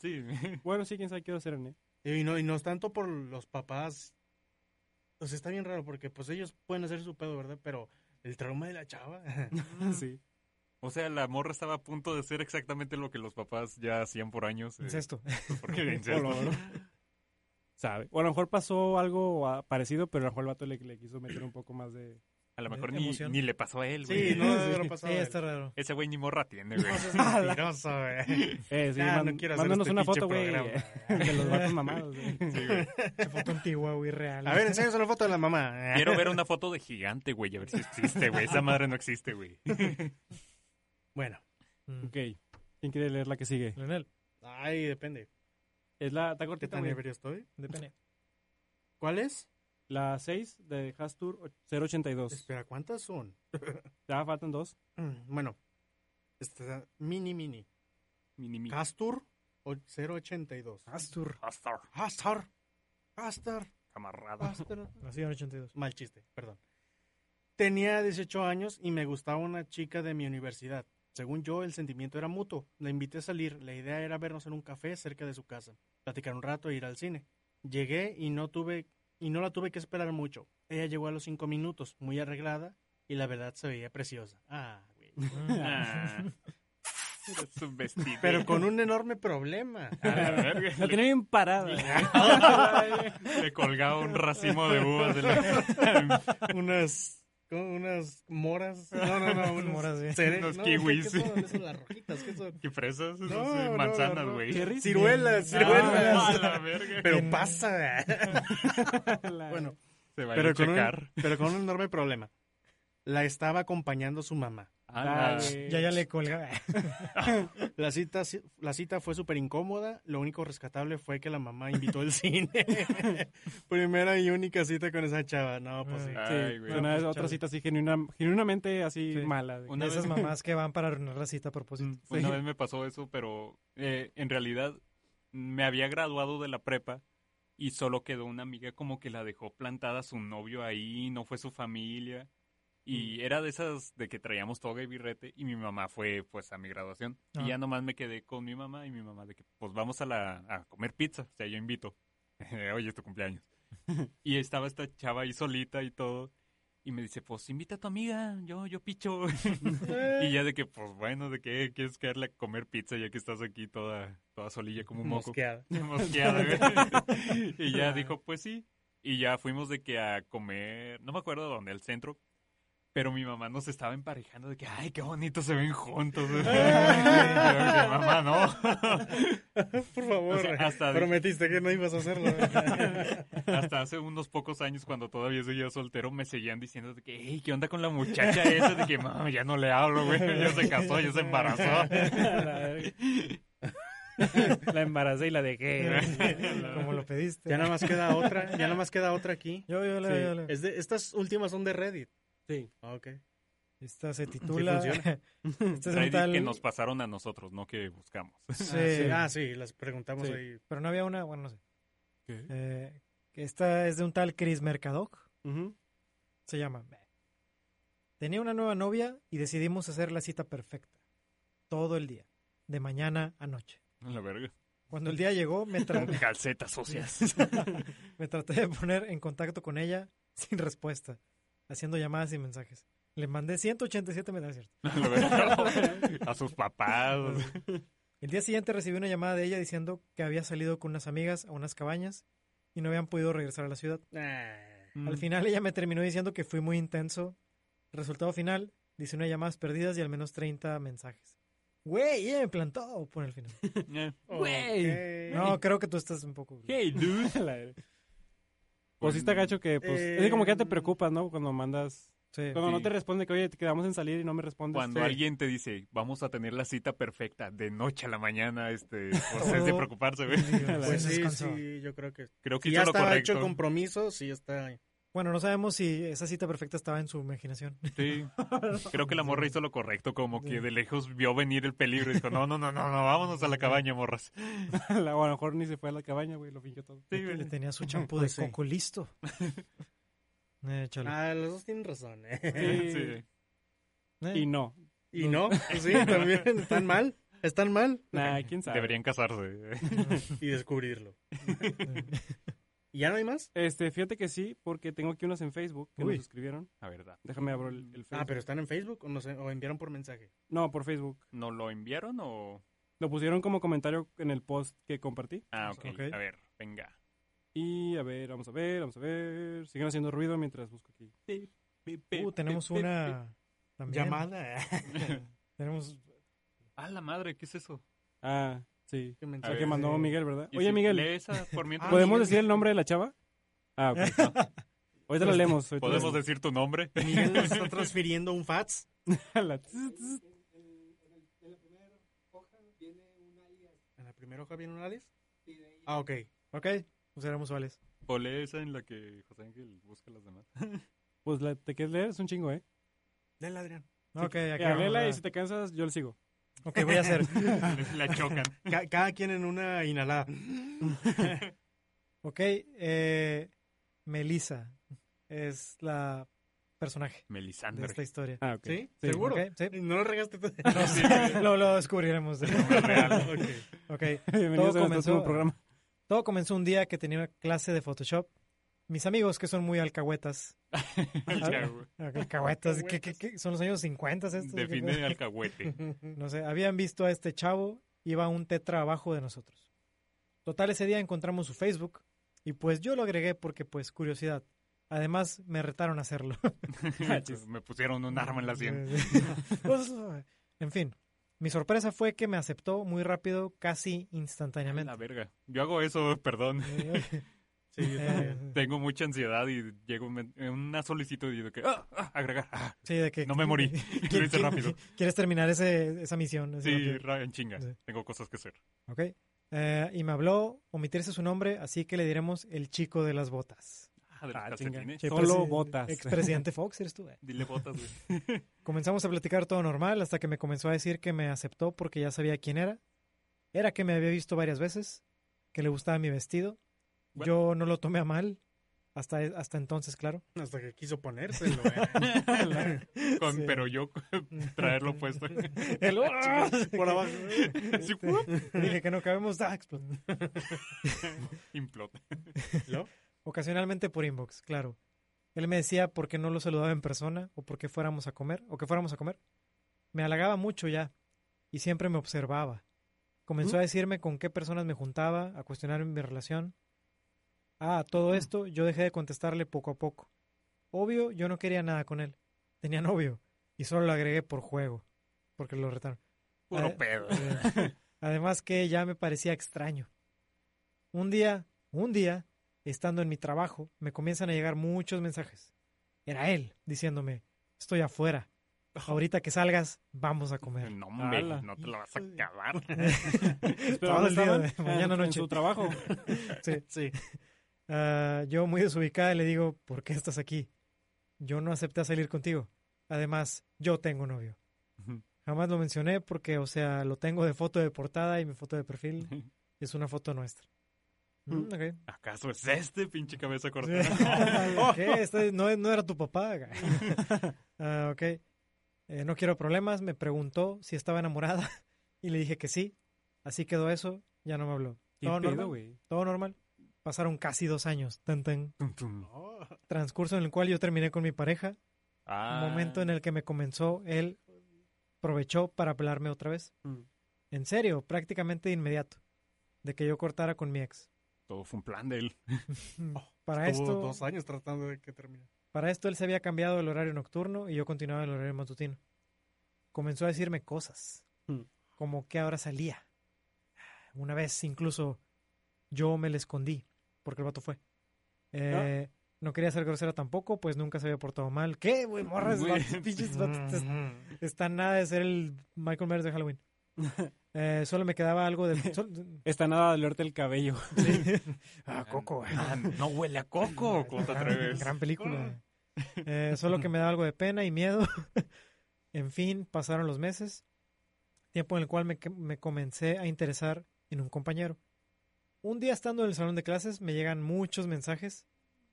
Speaker 2: sí.
Speaker 3: Bueno, sí, quién sabe qué hora serán, ¿eh?
Speaker 4: Y no, y no es tanto por los papás. O sea, está bien raro porque pues ellos pueden hacer su pedo, ¿verdad? Pero el trauma de la chava.
Speaker 3: Sí.
Speaker 2: O sea, la morra estaba a punto de hacer exactamente lo que los papás ya hacían por años. eh,
Speaker 1: Incesto.
Speaker 2: porque era
Speaker 3: O
Speaker 2: incesto.
Speaker 3: lo- lo- Sabe. O a lo mejor pasó algo ah, parecido, pero a lo mejor el vato le, le quiso meter un poco más de.
Speaker 2: A lo
Speaker 1: De
Speaker 2: mejor ni,
Speaker 1: emoción.
Speaker 2: ni le pasó a él, güey.
Speaker 4: Sí, no debe haber
Speaker 1: Sí,
Speaker 4: pasado. a él.
Speaker 1: está raro.
Speaker 2: Ese güey ni morra tiene, güey.
Speaker 4: No seas mentiroso, güey.
Speaker 3: Eh, sí,
Speaker 4: Ya,
Speaker 3: man-
Speaker 4: no quiero hacer
Speaker 3: mándanos
Speaker 4: este
Speaker 3: una
Speaker 4: pinche
Speaker 3: foto, güey.
Speaker 4: programa.
Speaker 3: De los vatos mamados, güey.
Speaker 2: Sí, güey.
Speaker 1: Qué foto antigua, güey, real.
Speaker 4: A ver, enséñanos una foto de la mamá.
Speaker 2: Quiero ver una foto de gigante, güey, a ver si existe, güey. Esa madre no existe, güey.
Speaker 4: Bueno.
Speaker 1: Mm.
Speaker 3: Ok. ¿Quién quiere leer la que sigue?
Speaker 1: Leonel,
Speaker 4: Ay, depende.
Speaker 3: Es la. ¿Está
Speaker 4: ¿Qué
Speaker 3: cortita,
Speaker 4: tan
Speaker 3: güey.
Speaker 4: ebrio estoy?
Speaker 1: de pene.
Speaker 4: ¿Cuál es?
Speaker 3: La 6 de Hastur och- 082.
Speaker 4: Espera, ¿cuántas son?
Speaker 3: Ya faltan dos.
Speaker 4: Mm, Bueno, esta, mini, mini.
Speaker 2: Mini, mini.
Speaker 4: Castur o- 082.
Speaker 1: Astur.
Speaker 2: Astar,
Speaker 4: Castor. Castor.
Speaker 2: camarada.
Speaker 4: Castor.
Speaker 1: Nacido en 82.
Speaker 4: Mal chiste, perdón. Tenía 18 años y me gustaba una chica de mi universidad. Según yo, el sentimiento era mutuo. La invité a salir. La idea era vernos en un café cerca de su casa, platicar un rato e ir al cine. Llegué y no tuve y no la tuve que esperar mucho. Ella llegó a los cinco minutos, muy arreglada y la verdad se veía preciosa. Ah, güey.
Speaker 2: Ah, Era su vestido.
Speaker 4: Pero con un enorme problema.
Speaker 2: A la verga,
Speaker 3: La
Speaker 2: le,
Speaker 3: tenía bien parada.
Speaker 2: le colgaba un racimo de uvas de la-
Speaker 4: unas ¿cómo? unas moras. No, no, no, unas
Speaker 1: Moras, sí.
Speaker 4: cere-
Speaker 2: Unos
Speaker 4: no, ¿qué-
Speaker 2: kiwis.
Speaker 4: ¿Qué son? Esas las rojitas, ¿qué son?
Speaker 2: ¿Qué fresas? Esas,
Speaker 4: No,
Speaker 2: eh,
Speaker 4: no,
Speaker 2: manzanas,
Speaker 4: no, no.
Speaker 2: güey.
Speaker 3: Cherries.
Speaker 4: Ciruelas,
Speaker 2: Ah,
Speaker 4: ciruelas.
Speaker 2: a la verga.
Speaker 4: Pero
Speaker 1: En-
Speaker 4: pasa.
Speaker 3: La-
Speaker 4: Bueno,
Speaker 2: Se va a
Speaker 4: pero con, un,
Speaker 2: checar.
Speaker 4: pero con un enorme problema. La estaba acompañando su mamá.
Speaker 2: A
Speaker 3: la-
Speaker 2: Ah, la-
Speaker 1: Mm. Ya, ya le colga.
Speaker 4: La cita, la cita fue súper incómoda. Lo único rescatable fue que la mamá invitó al cine. Primera y única cita con esa chava. No, pues sí.
Speaker 1: Ah.
Speaker 3: Sí,
Speaker 2: Ay, güey.
Speaker 3: una
Speaker 1: pues,
Speaker 3: otra
Speaker 1: chale.
Speaker 3: cita así genuina- genuinamente así
Speaker 1: Sí.
Speaker 3: mala. de que-
Speaker 2: Una
Speaker 1: Una de esas
Speaker 2: vez-
Speaker 1: mamás que van para arruinar la cita a propósito.
Speaker 2: Mm, Una
Speaker 3: Sí.
Speaker 2: vez me pasó eso, pero eh, en realidad me había graduado de la prepa y solo quedó una amiga como que la dejó plantada su novio ahí, no fue su familia. Y era de esas de que traíamos toga y birrete y mi mamá fue pues a mi graduación.
Speaker 1: Ah.
Speaker 2: Y ya nomás me quedé con mi mamá y mi mamá de que pues vamos a, la, a comer pizza, o sea, yo invito. Oye, es tu cumpleaños. y estaba esta chava ahí solita y todo. Y me dice, pues invita a tu amiga, yo, yo picho.
Speaker 4: Eh,
Speaker 2: Y ya de que, pues bueno, de que quieres quedarle a comer pizza ya que estás aquí toda, toda solilla como un moco.
Speaker 4: Mosqueada.
Speaker 2: Mosqueada, güey. y ya dijo, pues sí. Y ya fuimos de que a comer, no me acuerdo dónde, al centro. Pero mi mamá nos estaba emparejando de que, ay, qué bonito se ven juntos. Y yo, que, mamá, no.
Speaker 4: Por favor.
Speaker 2: O sea, hasta de-
Speaker 4: Prometiste que no ibas a hacerlo.
Speaker 2: Hasta hace unos pocos años, cuando todavía seguía soltero, me seguían diciendo de que, hey, ¿qué onda con la muchacha esa? De que, mamá, ya no le hablo, güey. Ya se casó, ya se embarazó.
Speaker 3: la embaracé y la dejé.
Speaker 1: Como lo pediste.
Speaker 4: ya nada más queda otra. Ya nada más queda otra aquí.
Speaker 1: Yo, yo le
Speaker 3: Sí.
Speaker 1: yo le-
Speaker 4: Es de- estas últimas son de Reddit. Ah,
Speaker 3: Sí.
Speaker 4: Ok.
Speaker 1: Esta se titula.
Speaker 4: Sí
Speaker 1: este es un
Speaker 2: Reddit
Speaker 1: tal-
Speaker 2: que nos pasaron a nosotros, no que buscamos.
Speaker 1: Sí,
Speaker 4: Ah, sí. Ah, sí, las preguntamos
Speaker 3: Sí.
Speaker 4: ahí.
Speaker 1: Pero no había una, bueno, no sé.
Speaker 3: ¿Qué?
Speaker 1: Eh, que esta es de un tal Chris Mercadog.
Speaker 3: Ujú.
Speaker 1: Se llama. Tenía una nueva novia y decidimos hacer la cita perfecta. Todo el día. De mañana a noche.
Speaker 2: La verga.
Speaker 1: Cuando el día llegó, me, tra-
Speaker 2: Calcetas socias.
Speaker 1: me traté de poner en contacto con ella sin respuesta. haciendo llamadas y mensajes. Le mandé 187 mensajes.
Speaker 2: a sus papás. o sea.
Speaker 1: El día siguiente recibí una llamada de ella diciendo que había salido con unas amigas a unas cabañas y no habían podido regresar a la ciudad.
Speaker 4: Ah,
Speaker 1: Al final ella me terminó diciendo que fui muy intenso. Resultado final, 19 llamadas perdidas y al menos 30 mensajes. Güey, ella me plantó por el final.
Speaker 2: Eh,
Speaker 3: Güey.
Speaker 4: ok.
Speaker 1: No, creo que tú estás un poco...
Speaker 2: Hey, dude.
Speaker 3: Pues sí está
Speaker 2: Em,
Speaker 3: gacho que, pues,
Speaker 4: Eh,
Speaker 3: es que como que ya te preocupas, ¿no? Cuando mandas,
Speaker 1: Sí.
Speaker 3: cuando no
Speaker 2: Sí.
Speaker 3: te responde que, oye, te quedamos en salir y no me este, respondes.
Speaker 2: Cuando
Speaker 3: Sí.
Speaker 2: alguien te dice, vamos a tener la cita perfecta de noche a la mañana, este, pues es de
Speaker 1: Oh.
Speaker 2: preocuparse, güey.
Speaker 4: Pues
Speaker 1: Eso es
Speaker 4: sí,
Speaker 1: cansado.
Speaker 4: sí, yo creo que.
Speaker 2: Creo que
Speaker 4: Si
Speaker 2: hizo
Speaker 4: ya
Speaker 2: lo
Speaker 4: estaba hecho el
Speaker 2: correcto.
Speaker 4: compromiso, sí está.
Speaker 1: Bueno, no sabemos si esa cita perfecta estaba en su imaginación.
Speaker 2: Sí. Creo que la morra hizo lo correcto, como que de lejos vio venir el peligro y dijo, no, no, no, no, no, vámonos a la cabaña, morras.
Speaker 3: O a lo mejor ni se fue a la cabaña, güey, lo fingió todo.
Speaker 1: Le tenía su champú
Speaker 4: Pues sí.
Speaker 1: de coco listo. Eh, chale.
Speaker 4: Ah, los dos tienen razón. ¿eh?
Speaker 3: Sí.
Speaker 2: Sí.
Speaker 1: Eh,
Speaker 3: Y no.
Speaker 4: Y no, pues sí, también están mal. Están mal.
Speaker 3: Nah, quién sabe.
Speaker 2: Deberían casarse.
Speaker 4: Y descubrirlo.
Speaker 1: eh,
Speaker 4: ¿Y ya no hay más?
Speaker 3: Este, fíjate que sí, porque tengo aquí unos en Facebook que
Speaker 1: Uy.
Speaker 3: nos escribieron.
Speaker 2: La verdad.
Speaker 3: Déjame abrir el, el Facebook.
Speaker 4: Ah, pero están en Facebook o, no sé, o enviaron por mensaje.
Speaker 3: No, por Facebook.
Speaker 2: ¿No lo enviaron o...?
Speaker 3: Lo pusieron como comentario en el post que compartí.
Speaker 2: Ah,
Speaker 1: Ok.
Speaker 2: ok. A ver, venga.
Speaker 3: Y a ver, vamos a ver, vamos a ver. Siguen haciendo ruido mientras busco aquí.
Speaker 1: uh, tenemos una... también.
Speaker 4: Llamada.
Speaker 1: Tenemos...
Speaker 2: Ah, la madre, ¿qué es eso?
Speaker 3: Ah, sí.
Speaker 4: Qué
Speaker 2: A
Speaker 3: La
Speaker 4: mensaje.
Speaker 2: ver.
Speaker 3: que mandó Miguel, ¿verdad?
Speaker 2: Y
Speaker 3: Oye,
Speaker 2: si
Speaker 3: Miguel,
Speaker 2: lee esa por mientras-
Speaker 3: ¿podemos
Speaker 4: Miguel.
Speaker 3: decir el nombre de la chava? Ah, ok. Ahorita la leemos. ahorita la
Speaker 2: ¿Podemos decir tu nombre?
Speaker 4: Miguel nos está transfiriendo un fax.
Speaker 3: La- tss, tss.
Speaker 4: En la primera hoja viene un alias. Ah, ok.
Speaker 1: Ok, pues éramos usuales.
Speaker 2: ¿O lee esa en la que José Ángel busca las demás?
Speaker 3: Pues la, te quieres leer, es un chingo, ¿eh?
Speaker 4: Dale, Adrián.
Speaker 1: Ok, aquí
Speaker 3: Ya,
Speaker 1: vamos,
Speaker 3: léela y
Speaker 1: ¿verdad?
Speaker 3: si te cansas, yo le sigo.
Speaker 1: Ok, voy a hacer.
Speaker 2: la chocan.
Speaker 4: Ca- cada quien en una inhalada.
Speaker 1: Ok, eh, Melissa es la personaje de
Speaker 2: Melisandre.
Speaker 1: esta historia.
Speaker 3: Ah, ok.
Speaker 4: ¿Sí?
Speaker 3: Sí.
Speaker 4: ¿Seguro?
Speaker 1: Ok, sí.
Speaker 4: No lo regaste todo.
Speaker 1: No
Speaker 4: Ah.
Speaker 1: sé, lo, lo descubriremos.
Speaker 4: Real, ok.
Speaker 1: Ok,
Speaker 3: Bienvenidos
Speaker 1: Todo
Speaker 3: a nuestro
Speaker 1: comenzó-
Speaker 3: último programa.
Speaker 1: todo comenzó un día que tenía una clase de Photoshop. Mis amigos, que son muy alcahuetas.
Speaker 2: Ya, güey.
Speaker 1: Alcahuetas, ¿qué, qué, qué? son los años 50 estos?
Speaker 2: Define alcahuete.
Speaker 1: No sé, habían visto a este chavo, iba a un tetra abajo de nosotros. Total, ese día encontramos su Facebook y pues yo lo agregué porque pues curiosidad. Además, me retaron a hacerlo.
Speaker 2: Me pusieron un arma en la sien.
Speaker 1: Pues, en fin, mi sorpresa fue que me aceptó muy rápido, casi
Speaker 2: La
Speaker 1: instantáneamente.
Speaker 2: verga. Yo hago eso, perdón.
Speaker 4: Sí, yo también.
Speaker 1: Eh,
Speaker 2: Tengo mucha ansiedad y llego un men- una solicitud y digo que ah, ah, agregar. Ah,
Speaker 1: sí, de que-
Speaker 2: No me morí.
Speaker 1: ¿Qui-
Speaker 2: Lo hice
Speaker 1: qui-
Speaker 2: rápido.
Speaker 1: ¿Quieres terminar ese- esa misión? así
Speaker 2: sí,
Speaker 1: rápido?
Speaker 2: ra- en chinga.
Speaker 1: Sí.
Speaker 2: Tengo cosas que hacer.
Speaker 1: Ok. Eh, y me habló, omitirse su nombre, así que le diremos el chico de las botas.
Speaker 2: Ah, de los
Speaker 3: Ah,
Speaker 2: calcetines.
Speaker 1: Sí,
Speaker 3: Solo
Speaker 1: presi-
Speaker 3: botas.
Speaker 1: Expresidente Fox, eres tú. eh.
Speaker 2: Dile botas, güey.
Speaker 1: Comenzamos a platicar todo normal hasta que me comenzó a decir que me aceptó porque ya sabía quién era. Era que me había visto varias veces, que le gustaba mi vestido.
Speaker 2: What?
Speaker 1: Yo no lo tomé a mal, hasta, hasta entonces, claro.
Speaker 4: Hasta que quiso ponérselo. ¿eh?
Speaker 2: Con-
Speaker 1: Sí.
Speaker 2: Pero yo traerlo puesto.
Speaker 1: El- ¡Ah!
Speaker 4: Por abajo.
Speaker 2: Sí,
Speaker 1: Este, dije que no cabemos. ah, explotó.
Speaker 2: Implota.
Speaker 4: ¿Lo?
Speaker 1: Ocasionalmente por inbox, claro. Él me decía por qué no lo saludaba en persona o por qué fuéramos a comer o que fuéramos a comer. Me halagaba mucho ya y siempre me observaba. Comenzó a decirme con qué personas me juntaba, a cuestionar mi relación. Ah, a todo esto yo dejé de contestarle poco a poco. Obvio, yo no quería nada con él. Tenía novio y solo lo agregué por juego, porque lo retaron.
Speaker 2: Puro
Speaker 1: Ah,
Speaker 2: pedo.
Speaker 1: eh, Además que ya me parecía extraño. Un día, un día, estando en mi trabajo, me comienzan a llegar muchos mensajes. Era él diciéndome, estoy afuera. Ahorita que salgas, vamos a comer.
Speaker 2: No, hombre,
Speaker 3: Ala.
Speaker 2: no te lo vas a acabar.
Speaker 3: Pero
Speaker 1: Todo
Speaker 3: ¿dónde
Speaker 1: el día
Speaker 3: estaban?
Speaker 1: de- mañana
Speaker 3: En-
Speaker 1: noche.
Speaker 3: En su trabajo.
Speaker 1: Sí.
Speaker 4: Sí.
Speaker 1: Ah, yo muy desubicada le digo, ¿por qué estás aquí? Yo no acepté salir contigo. Además, yo tengo novio.
Speaker 2: Ujú.
Speaker 1: Jamás lo mencioné porque, o sea, lo tengo de foto de portada y mi foto de perfil es una foto nuestra. Mm, ok.
Speaker 2: ¿Acaso es este pinche cabeza cortada?
Speaker 1: ¿Qué? Este no, no era tu papá. güey. Ah, ok. Eh, no quiero problemas. Me preguntó si estaba enamorada y le dije que sí. Así quedó eso. Ya no me habló.
Speaker 3: ¿Qué
Speaker 1: Todo
Speaker 3: pedo,
Speaker 1: normal.
Speaker 3: güey?
Speaker 1: Todo normal. Pasaron casi dos años, tan tan.
Speaker 2: Tum, tum.
Speaker 1: Transcurso en el cual yo terminé con mi pareja,
Speaker 2: Ah,
Speaker 1: momento en el que me comenzó, él aprovechó para pelarme otra vez.
Speaker 3: Mm.
Speaker 1: En serio, prácticamente de inmediato, de que yo cortara con mi ex.
Speaker 2: Todo fue un plan de él.
Speaker 1: Para
Speaker 4: Estuvo
Speaker 1: esto,
Speaker 4: dos años tratando de que termine.
Speaker 1: Para esto él se había cambiado el horario nocturno y yo continuaba el horario matutino. Comenzó a decirme cosas,
Speaker 3: Hmm.
Speaker 1: como que ahora salía. Una vez incluso yo me le escondí, porque el vato fue. Eh, No quería ser grosero tampoco, pues nunca se había portado mal. ¿Qué, güey? Morras,
Speaker 2: Güey.
Speaker 1: vatos, pinches vatos, es- Está nada de ser el Michael Myers de Halloween. Eh, solo me quedaba algo del... sol-
Speaker 3: Está nada de olerte el cabello.
Speaker 1: ah, Coco. güey.
Speaker 2: Ah, no huele a coco. ¿Cómo te
Speaker 1: Gran-
Speaker 2: atreves?
Speaker 1: Gran película. Eh, solo que me da algo de pena y miedo. en fin, pasaron los meses. Tiempo en el cual me, que- me comencé a interesar en un compañero. Un día estando en el salón de clases me llegan muchos mensajes.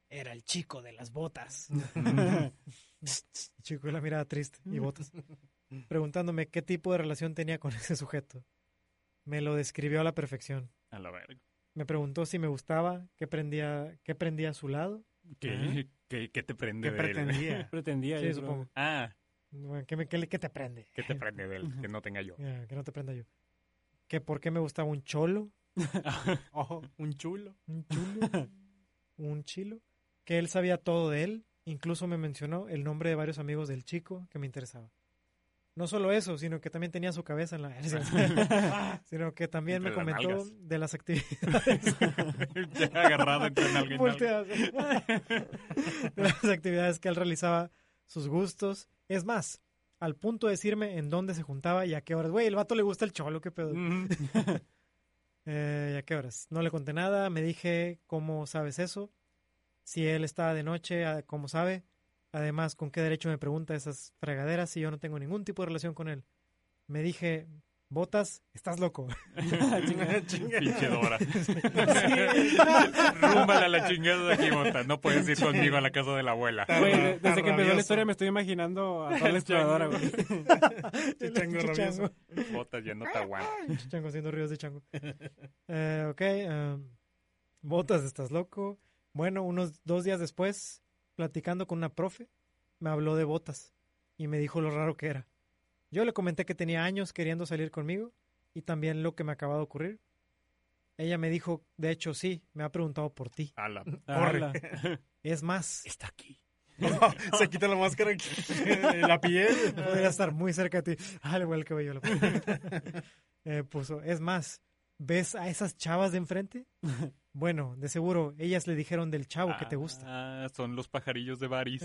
Speaker 1: Era el chico de las botas. chico de la mirada triste y botas. Preguntándome qué tipo de relación tenía con ese sujeto. Me lo describió a la perfección.
Speaker 2: A la verga.
Speaker 1: Me preguntó si me gustaba, qué prendía, qué prendía a su lado.
Speaker 2: ¿Qué, qué, qué te prende
Speaker 4: ¿Qué
Speaker 2: de él? güey?
Speaker 4: pretendía?
Speaker 3: Pretendía,
Speaker 1: Sí,
Speaker 3: yo creo.
Speaker 1: supongo.
Speaker 2: Ah,
Speaker 1: Bueno, ¿qué, me- qué le- qué te prende?
Speaker 2: ¿qué te prende de él? Que no tenga yo.
Speaker 1: Ya, que no te prenda yo. ¿Que por qué me gustaba un cholo?
Speaker 4: Ojo, un chulo.
Speaker 1: ¿Un chulo? ¿Un chilo? Que él sabía todo de él. Incluso me mencionó el nombre de varios amigos del chico que me interesaba. No solo eso, sino que también tenía su cabeza en la... sino que también me
Speaker 2: Entre las
Speaker 1: comentó
Speaker 2: nalgas.
Speaker 1: de las actividades...
Speaker 2: ya agarrado entre nalga y nalga.
Speaker 1: Volteas. De las actividades que él realizaba, sus gustos. Es más, al punto de decirme en dónde se juntaba y a qué horas. Güey, el vato le gusta el cholo, qué pedo.
Speaker 2: Mm.
Speaker 1: Eh, ¿y a qué horas? No le conté nada, me dije, ¿cómo sabes eso? Si él estaba de noche, ah, ¿cómo sabe? Además, ¿con qué derecho me pregunta esas fregaderas si yo no tengo ningún tipo de relación con él? Me dije, ¿botas? Estás loco.
Speaker 3: Ah,
Speaker 4: Ah,
Speaker 2: Pinche Dora. Rúmbala a la chingada de aquí, Bota. No puedes ir conmigo a la casa de la abuela.
Speaker 3: Güey, de-
Speaker 4: Está
Speaker 3: desde que empezó
Speaker 4: rabioso.
Speaker 3: la historia me estoy imaginando a toda la exploradora, güey.
Speaker 4: Chichango rabioso.
Speaker 2: Bota ya no te aguanta.
Speaker 1: Chango haciendo ríos de chango. Eh, ok. eh, botas, estás loco. Bueno, unos dos días después, platicando con una profe, me habló de botas y me dijo lo raro que era. Yo le comenté que tenía años queriendo salir conmigo y también lo que me acaba de ocurrir. Ella me dijo, de hecho sí, me ha preguntado por ti.
Speaker 2: A la...
Speaker 3: Ala.
Speaker 1: Es más,
Speaker 2: Está aquí.
Speaker 4: Se quita la máscara aquí, la piel.
Speaker 1: podría estar muy cerca de ti. Ah, le huele el cabello. a la puta. Eh, puso, es más, ¿ves a esas chavas de enfrente? Bueno, de seguro, ellas le dijeron del chavo que te gusta.
Speaker 2: Ah, son los pajarillos de Baris.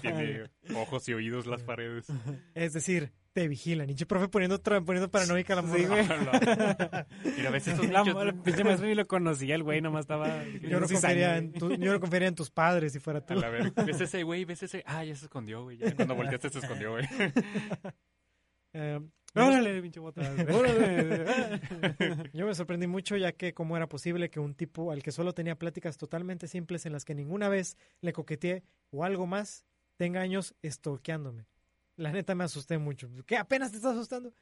Speaker 2: Tiene ojos y oídos las paredes.
Speaker 1: Es decir, te vigilan. Y yo, profe, poniendo, tra- poniendo paranoica la morra.
Speaker 2: Ala. Mira, ves esos
Speaker 3: La
Speaker 2: niños.
Speaker 3: la pinche maestra ni lo conocía, el güey nomás estaba...
Speaker 1: yo, no confiaría en tu- yo no confiaría en tus padres si fuera
Speaker 2: A
Speaker 1: tú.
Speaker 2: la ver, ves ese güey, ves ese. Ah, ya se escondió, güey. Ya cuando volteaste se escondió, güey.
Speaker 1: Eh,
Speaker 3: Órale, pinche bota. Órale.
Speaker 1: Yo me sorprendí mucho ya que cómo era posible que un tipo al que solo tenía pláticas totalmente simples en las que ninguna vez le coqueteé o algo más tenga años estoqueándome. La neta me asusté mucho. ¿Qué? ¿Apenas te estás asustando?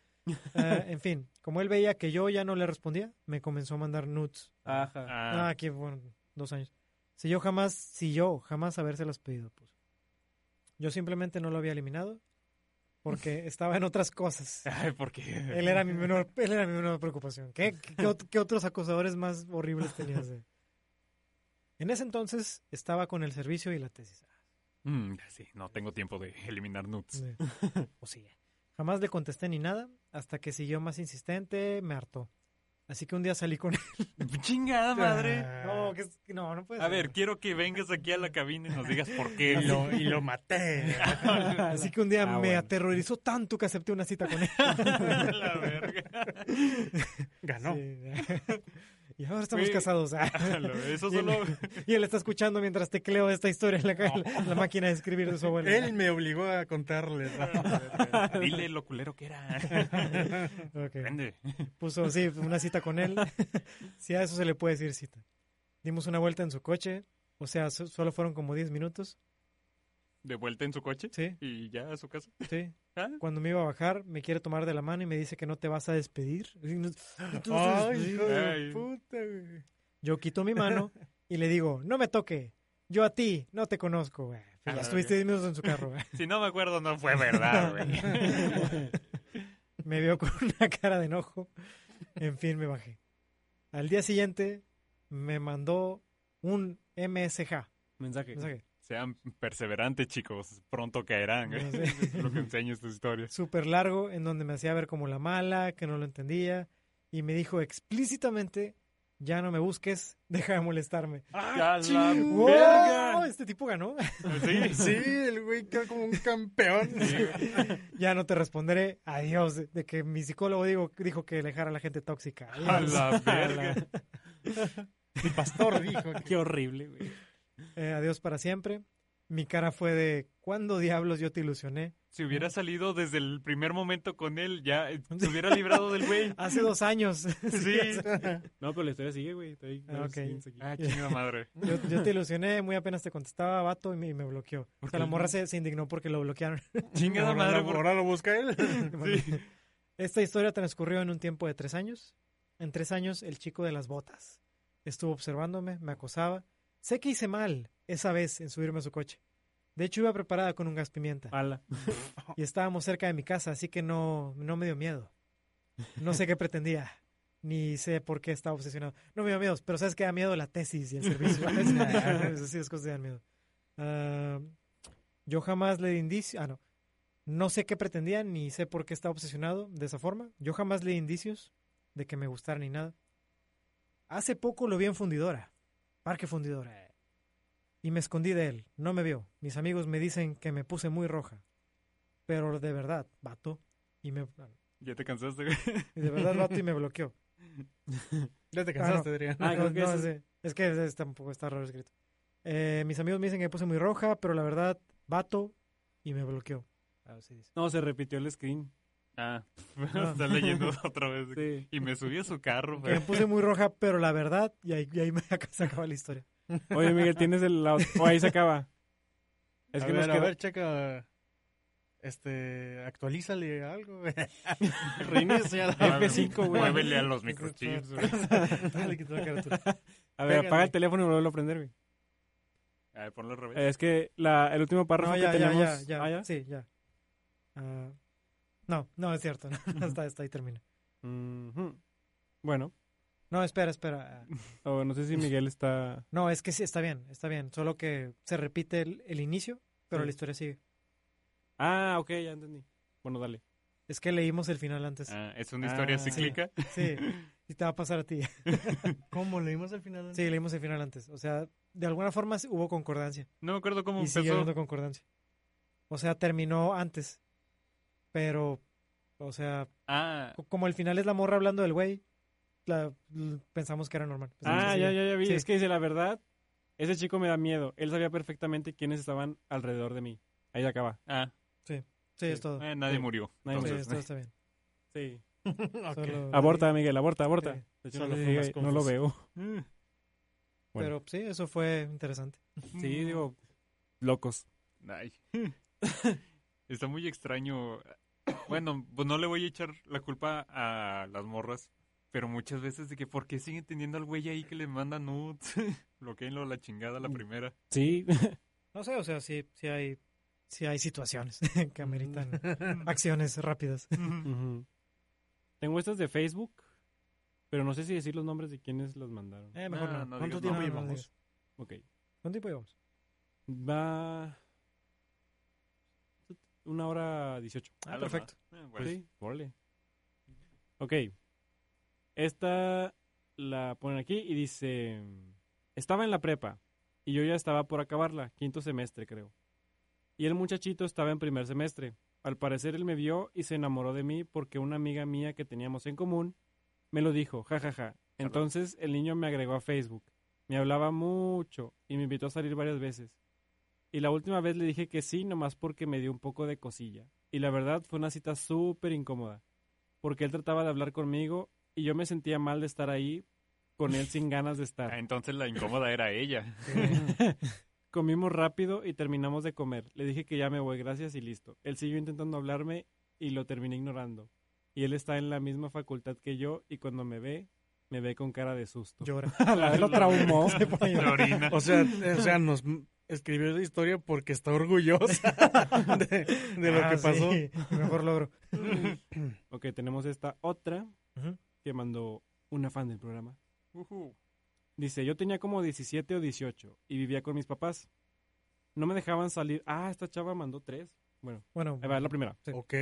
Speaker 1: Ah, en fin, como él veía que yo ya no le respondía, me comenzó a mandar nudes.
Speaker 3: Ajá.
Speaker 1: Ah,
Speaker 2: Ah,
Speaker 1: aquí, bueno, dos años. Si yo jamás, si yo jamás habérselas pedido, pues. Yo simplemente no lo había eliminado porque estaba en otras cosas.
Speaker 2: ay, ¿por qué?
Speaker 1: Él era mi menor, él era mi menor preocupación. ¿Qué, qué- qué ot- qué otros acosadores más horribles tenías? eh? En ese entonces estaba con el servicio y la tesis.
Speaker 2: Mm, sí, no tengo tiempo de eliminar nuts.
Speaker 1: Sí. O sí. Jamás le contesté ni nada, hasta que siguió más insistente, me hartó. Así que un día salí con él.
Speaker 2: Chingada madre.
Speaker 1: No, que es- no, no puede
Speaker 2: A
Speaker 1: ser.
Speaker 2: ver, quiero que vengas aquí a la cabina y nos digas por qué.
Speaker 4: Y lo, y lo maté.
Speaker 1: Así que un día
Speaker 3: Ah,
Speaker 1: me
Speaker 3: bueno.
Speaker 1: aterrorizó tanto que acepté una cita con él.
Speaker 2: Ah, la verga.
Speaker 4: Ganó.
Speaker 1: Sí. Y ahora estamos
Speaker 2: Güey.
Speaker 1: casados. ah.
Speaker 2: Eso solo.
Speaker 1: Y él está escuchando mientras tecleo esta historia en la, ca- la máquina de escribir de su abuelo.
Speaker 4: Él me obligó a contarle.
Speaker 2: Dile lo culero que era.
Speaker 1: Ok.
Speaker 2: Prende.
Speaker 1: Puso, sí, una cita con él. Si a eso se le puede decir cita. Dimos una vuelta en su coche. O sea, so- solo fueron como 10 minutos.
Speaker 2: De vuelta en su coche
Speaker 1: Sí,
Speaker 2: y ya a su casa.
Speaker 1: sí.
Speaker 2: ¿Ah?
Speaker 1: Cuando me iba a bajar, me quiere tomar de la mano y me dice que no te vas a despedir. No- no te vas a
Speaker 4: Ay,
Speaker 1: despedir.
Speaker 4: hijo de
Speaker 2: Ay.
Speaker 4: puta, güey.
Speaker 1: Yo quito mi mano y le digo, no me toque. Yo a ti, no te conozco, güey. Pues
Speaker 2: Ah,
Speaker 1: ya
Speaker 2: la
Speaker 1: estuviste 10 minutos en su carro, güey.
Speaker 2: Si no me acuerdo, no fue verdad, güey.
Speaker 1: Me vio con una cara de enojo. En fin, me bajé. Al día siguiente me mandó un MSJ.
Speaker 3: Mensaje.
Speaker 1: mensaje,
Speaker 2: Sean perseverantes, chicos. Pronto caerán. güey.
Speaker 1: No sé.
Speaker 2: Es lo que enseña estas historias.
Speaker 1: Súper largo, en donde me hacía ver como la mala, que no lo entendía. Y me dijo explícitamente, ya no me busques, deja de molestarme.
Speaker 2: ¡Ya la
Speaker 1: ¡Wow!
Speaker 2: verga!
Speaker 1: Este tipo ganó.
Speaker 2: Sí,
Speaker 4: Sí, el güey queda como un campeón.
Speaker 1: ya no te responderé. Adiós. De que mi psicólogo digo, dijo que dejara a la gente tóxica.
Speaker 2: ¡A
Speaker 1: Adiós.
Speaker 2: la verga!
Speaker 4: Mi pastor dijo que...
Speaker 3: Qué horrible, güey.
Speaker 1: Eh, adiós para siempre. Mi cara fue de, ¿cuándo diablos yo te ilusioné?
Speaker 2: Si hubiera salido desde el primer momento con él, ya eh, se hubiera librado del güey.
Speaker 1: Hace dos años.
Speaker 2: Sí.
Speaker 3: No, pero la historia sigue, güey. Está ahí,
Speaker 1: Ah, ok.
Speaker 3: sigues aquí.
Speaker 2: Ah, chinga madre.
Speaker 1: Yo, yo te ilusioné, muy apenas te contestaba, vato, y me, y me bloqueó. O sea, la
Speaker 2: qué?
Speaker 1: morra se, se indignó porque lo bloquearon.
Speaker 2: Chingada
Speaker 4: Ahora
Speaker 2: madre.
Speaker 4: lo-
Speaker 2: por-
Speaker 4: ahora lo busca él.
Speaker 2: Sí.
Speaker 1: Esta historia transcurrió en un tiempo de tres años. En tres años, el chico de las botas estuvo observándome, me acosaba. Sé que hice mal esa vez en subirme a su coche. De hecho, iba preparada con un gas pimienta.
Speaker 3: Ala.
Speaker 1: y estábamos cerca de mi casa, así que no, no me dio miedo. No sé qué pretendía, ni sé por qué estaba obsesionado. No me dio miedo, pero sabes que da miedo la tesis y el servicio. Esas sí, es cosas que dan miedo. Ah, yo jamás le di indicios. Ah, no. No sé qué pretendía, ni sé por qué estaba obsesionado de esa forma. Yo jamás le di indicios de que me gustara ni nada. Hace poco lo vi en Fundidora, Parque Fundidora, y me escondí de él. No me vio. Mis amigos me dicen que me puse muy roja pero de verdad, vato, y me
Speaker 2: Ya te cansaste, güey.
Speaker 1: y de verdad vato y me bloqueó.
Speaker 4: Ya te
Speaker 1: Ah,
Speaker 4: cansaste,
Speaker 1: no.
Speaker 4: Adrián.
Speaker 3: Ah, creo que
Speaker 1: No,
Speaker 3: ese
Speaker 1: es, de- es que es- tampoco está raro escrito. Eh, mis amigos me dicen que me puse muy roja, pero la verdad, vato, y me bloqueó.
Speaker 3: Ah, No, se repitió el screen.
Speaker 2: Ah,
Speaker 1: No.
Speaker 2: está leyendo otra vez.
Speaker 3: Sí.
Speaker 2: Y me subí a su carro,
Speaker 1: Que me
Speaker 2: güey.
Speaker 1: puse muy roja, pero la verdad, y ahí, y ahí me ac- se acaba la historia.
Speaker 3: Oye, Miguel, tienes el. la- O ahí se acaba. Es
Speaker 4: a
Speaker 3: que
Speaker 4: ver,
Speaker 3: nos
Speaker 4: a
Speaker 3: queda-
Speaker 4: ver, checa. Este, actualízale algo, Ah, güey.
Speaker 2: Reinicia la
Speaker 3: F5, güey.
Speaker 2: Muévele a los microchips, güey.
Speaker 1: Dale, quita la carátula.
Speaker 3: a ver, apaga
Speaker 4: pégale.
Speaker 3: el teléfono y vuelve a prender, güey.
Speaker 2: A ver, ponlo al revés.
Speaker 3: Eh, Es que la, el último párrafo
Speaker 1: No, ya,
Speaker 3: que
Speaker 1: ya,
Speaker 3: tenemos.
Speaker 1: ya, ya.
Speaker 3: Ah, ya.
Speaker 1: Sí, ya. Ah, no, no, es cierto. No, hasta, hasta ahí termina.
Speaker 3: Ujú. Bueno,
Speaker 1: No, espera, espera. ah,
Speaker 3: o no sé si Miguel está.
Speaker 1: No, es que sí, está bien, está bien. Solo que se repite el, el inicio, pero
Speaker 3: Sí.
Speaker 1: la historia sigue.
Speaker 3: Ah, ok, ya entendí. Bueno, dale.
Speaker 1: Es que leímos el final antes.
Speaker 2: Ah, es una historia
Speaker 3: Ah.
Speaker 2: cíclica.
Speaker 1: Sí, y te va a pasar a ti.
Speaker 4: ¿Cómo leímos al final?
Speaker 1: Sí, leímos el final antes. O sea, de alguna forma sí hubo concordancia.
Speaker 2: No me acuerdo cómo
Speaker 1: Y sigue
Speaker 2: empezó.
Speaker 1: habiendo concordancia. O sea, terminó antes. Pero, o sea,
Speaker 2: Ah,
Speaker 1: co- como el final es la morra hablando del güey, la- l- pensamos que era normal. Pensamos que
Speaker 3: Ah, ya,
Speaker 1: seguía.
Speaker 3: ya, ya vi.
Speaker 1: Sí.
Speaker 3: Es que dice la verdad. Ese chico me da miedo. Él sabía perfectamente quiénes estaban alrededor de mí. Ahí se acaba.
Speaker 2: ah,
Speaker 1: Sí, es todo.
Speaker 2: eh, nadie
Speaker 3: Sí.
Speaker 2: murió.
Speaker 3: Nadie
Speaker 1: Sí,
Speaker 3: murió.
Speaker 2: entonces,
Speaker 1: es todo está bien.
Speaker 3: Sí.
Speaker 1: Solo-
Speaker 3: Aborta, Miguel, aborta, aborta.
Speaker 1: Sí.
Speaker 3: De hecho,
Speaker 4: Solo
Speaker 3: no, le
Speaker 4: fue
Speaker 3: diga-
Speaker 4: más
Speaker 3: no lo
Speaker 4: confuso.
Speaker 3: veo.
Speaker 2: eh.
Speaker 1: Pero sí, eso fue interesante.
Speaker 3: Sí, digo, locos.
Speaker 2: Ay. Está muy extraño. Bueno, pues no le voy a echar la culpa a las morras, pero muchas veces de que ¿por qué siguen teniendo al güey ahí que le manda nudes? Bloqueenlo a la chingada la primera.
Speaker 3: Sí.
Speaker 1: No sé, o sea, sí, sí hay, sí hay situaciones que ameritan
Speaker 4: Mm.
Speaker 1: acciones rápidas.
Speaker 3: Ujú. Tengo estas de Facebook, pero no sé si decir los nombres de quienes las mandaron.
Speaker 1: Eh, mejor
Speaker 2: No,
Speaker 1: no.
Speaker 2: no
Speaker 4: ¿Cuánto
Speaker 2: digas
Speaker 4: tiempo
Speaker 1: nada. No, no
Speaker 4: llevamos?
Speaker 3: Ok.
Speaker 1: ¿Cuánto tiempo llevamos?
Speaker 3: Va. Una hora dieciocho.
Speaker 1: Ah,
Speaker 2: A la
Speaker 1: perfecto.
Speaker 2: ma- eh, bueno.
Speaker 3: sí, órale. Ok. Esta la ponen aquí y dice: Estaba en la prepa y yo ya estaba por acabarla, quinto semestre, creo. Y el muchachito estaba en primer semestre. Al parecer él me vio y se enamoró de mí porque una amiga mía que teníamos en común me lo dijo, jajaja. Entonces el niño me agregó a Facebook. Me hablaba mucho y me invitó a salir varias veces. Y la última vez le dije que sí, nomás porque me dio un poco de cosilla. Y la verdad fue una cita súper incómoda, porque él trataba de hablar conmigo y yo me sentía mal de estar ahí con él sin ganas de
Speaker 2: Ah,
Speaker 3: estar.
Speaker 2: entonces la incómoda era ella.
Speaker 3: Comimos rápido y terminamos de comer. Le dije que ya me voy, gracias y listo. Él siguió intentando hablarme y lo terminé ignorando. Y él está en la misma facultad que yo y cuando me ve, Me ve con cara de susto. pues.
Speaker 1: Llora.
Speaker 3: La lo traumó.
Speaker 1: Se pone a llorar.
Speaker 2: La orina.
Speaker 4: O sea, o sea, nos escribió esa historia porque está orgullosa de, de lo
Speaker 1: Ah,
Speaker 4: que
Speaker 1: sí,
Speaker 4: pasó.
Speaker 1: mi mejor logro.
Speaker 3: ok, tenemos esta otra
Speaker 1: Ujú.
Speaker 3: que mandó una fan del programa.
Speaker 2: Ujú.
Speaker 3: Dice, yo tenía como 17 o 18 y vivía con mis papás. No me dejaban salir. Ah, esta chava mandó tres. Bueno,
Speaker 1: Bueno,
Speaker 3: ahí va la primera.
Speaker 4: Ok.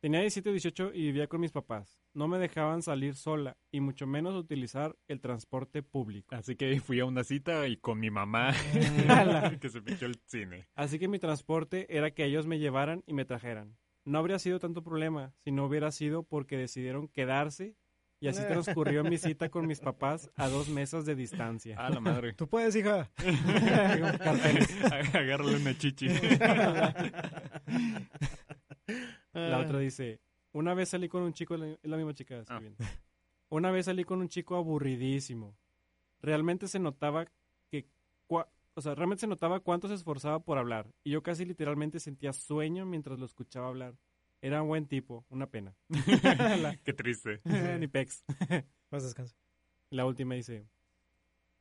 Speaker 3: Tenía 17 o 18 y vivía con mis papás. No me dejaban salir sola y mucho menos utilizar el transporte público.
Speaker 2: Así que fui a una cita y con mi mamá, que se pichó el cine.
Speaker 3: Así que mi transporte era que ellos me llevaran y me trajeran. No habría sido tanto problema si no hubiera sido porque decidieron quedarse y así transcurrió mi cita con mis papás a dos mesas de distancia.
Speaker 2: A la madre.
Speaker 1: tú puedes, hija.
Speaker 2: Agárrale una chichi.
Speaker 4: Ah.
Speaker 3: La otra dice, una vez salí con un chico, la- es la misma chica, estoy
Speaker 2: Ah.
Speaker 3: viendo. Una vez salí con un chico aburridísimo. Realmente se notaba que, cua- o sea, realmente se notaba cuánto se esforzaba por hablar. Y yo casi literalmente sentía sueño mientras lo escuchaba hablar. Era un buen tipo, una pena. eh,
Speaker 2: Qué triste.
Speaker 3: Ni pex.
Speaker 1: Vas a descansar.
Speaker 3: La última dice,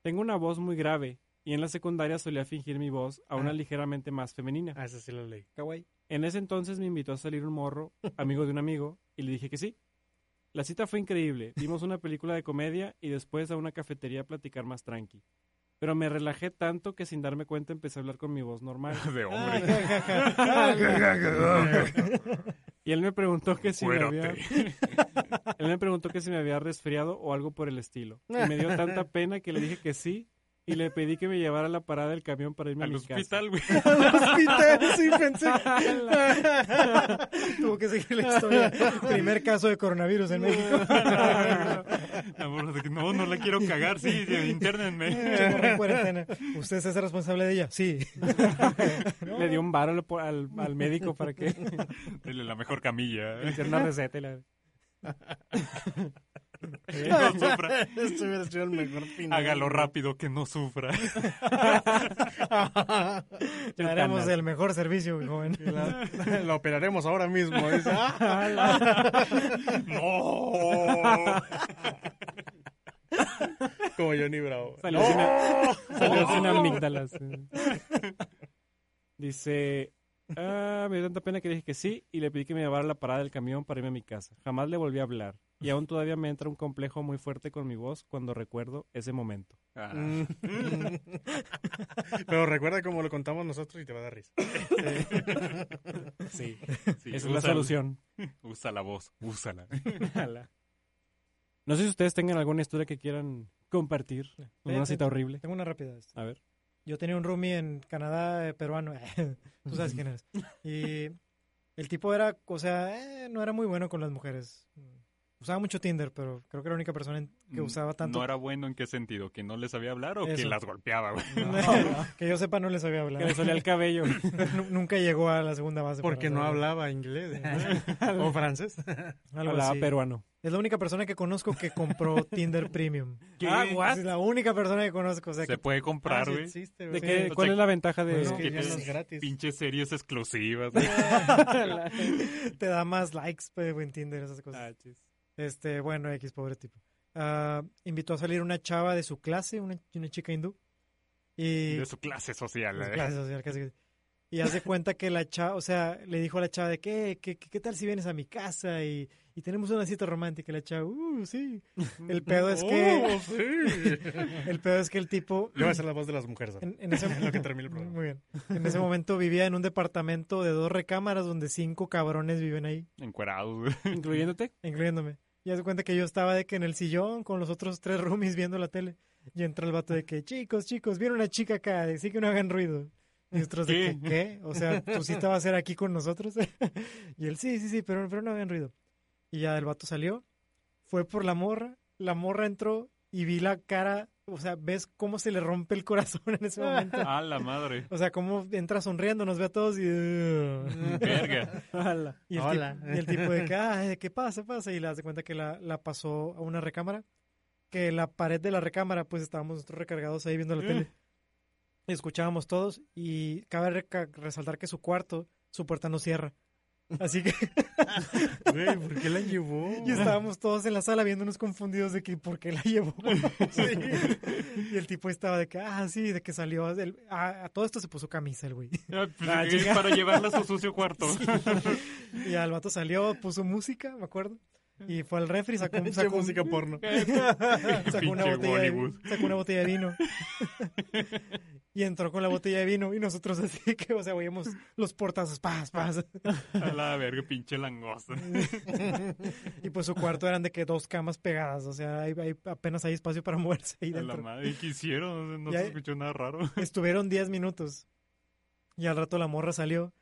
Speaker 3: tengo una voz muy grave y en la secundaria solía fingir mi voz a una
Speaker 4: Ah.
Speaker 3: ligeramente más femenina.
Speaker 4: Ah, esa sí la leí.
Speaker 1: Kawaii.
Speaker 3: En ese entonces me invitó a salir un morro, amigo de un amigo, y le dije que sí. La cita fue increíble. Vimos una película de comedia y después a una cafetería a platicar más tranqui. Pero me relajé tanto que sin darme cuenta empecé a hablar con mi voz normal.
Speaker 2: De
Speaker 1: Ah,
Speaker 2: hombre.
Speaker 1: ja, ja, ja.
Speaker 3: Y él me preguntó que si me había,
Speaker 2: Fuérate.
Speaker 3: él me preguntó que si me había resfriado o algo por el estilo. Y me dio tanta pena que le dije que sí y le pedí que me llevara a la parada del camión para irme a
Speaker 2: Al
Speaker 3: mi casa.
Speaker 2: hospital, güey.
Speaker 4: Hospital, sí pensé.
Speaker 1: Tuvo que seguir la historia. Primer caso de coronavirus en México.
Speaker 2: Amor, de que, No, no la quiero cagar, sí, sí, internenme.
Speaker 1: Chorro en cuarentena. ¿Usted es ese responsable de ella? Sí.
Speaker 3: Le dio un varo al, al- al médico para que
Speaker 2: Dele la mejor camilla.
Speaker 3: le hiciera una receta. y la-
Speaker 2: No sufra.
Speaker 4: Esto hubiera sido el mejor final.
Speaker 2: Hágalo rápido, que no sufra.
Speaker 1: Le haremos el mejor servicio, mi joven.
Speaker 4: La, la operaremos ahora mismo. dice.
Speaker 2: No.
Speaker 3: Ah,
Speaker 4: Como Johnny Bravo.
Speaker 3: Salió, sin, salió sin amígdalas. Dice, "Ah, me dio tanta pena que dije que sí y le pedí que me llevara a la parada del camión para irme a mi casa. Jamás le volví a hablar y aún todavía me entra un complejo muy fuerte con mi voz cuando recuerdo ese momento.
Speaker 2: Ah,
Speaker 4: Mm. Pero recuerda como lo contamos nosotros y te va a dar risa.
Speaker 3: Sí,
Speaker 2: sí,
Speaker 3: esa es la
Speaker 2: úsala.
Speaker 3: solución.
Speaker 2: Usa la voz, úsala.
Speaker 3: No sé si ustedes tengan alguna historia que quieran compartir. Una
Speaker 1: Fíjate.
Speaker 3: cita horrible.
Speaker 1: Tengo una rápida. esta.
Speaker 3: A ver.
Speaker 1: Yo tenía un roomie en Canadá eh, peruano. Tú sabes quién eres. Y el tipo era, o sea, eh, no era muy bueno con las mujeres. Usaba mucho Tinder, pero creo que era la única persona en-
Speaker 2: Mm,
Speaker 1: que usaba tanto.
Speaker 2: ¿No era bueno en qué sentido? ¿Que no le sabía hablar o que
Speaker 1: Eso.
Speaker 2: las golpeaba, güey?
Speaker 1: que yo sepa, no les había
Speaker 3: Que le
Speaker 1: hablado.
Speaker 3: solía el cabello.
Speaker 1: Nu- Nunca llegó a la segunda base. para
Speaker 4: Porque no
Speaker 1: saber.
Speaker 4: hablaba inglés. o francés.
Speaker 1: Algo
Speaker 3: Hablaba
Speaker 1: así.
Speaker 3: peruano.
Speaker 1: Es la única persona que conozco que compró Tinder Premium.
Speaker 2: ¿Qué?
Speaker 1: Ah, what? Es la única persona que conozco. O sea,
Speaker 2: Se
Speaker 1: que-
Speaker 2: puede comprar,
Speaker 4: Ah, sí
Speaker 2: güey.
Speaker 4: existe,
Speaker 3: ¿De
Speaker 4: güey.
Speaker 3: qué-
Speaker 2: o sea,
Speaker 3: ¿Cuál es la ventaja de...?
Speaker 4: Bueno,
Speaker 2: que
Speaker 4: que ya
Speaker 2: tienes
Speaker 4: es gratis.
Speaker 2: Pinches series exclusivas, güey.
Speaker 1: te da más likes pues, en Tinder, esas cosas.
Speaker 3: Ah, chis.
Speaker 1: Este, bueno, X, pobre tipo. Ah, invitó a salir una chava de su clase, una, una chica hindú. Y.
Speaker 2: de su clase social.
Speaker 1: de su
Speaker 2: eh.
Speaker 1: clase social, casi, casi. Y hace cuenta que la chava, o sea, le dijo a la chava de que, ¿qué, qué, qué tal si vienes a mi casa y, y tenemos una cita romántica? Y la chava, uh, sí. El pedo es que,
Speaker 4: Oh, sí.
Speaker 1: el pedo es que el tipo,
Speaker 4: Yo voy a hacer la voz de las mujeres. ahora.
Speaker 1: en, en ese,
Speaker 4: Lo que termine el programa.
Speaker 1: Muy bien. En ese momento vivía en un departamento de dos recámaras donde cinco cabrones viven ahí,
Speaker 2: Encuerado, güey.
Speaker 3: ¿Incluyéndote?
Speaker 1: incluyéndome. Y hace cuenta que yo estaba de que en el sillón con los otros tres roomies viendo la tele. Y entra el vato de que, chicos, chicos, viene una chica acá, así que no hagan ruido. Y nosotros de que, ¿qué? O sea, tu cita va a ser aquí con nosotros. y él, sí, sí, sí, pero, pero no hagan ruido. Y ya el vato salió, fue por la morra, la morra entró y vi la cara, o sea, ves cómo se le rompe el corazón en ese momento.
Speaker 2: A la madre.
Speaker 1: O sea, cómo entra sonriendo, nos ve a todos y... "Ugh".
Speaker 2: Verga.
Speaker 1: Y el,
Speaker 4: Hola.
Speaker 1: Tipo, y el tipo de que, ah, de que pasa, pasa. Y le hace cuenta que la, la pasó a una recámara. Que la pared de la recámara, pues estábamos nosotros recargados ahí viendo la tele. Escuchábamos todos y cabe reca- resaltar que su cuarto, su puerta no cierra. Así que
Speaker 4: Güey, ¿por qué la llevó?
Speaker 1: y estábamos todos en la sala viéndonos confundidos de que por qué la llevó. Sí. Y el tipo estaba de que, ah, sí, de que salió. del- a, a todo esto se puso camisa el güey.
Speaker 2: Ah, pues,
Speaker 1: Ah,
Speaker 2: eh,
Speaker 1: chinga.
Speaker 2: para llevarla a su sucio cuarto.
Speaker 1: Y al vato salió, puso música, me acuerdo. Y fue al refri, sacó, un-
Speaker 4: Pinche
Speaker 1: sacó, un-
Speaker 4: música porno.
Speaker 1: sacó una
Speaker 2: Pinche
Speaker 1: botella de,
Speaker 2: Bollywood.
Speaker 1: sacó una botella de vino. Y entró con la botella de vino y nosotros así que, o sea, oíamos los portazos, paz, paz.
Speaker 2: A la verga, pinche langosta.
Speaker 1: Y pues su cuarto eran de que dos camas pegadas, o sea, hay, hay- apenas hay espacio para moverse ahí
Speaker 2: A la
Speaker 1: dentro.
Speaker 2: madre, ¿qué hicieron? No
Speaker 1: Ya-
Speaker 2: se escuchó nada raro.
Speaker 1: Estuvieron 10 minutos y al rato la morra salió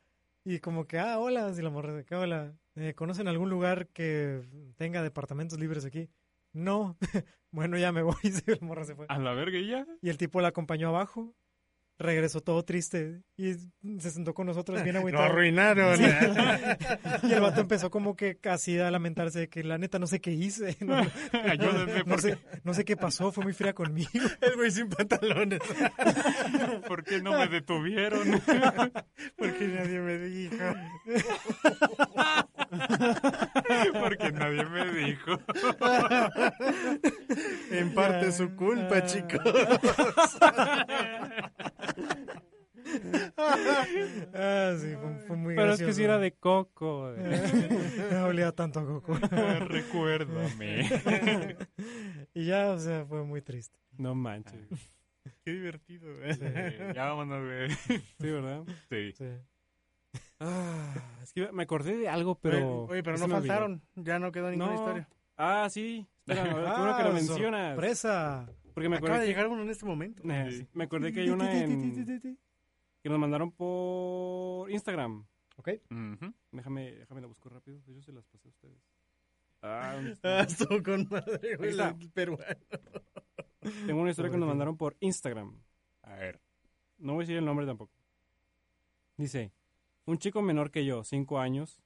Speaker 1: y como que, ah, hola, si la morra, de que hola, eh, ¿conocen algún lugar que tenga departamentos libres aquí? No, bueno, ya me voy, y se- la morra se fue.
Speaker 2: A la verga, ¿y ya?
Speaker 1: Y el tipo la acompañó abajo, regresó todo triste y se sentó con nosotros bien
Speaker 4: Lo
Speaker 1: agüitado.
Speaker 4: arruinaron. ¿eh?
Speaker 1: Sí. y el vato empezó como que casi a lamentarse de que la neta no sé qué hice, no,
Speaker 2: Ayúdenme,
Speaker 1: no
Speaker 2: ¿por,
Speaker 1: sé, no sé qué pasó, fue muy fría conmigo.
Speaker 4: El güey sin pantalones.
Speaker 2: por qué no me detuvieron?
Speaker 4: Porque nadie me dijo.
Speaker 2: Porque nadie me dijo.
Speaker 4: En parte es su culpa,
Speaker 1: Ah.
Speaker 4: chicos.
Speaker 1: Ah, sí, fue, fue muy
Speaker 3: Pero es que
Speaker 1: gracioso.
Speaker 3: si era de coco. de-
Speaker 1: no olía tanto a Goku.
Speaker 2: Recuérdame.
Speaker 1: y ya, o sea, fue muy triste.
Speaker 3: No manches.
Speaker 4: Qué divertido.
Speaker 2: Eh, ya vámonos, güey.
Speaker 3: Sí, ¿verdad?
Speaker 2: Sí.
Speaker 1: sí.
Speaker 3: Ah, es que me acordé de algo, pero.
Speaker 4: Oye, pero
Speaker 3: se
Speaker 4: no
Speaker 3: me olvidó.
Speaker 4: faltaron. Ya no quedó ninguna
Speaker 3: No.
Speaker 4: historia.
Speaker 3: Ah, sí. Espera, ahora qué bueno que
Speaker 1: Ah,
Speaker 3: lo mencionas.
Speaker 1: Sorpresa.
Speaker 3: Porque me
Speaker 4: Acaba de
Speaker 3: acordé,
Speaker 4: llegar uno en este momento.
Speaker 3: que, eh, sí. me acordé que hay una en- que nos mandaron por Instagram.
Speaker 2: Ujú.
Speaker 3: Déjame, déjame la busco rápido. Yo se las pasé a ustedes. Ah, ¿dónde está?
Speaker 4: Ah, estuvo con madre, güey.
Speaker 3: Ahí está.
Speaker 4: el peruano.
Speaker 3: tengo una historia que
Speaker 1: Pobrecito.
Speaker 3: nos mandaron por Instagram.
Speaker 2: A ver.
Speaker 3: No voy a decir el nombre tampoco. Dice, un chico menor que yo, cinco años,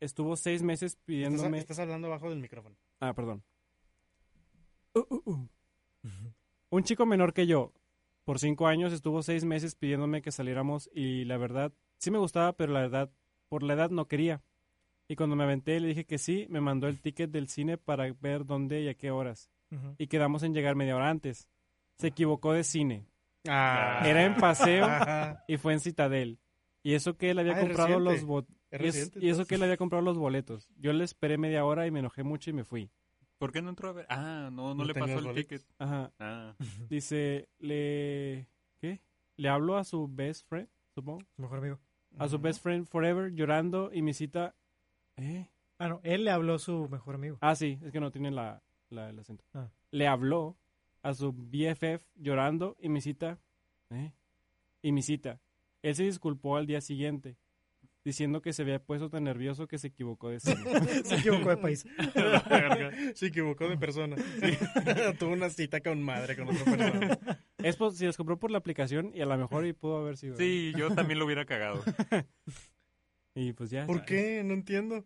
Speaker 3: estuvo seis meses
Speaker 4: Estás,
Speaker 3: pidiéndome...
Speaker 4: estás hablando abajo del micrófono.
Speaker 3: Ah, perdón. Uh, uh, uh. Un chico menor que yo, por cinco años, estuvo seis meses pidiéndome que saliéramos y la verdad, sí me gustaba, pero la verdad, por la edad no quería. Y cuando me aventé y le dije que sí, me mandó el ticket del cine para ver dónde y a qué horas.
Speaker 1: Ujú.
Speaker 3: Y quedamos en llegar media hora antes. Se equivocó de cine.
Speaker 4: Ah.
Speaker 3: Era en paseo
Speaker 4: Ajá.
Speaker 3: y fue en Citadel. Y eso que él había
Speaker 4: Ah, es
Speaker 3: comprado los
Speaker 4: reciente.
Speaker 3: bo-
Speaker 4: Es
Speaker 3: y, es-
Speaker 4: reciente,
Speaker 3: y eso que él había comprado los boletos. Yo le esperé media hora y me enojé mucho y me fui.
Speaker 2: ¿Por qué no entró a ver? Ah, no, no,
Speaker 4: No
Speaker 2: le
Speaker 4: tenía
Speaker 2: pasó
Speaker 4: los
Speaker 2: el
Speaker 4: boletos.
Speaker 2: ticket.
Speaker 3: Ajá.
Speaker 2: Ah,
Speaker 3: Dice, le ¿qué? Le habló a su best friend, supongo.
Speaker 1: Mejor amigo.
Speaker 4: entonces.
Speaker 3: A su best friend forever llorando y mi cita ¿Eh?
Speaker 1: Ah, no, él le habló a su mejor amigo.
Speaker 3: Ah, sí, es que no tiene la, la- el acento.
Speaker 1: Ah.
Speaker 3: Le habló a su BFF llorando y mi cita. ¿eh? Y mi cita. Él se disculpó al día siguiente, diciendo que se había puesto tan nervioso que se equivocó de cine.
Speaker 1: Se equivocó de país.
Speaker 4: Se equivocó de persona. Tuvo una cita con madre con otra persona.
Speaker 3: es por, si los compró por la aplicación y a lo mejor y pudo haber sido.
Speaker 2: sí, yo también lo hubiera cagado.
Speaker 3: Y pues ya.
Speaker 4: ¿Por qué? No entiendo.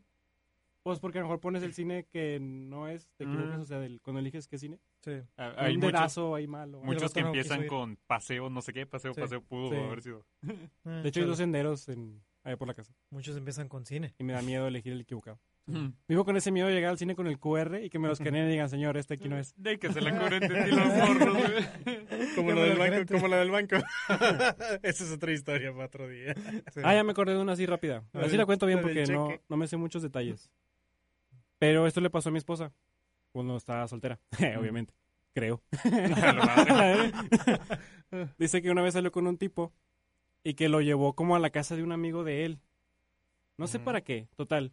Speaker 3: Pues porque a lo mejor pones el cine que no es, te equivocas,
Speaker 2: Mm.
Speaker 3: o sea, del- cuando eliges qué cine.
Speaker 1: Sí.
Speaker 2: Ah, Hay
Speaker 3: un
Speaker 2: muchos,
Speaker 3: dedazo ahí malo.
Speaker 1: Muy-
Speaker 2: muchos que
Speaker 1: El vato no
Speaker 2: empiezan
Speaker 1: quiso ir.
Speaker 2: con paseo, no sé qué, paseo,
Speaker 1: Sí,
Speaker 2: paseo, pudo
Speaker 3: sí.
Speaker 2: haber sido.
Speaker 1: Ah,
Speaker 3: De hecho, hay
Speaker 1: chale.
Speaker 3: dos senderos en, allá por la casa.
Speaker 1: Muchos empiezan con cine.
Speaker 3: Y me da miedo elegir el equivocado.
Speaker 2: Mm.
Speaker 3: Vivo con ese miedo de llegar al cine con el QR y que me los escaneen y digan, señor, este aquí no es.
Speaker 2: De que se la cubren de ti los morros, güey.
Speaker 4: Como
Speaker 1: Ya
Speaker 4: la
Speaker 1: me
Speaker 4: del
Speaker 1: lo
Speaker 4: banco.
Speaker 1: gerente.
Speaker 4: Como la del banco. Esa es otra historia para otro día.
Speaker 3: Ah, ya me acordé de una así rápida.
Speaker 4: A
Speaker 3: Así
Speaker 4: ver,
Speaker 3: la cuento bien
Speaker 4: la del
Speaker 3: porque no,
Speaker 4: cheque.
Speaker 3: no me sé muchos detalles. Pero esto le pasó a mi esposa cuando estaba soltera, obviamente. Creo.
Speaker 2: A la madre.
Speaker 3: Dice que una vez salió con un tipo y que lo llevó como a la casa de un amigo de él. No sé
Speaker 4: Ujú.
Speaker 3: para qué, total.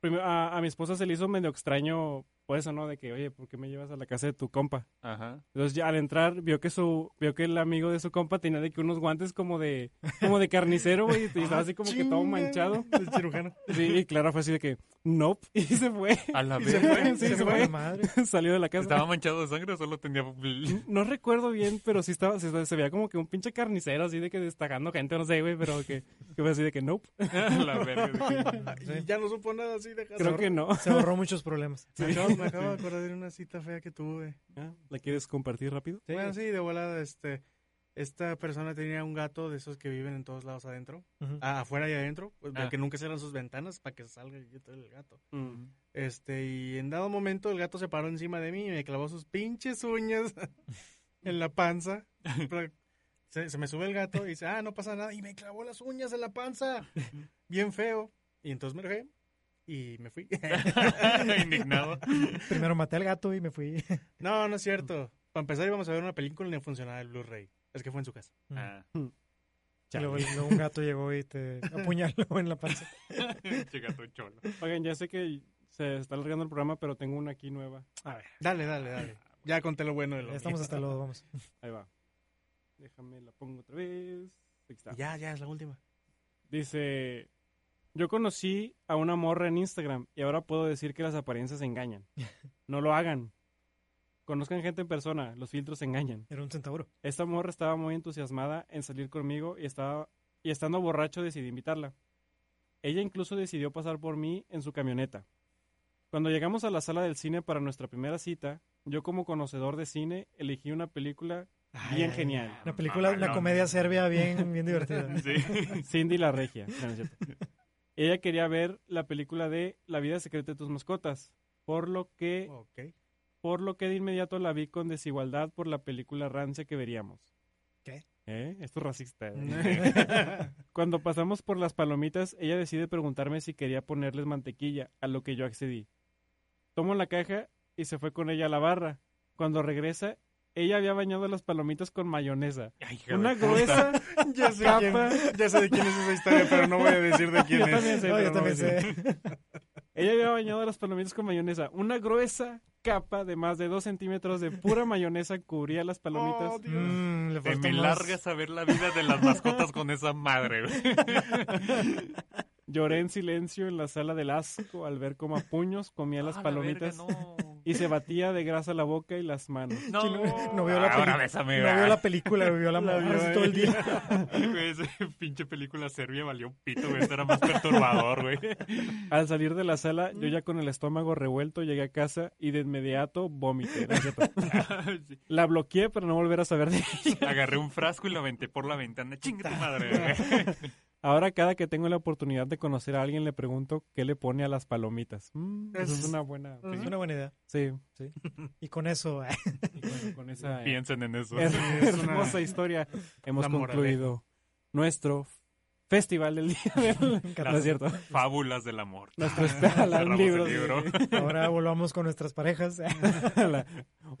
Speaker 3: Primero, a, a mi esposa se le hizo medio extraño por eso, ¿no? De que, oye, ¿por qué me llevas a la casa de tu compa?
Speaker 2: Ajá.
Speaker 3: Entonces ya al entrar vio que su vio que el amigo de su compa tenía de que unos guantes como de como de carnicero güey, y estaba así como que todo
Speaker 4: Chinga,
Speaker 3: manchado.
Speaker 4: El cirujano.
Speaker 3: Sí, y Clara fue así de que nope y se fue.
Speaker 2: A la
Speaker 3: se
Speaker 2: verga.
Speaker 3: fue, sí,
Speaker 1: Se
Speaker 3: se
Speaker 1: fue
Speaker 3: fue.
Speaker 1: la madre.
Speaker 3: Salió de la casa.
Speaker 2: ¿Estaba manchado de sangre o solo tenía...
Speaker 3: No recuerdo bien, pero sí estaba se, se veía como que un pinche carnicero así de que destacando gente, no sé, güey, pero que, que fue así de que nope,
Speaker 2: A la verga.
Speaker 4: Y ya no supo nada así de casa.
Speaker 3: creo que no.
Speaker 1: Se ahorró muchos problemas.
Speaker 4: Me acabo, me acabo de acordar de una cita fea que tuve.
Speaker 3: Ah, ¿La quieres compartir rápido?
Speaker 4: Bueno, sí, de volada, este. Esta persona tenía un gato de esos que viven en todos lados adentro,
Speaker 1: Ujú.
Speaker 3: Ah.
Speaker 4: a- afuera y adentro, pues, de
Speaker 2: Ah.
Speaker 4: que nunca cierran sus ventanas para que salga y entre el gato.
Speaker 3: Mm.
Speaker 4: Este, y en dado momento el gato se paró encima de mí y me clavó sus pinches uñas en la panza. Pero Se, se me sube el gato y dice, ah, no pasa nada. Y me clavó las uñas en la panza. Bien feo. Y entonces me enojé y me fui.
Speaker 2: Indignado.
Speaker 1: Primero maté al gato y me fui.
Speaker 4: no, no es cierto. Para empezar íbamos a ver una película y no funcionaba el Blu-ray. Es que fue en su casa.
Speaker 2: Ah,
Speaker 1: Y luego, luego un gato llegó y te apuñaló en la panza.
Speaker 2: pinche gato cholo.
Speaker 3: Oigan, ya sé que se está alargando el programa, pero tengo una aquí nueva.
Speaker 4: A ver. Dale, dale, dale. Ya conté lo bueno de lo
Speaker 1: Ya estamos
Speaker 4: mío.
Speaker 1: hasta luego, vamos.
Speaker 3: Ahí va. Déjame la pongo otra vez. Aquí está.
Speaker 4: Ya, ya, es la última.
Speaker 3: Dice, yo conocí a una morra en Instagram y ahora puedo decir que las apariencias engañan. No lo hagan. Conozcan gente en persona, los filtros engañan.
Speaker 1: Era un centauro.
Speaker 3: Esta morra estaba muy entusiasmada en salir conmigo y estaba y estando borracho decidí invitarla. Ella incluso decidió pasar por mí en su camioneta. Cuando llegamos a la sala del cine para nuestra primera cita, yo como conocedor de cine elegí una película bien genial.
Speaker 1: Una película, una
Speaker 2: Mamalón.
Speaker 1: comedia serbia bien, bien divertida.
Speaker 2: Sí.
Speaker 3: Cindy la regia. No, no es cierto. Ella quería ver la película de La vida secreta de tus mascotas, por lo que
Speaker 4: Ok.
Speaker 3: por lo que de inmediato la vi con desigualdad por la película rancia que veríamos.
Speaker 1: ¿Qué?
Speaker 3: ¿Eh? Esto es racista. ¿eh? Cuando pasamos por las palomitas, ella decide preguntarme si quería ponerles mantequilla, a lo que yo accedí. Tomo la caja y se fue con ella a la barra. Cuando regresa, ella había bañado las palomitas con mayonesa.
Speaker 2: Ay, hija de
Speaker 3: Una
Speaker 2: puta.
Speaker 3: gruesa
Speaker 4: ya, sé
Speaker 3: Capa.
Speaker 4: quién- ya sé de quién es esa historia, pero no voy a decir de quién
Speaker 3: Yo
Speaker 4: es.
Speaker 3: también sé,
Speaker 1: No,
Speaker 3: pero
Speaker 1: yo
Speaker 3: no voy a
Speaker 1: también
Speaker 3: decir.
Speaker 1: sé.
Speaker 3: Ella había bañado las palomitas con mayonesa. Una gruesa capa de más de dos centímetros de pura mayonesa cubría las palomitas.
Speaker 4: Oh, Dios.
Speaker 1: Mm, le
Speaker 2: Te
Speaker 1: faltó
Speaker 2: me
Speaker 1: más.
Speaker 2: largas a ver la vida de las mascotas con esa madre, güey.
Speaker 3: Lloré en silencio en la sala del asco al ver cómo a puños comía las
Speaker 2: Ah, la
Speaker 3: palomitas
Speaker 2: verga, no.
Speaker 3: y se batía de grasa la boca y las manos.
Speaker 2: No,
Speaker 1: Chino, no vio la
Speaker 2: Ahora
Speaker 1: peli-
Speaker 2: bésame,
Speaker 1: No
Speaker 2: va.
Speaker 1: vio la película, vio la morra así todo el día.
Speaker 2: Güey, esa pinche película serbia valió un pito, güey. Eso era más perturbador, güey.
Speaker 3: Al salir de la sala, yo ya con el estómago revuelto llegué a casa y de inmediato vomité. No es cierto.
Speaker 2: Sí.
Speaker 3: La bloqueé para no volver a saber de ella.
Speaker 2: Agarré un frasco y lo aventé por la ventana. Chinga tu madre, güey.
Speaker 3: Ahora cada que tengo la oportunidad de conocer a alguien le pregunto qué le pone a las palomitas. Mm, eso es una buena...
Speaker 1: Es una buena idea.
Speaker 3: Sí,
Speaker 1: Y con eso, eh,
Speaker 3: Y con, con esa eh,
Speaker 2: Piensen en eso.
Speaker 3: her-
Speaker 4: es una-
Speaker 3: hermosa historia hemos
Speaker 4: La
Speaker 3: concluido nuestro festival del día del... No
Speaker 1: encantado.
Speaker 3: es cierto.
Speaker 2: Fábulas del amor.
Speaker 3: Nuestro especial, un
Speaker 2: Cerramos
Speaker 3: libro.
Speaker 2: el libro.
Speaker 1: ahora volvamos con nuestras parejas.
Speaker 3: La-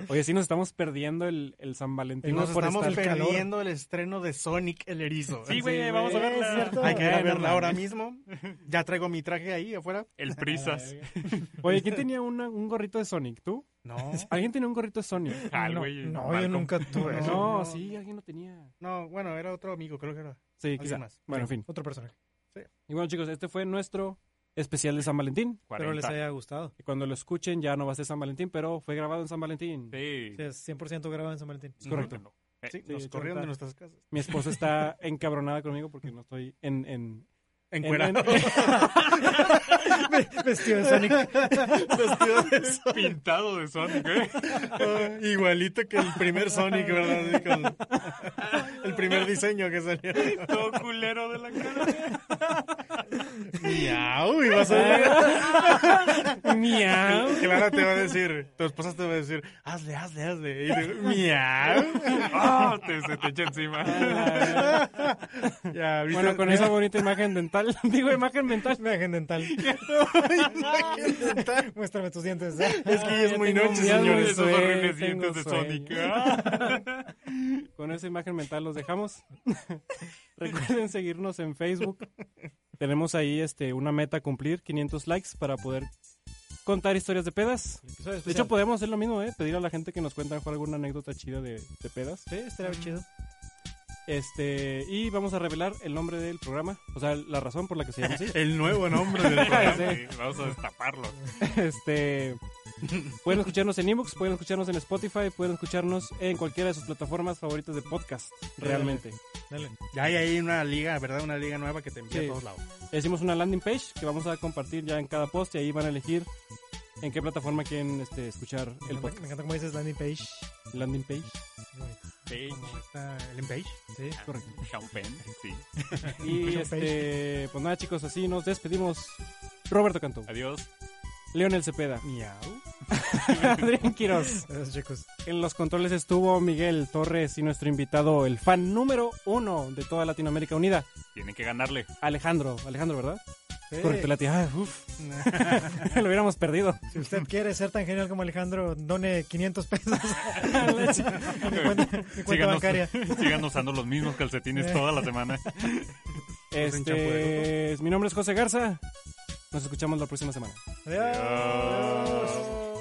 Speaker 3: Oye, sí nos estamos perdiendo el, el San Valentín
Speaker 4: Nos
Speaker 3: por
Speaker 4: estamos
Speaker 3: estar-
Speaker 1: calor.
Speaker 4: perdiendo el estreno de Sonic el Erizo.
Speaker 2: Sí, güey,
Speaker 3: Sí,
Speaker 2: vamos a
Speaker 1: güey,
Speaker 2: verla.
Speaker 1: es cierto.
Speaker 4: Hay que ir a
Speaker 3: Ay, no
Speaker 4: verla ahora
Speaker 3: mames.
Speaker 4: mismo. Ya traigo mi traje ahí afuera.
Speaker 2: El Prisas.
Speaker 3: Oye, ¿quién tenía una- un gorrito de Sonic? ¿Tú?
Speaker 4: No,
Speaker 3: ¿Alguien tenía un gorrito de Sonic?
Speaker 2: Ah,
Speaker 1: no,
Speaker 2: güey,
Speaker 1: no, yo
Speaker 2: Malcolm.
Speaker 1: nunca tuve
Speaker 4: No,
Speaker 1: eso.
Speaker 3: No,
Speaker 4: no.
Speaker 3: sí, alguien lo tenía.
Speaker 4: no, bueno, era otro amigo, creo que era.
Speaker 3: Sí,
Speaker 4: Alguien
Speaker 3: quizá.
Speaker 4: más.
Speaker 3: Bueno, en fin.
Speaker 1: Otro personaje.
Speaker 3: Y bueno, chicos, este fue nuestro especial de San Valentín.
Speaker 2: 40.
Speaker 1: Espero les haya gustado.
Speaker 3: Y Cuando lo escuchen ya no va a ser San Valentín, pero fue grabado en San Valentín.
Speaker 2: Sí.
Speaker 1: Sí, es 100% grabado en San Valentín.
Speaker 3: Es correcto.
Speaker 2: Disfrútenlo. Eh,
Speaker 4: Sí,
Speaker 3: sí,
Speaker 4: nos
Speaker 3: de
Speaker 4: corrieron de
Speaker 3: hecho,
Speaker 4: nuestras casas.
Speaker 3: Mi esposa está encabronada conmigo porque no estoy en... en, en-
Speaker 4: Encuerado.
Speaker 1: Ve- Vestido de Sonic.
Speaker 4: Vestido de eso.
Speaker 2: Pintado de Sonic, güey.
Speaker 4: Ah, Igualito que el primer Sonic, ¿verdad? Así con- el primer diseño que salió.
Speaker 2: Todo culero de la cara.
Speaker 4: Miau, y vas a ver.
Speaker 3: en- Miau.
Speaker 4: Clara te va a decir, tu esposa te va a decir, hazle, hazle, hazle. Y tú, miau.
Speaker 2: Ah, te, se te echa encima.
Speaker 1: Ah,
Speaker 4: Ya,
Speaker 3: Ah,
Speaker 4: ¿viste?
Speaker 3: Bueno, con esa bonita imagen dental, digo imagen mental.
Speaker 1: Imagen dental.
Speaker 4: Es
Speaker 1: Muéstrame tus dientes.
Speaker 4: que ya es
Speaker 3: ya
Speaker 4: muy
Speaker 3: tengo
Speaker 4: noche,
Speaker 3: miedo.
Speaker 4: señores.
Speaker 2: Esos
Speaker 3: sueño,
Speaker 2: horribles
Speaker 3: tengo
Speaker 2: dientes de
Speaker 3: sueño.
Speaker 2: Sonic. Ah.
Speaker 3: Con esa imagen mental los dejamos. Recuerden seguirnos en Facebook. Tenemos ahí este una meta a cumplir, 500 likes para poder contar historias de pedas. De hecho, podemos hacer lo mismo, ¿eh? Pedir a la gente que nos cuente a lo mejor alguna anécdota chida de, de pedas.
Speaker 1: sí, estaría chido.
Speaker 3: Este, y vamos a revelar el nombre del programa, o sea, la razón por la que se llama así.
Speaker 4: El nuevo nombre del programa.
Speaker 2: Sí, Vamos a destaparlo.
Speaker 3: Este, pueden escucharnos en Inbox, pueden escucharnos en Spotify, pueden escucharnos en cualquiera de sus plataformas favoritas de podcast, realmente.
Speaker 1: Dale.
Speaker 4: Ya hay ahí una liga, ¿verdad? Una liga nueva que te envía
Speaker 3: Sí.
Speaker 4: a todos lados.
Speaker 3: Ya hicimos una landing page que vamos a compartir ya en cada post y ahí van a elegir en qué plataforma quieren este, escuchar
Speaker 1: Me
Speaker 3: el
Speaker 1: encanta,
Speaker 3: podcast.
Speaker 1: me encanta cómo dices landing page.
Speaker 3: Landing page.
Speaker 1: Muy bonito.
Speaker 2: Page,
Speaker 4: Como esta Ellen Page.
Speaker 1: Sí,
Speaker 3: correcto.
Speaker 2: Sean Penn, sí.
Speaker 3: Y
Speaker 1: Page.
Speaker 3: este, pues nada, chicos, así nos despedimos. Roberto Cantú,
Speaker 2: Adiós.
Speaker 3: Leonel Cepeda,
Speaker 4: Miau.
Speaker 3: Adrián Quiroz.
Speaker 1: Gracias, chicos.
Speaker 3: En los controles estuvo Miguel Torres y nuestro invitado, el fan número uno de toda Latinoamérica Unida,
Speaker 2: Tienen que ganarle.
Speaker 3: Alejandro. Alejandro, ¿verdad?
Speaker 1: Sí.
Speaker 3: Correcto, Lati. Ah, uf. Lo hubiéramos perdido.
Speaker 1: Si usted quiere ser tan genial como Alejandro, done 500 pesos a mi cuenta, mi cuenta
Speaker 2: Síganos,
Speaker 1: bancaria.
Speaker 2: sigan usando los mismos calcetines toda la semana.
Speaker 3: Este, mi nombre es José Garza. Nos escuchamos la próxima semana.
Speaker 1: Adiós.
Speaker 2: Adiós.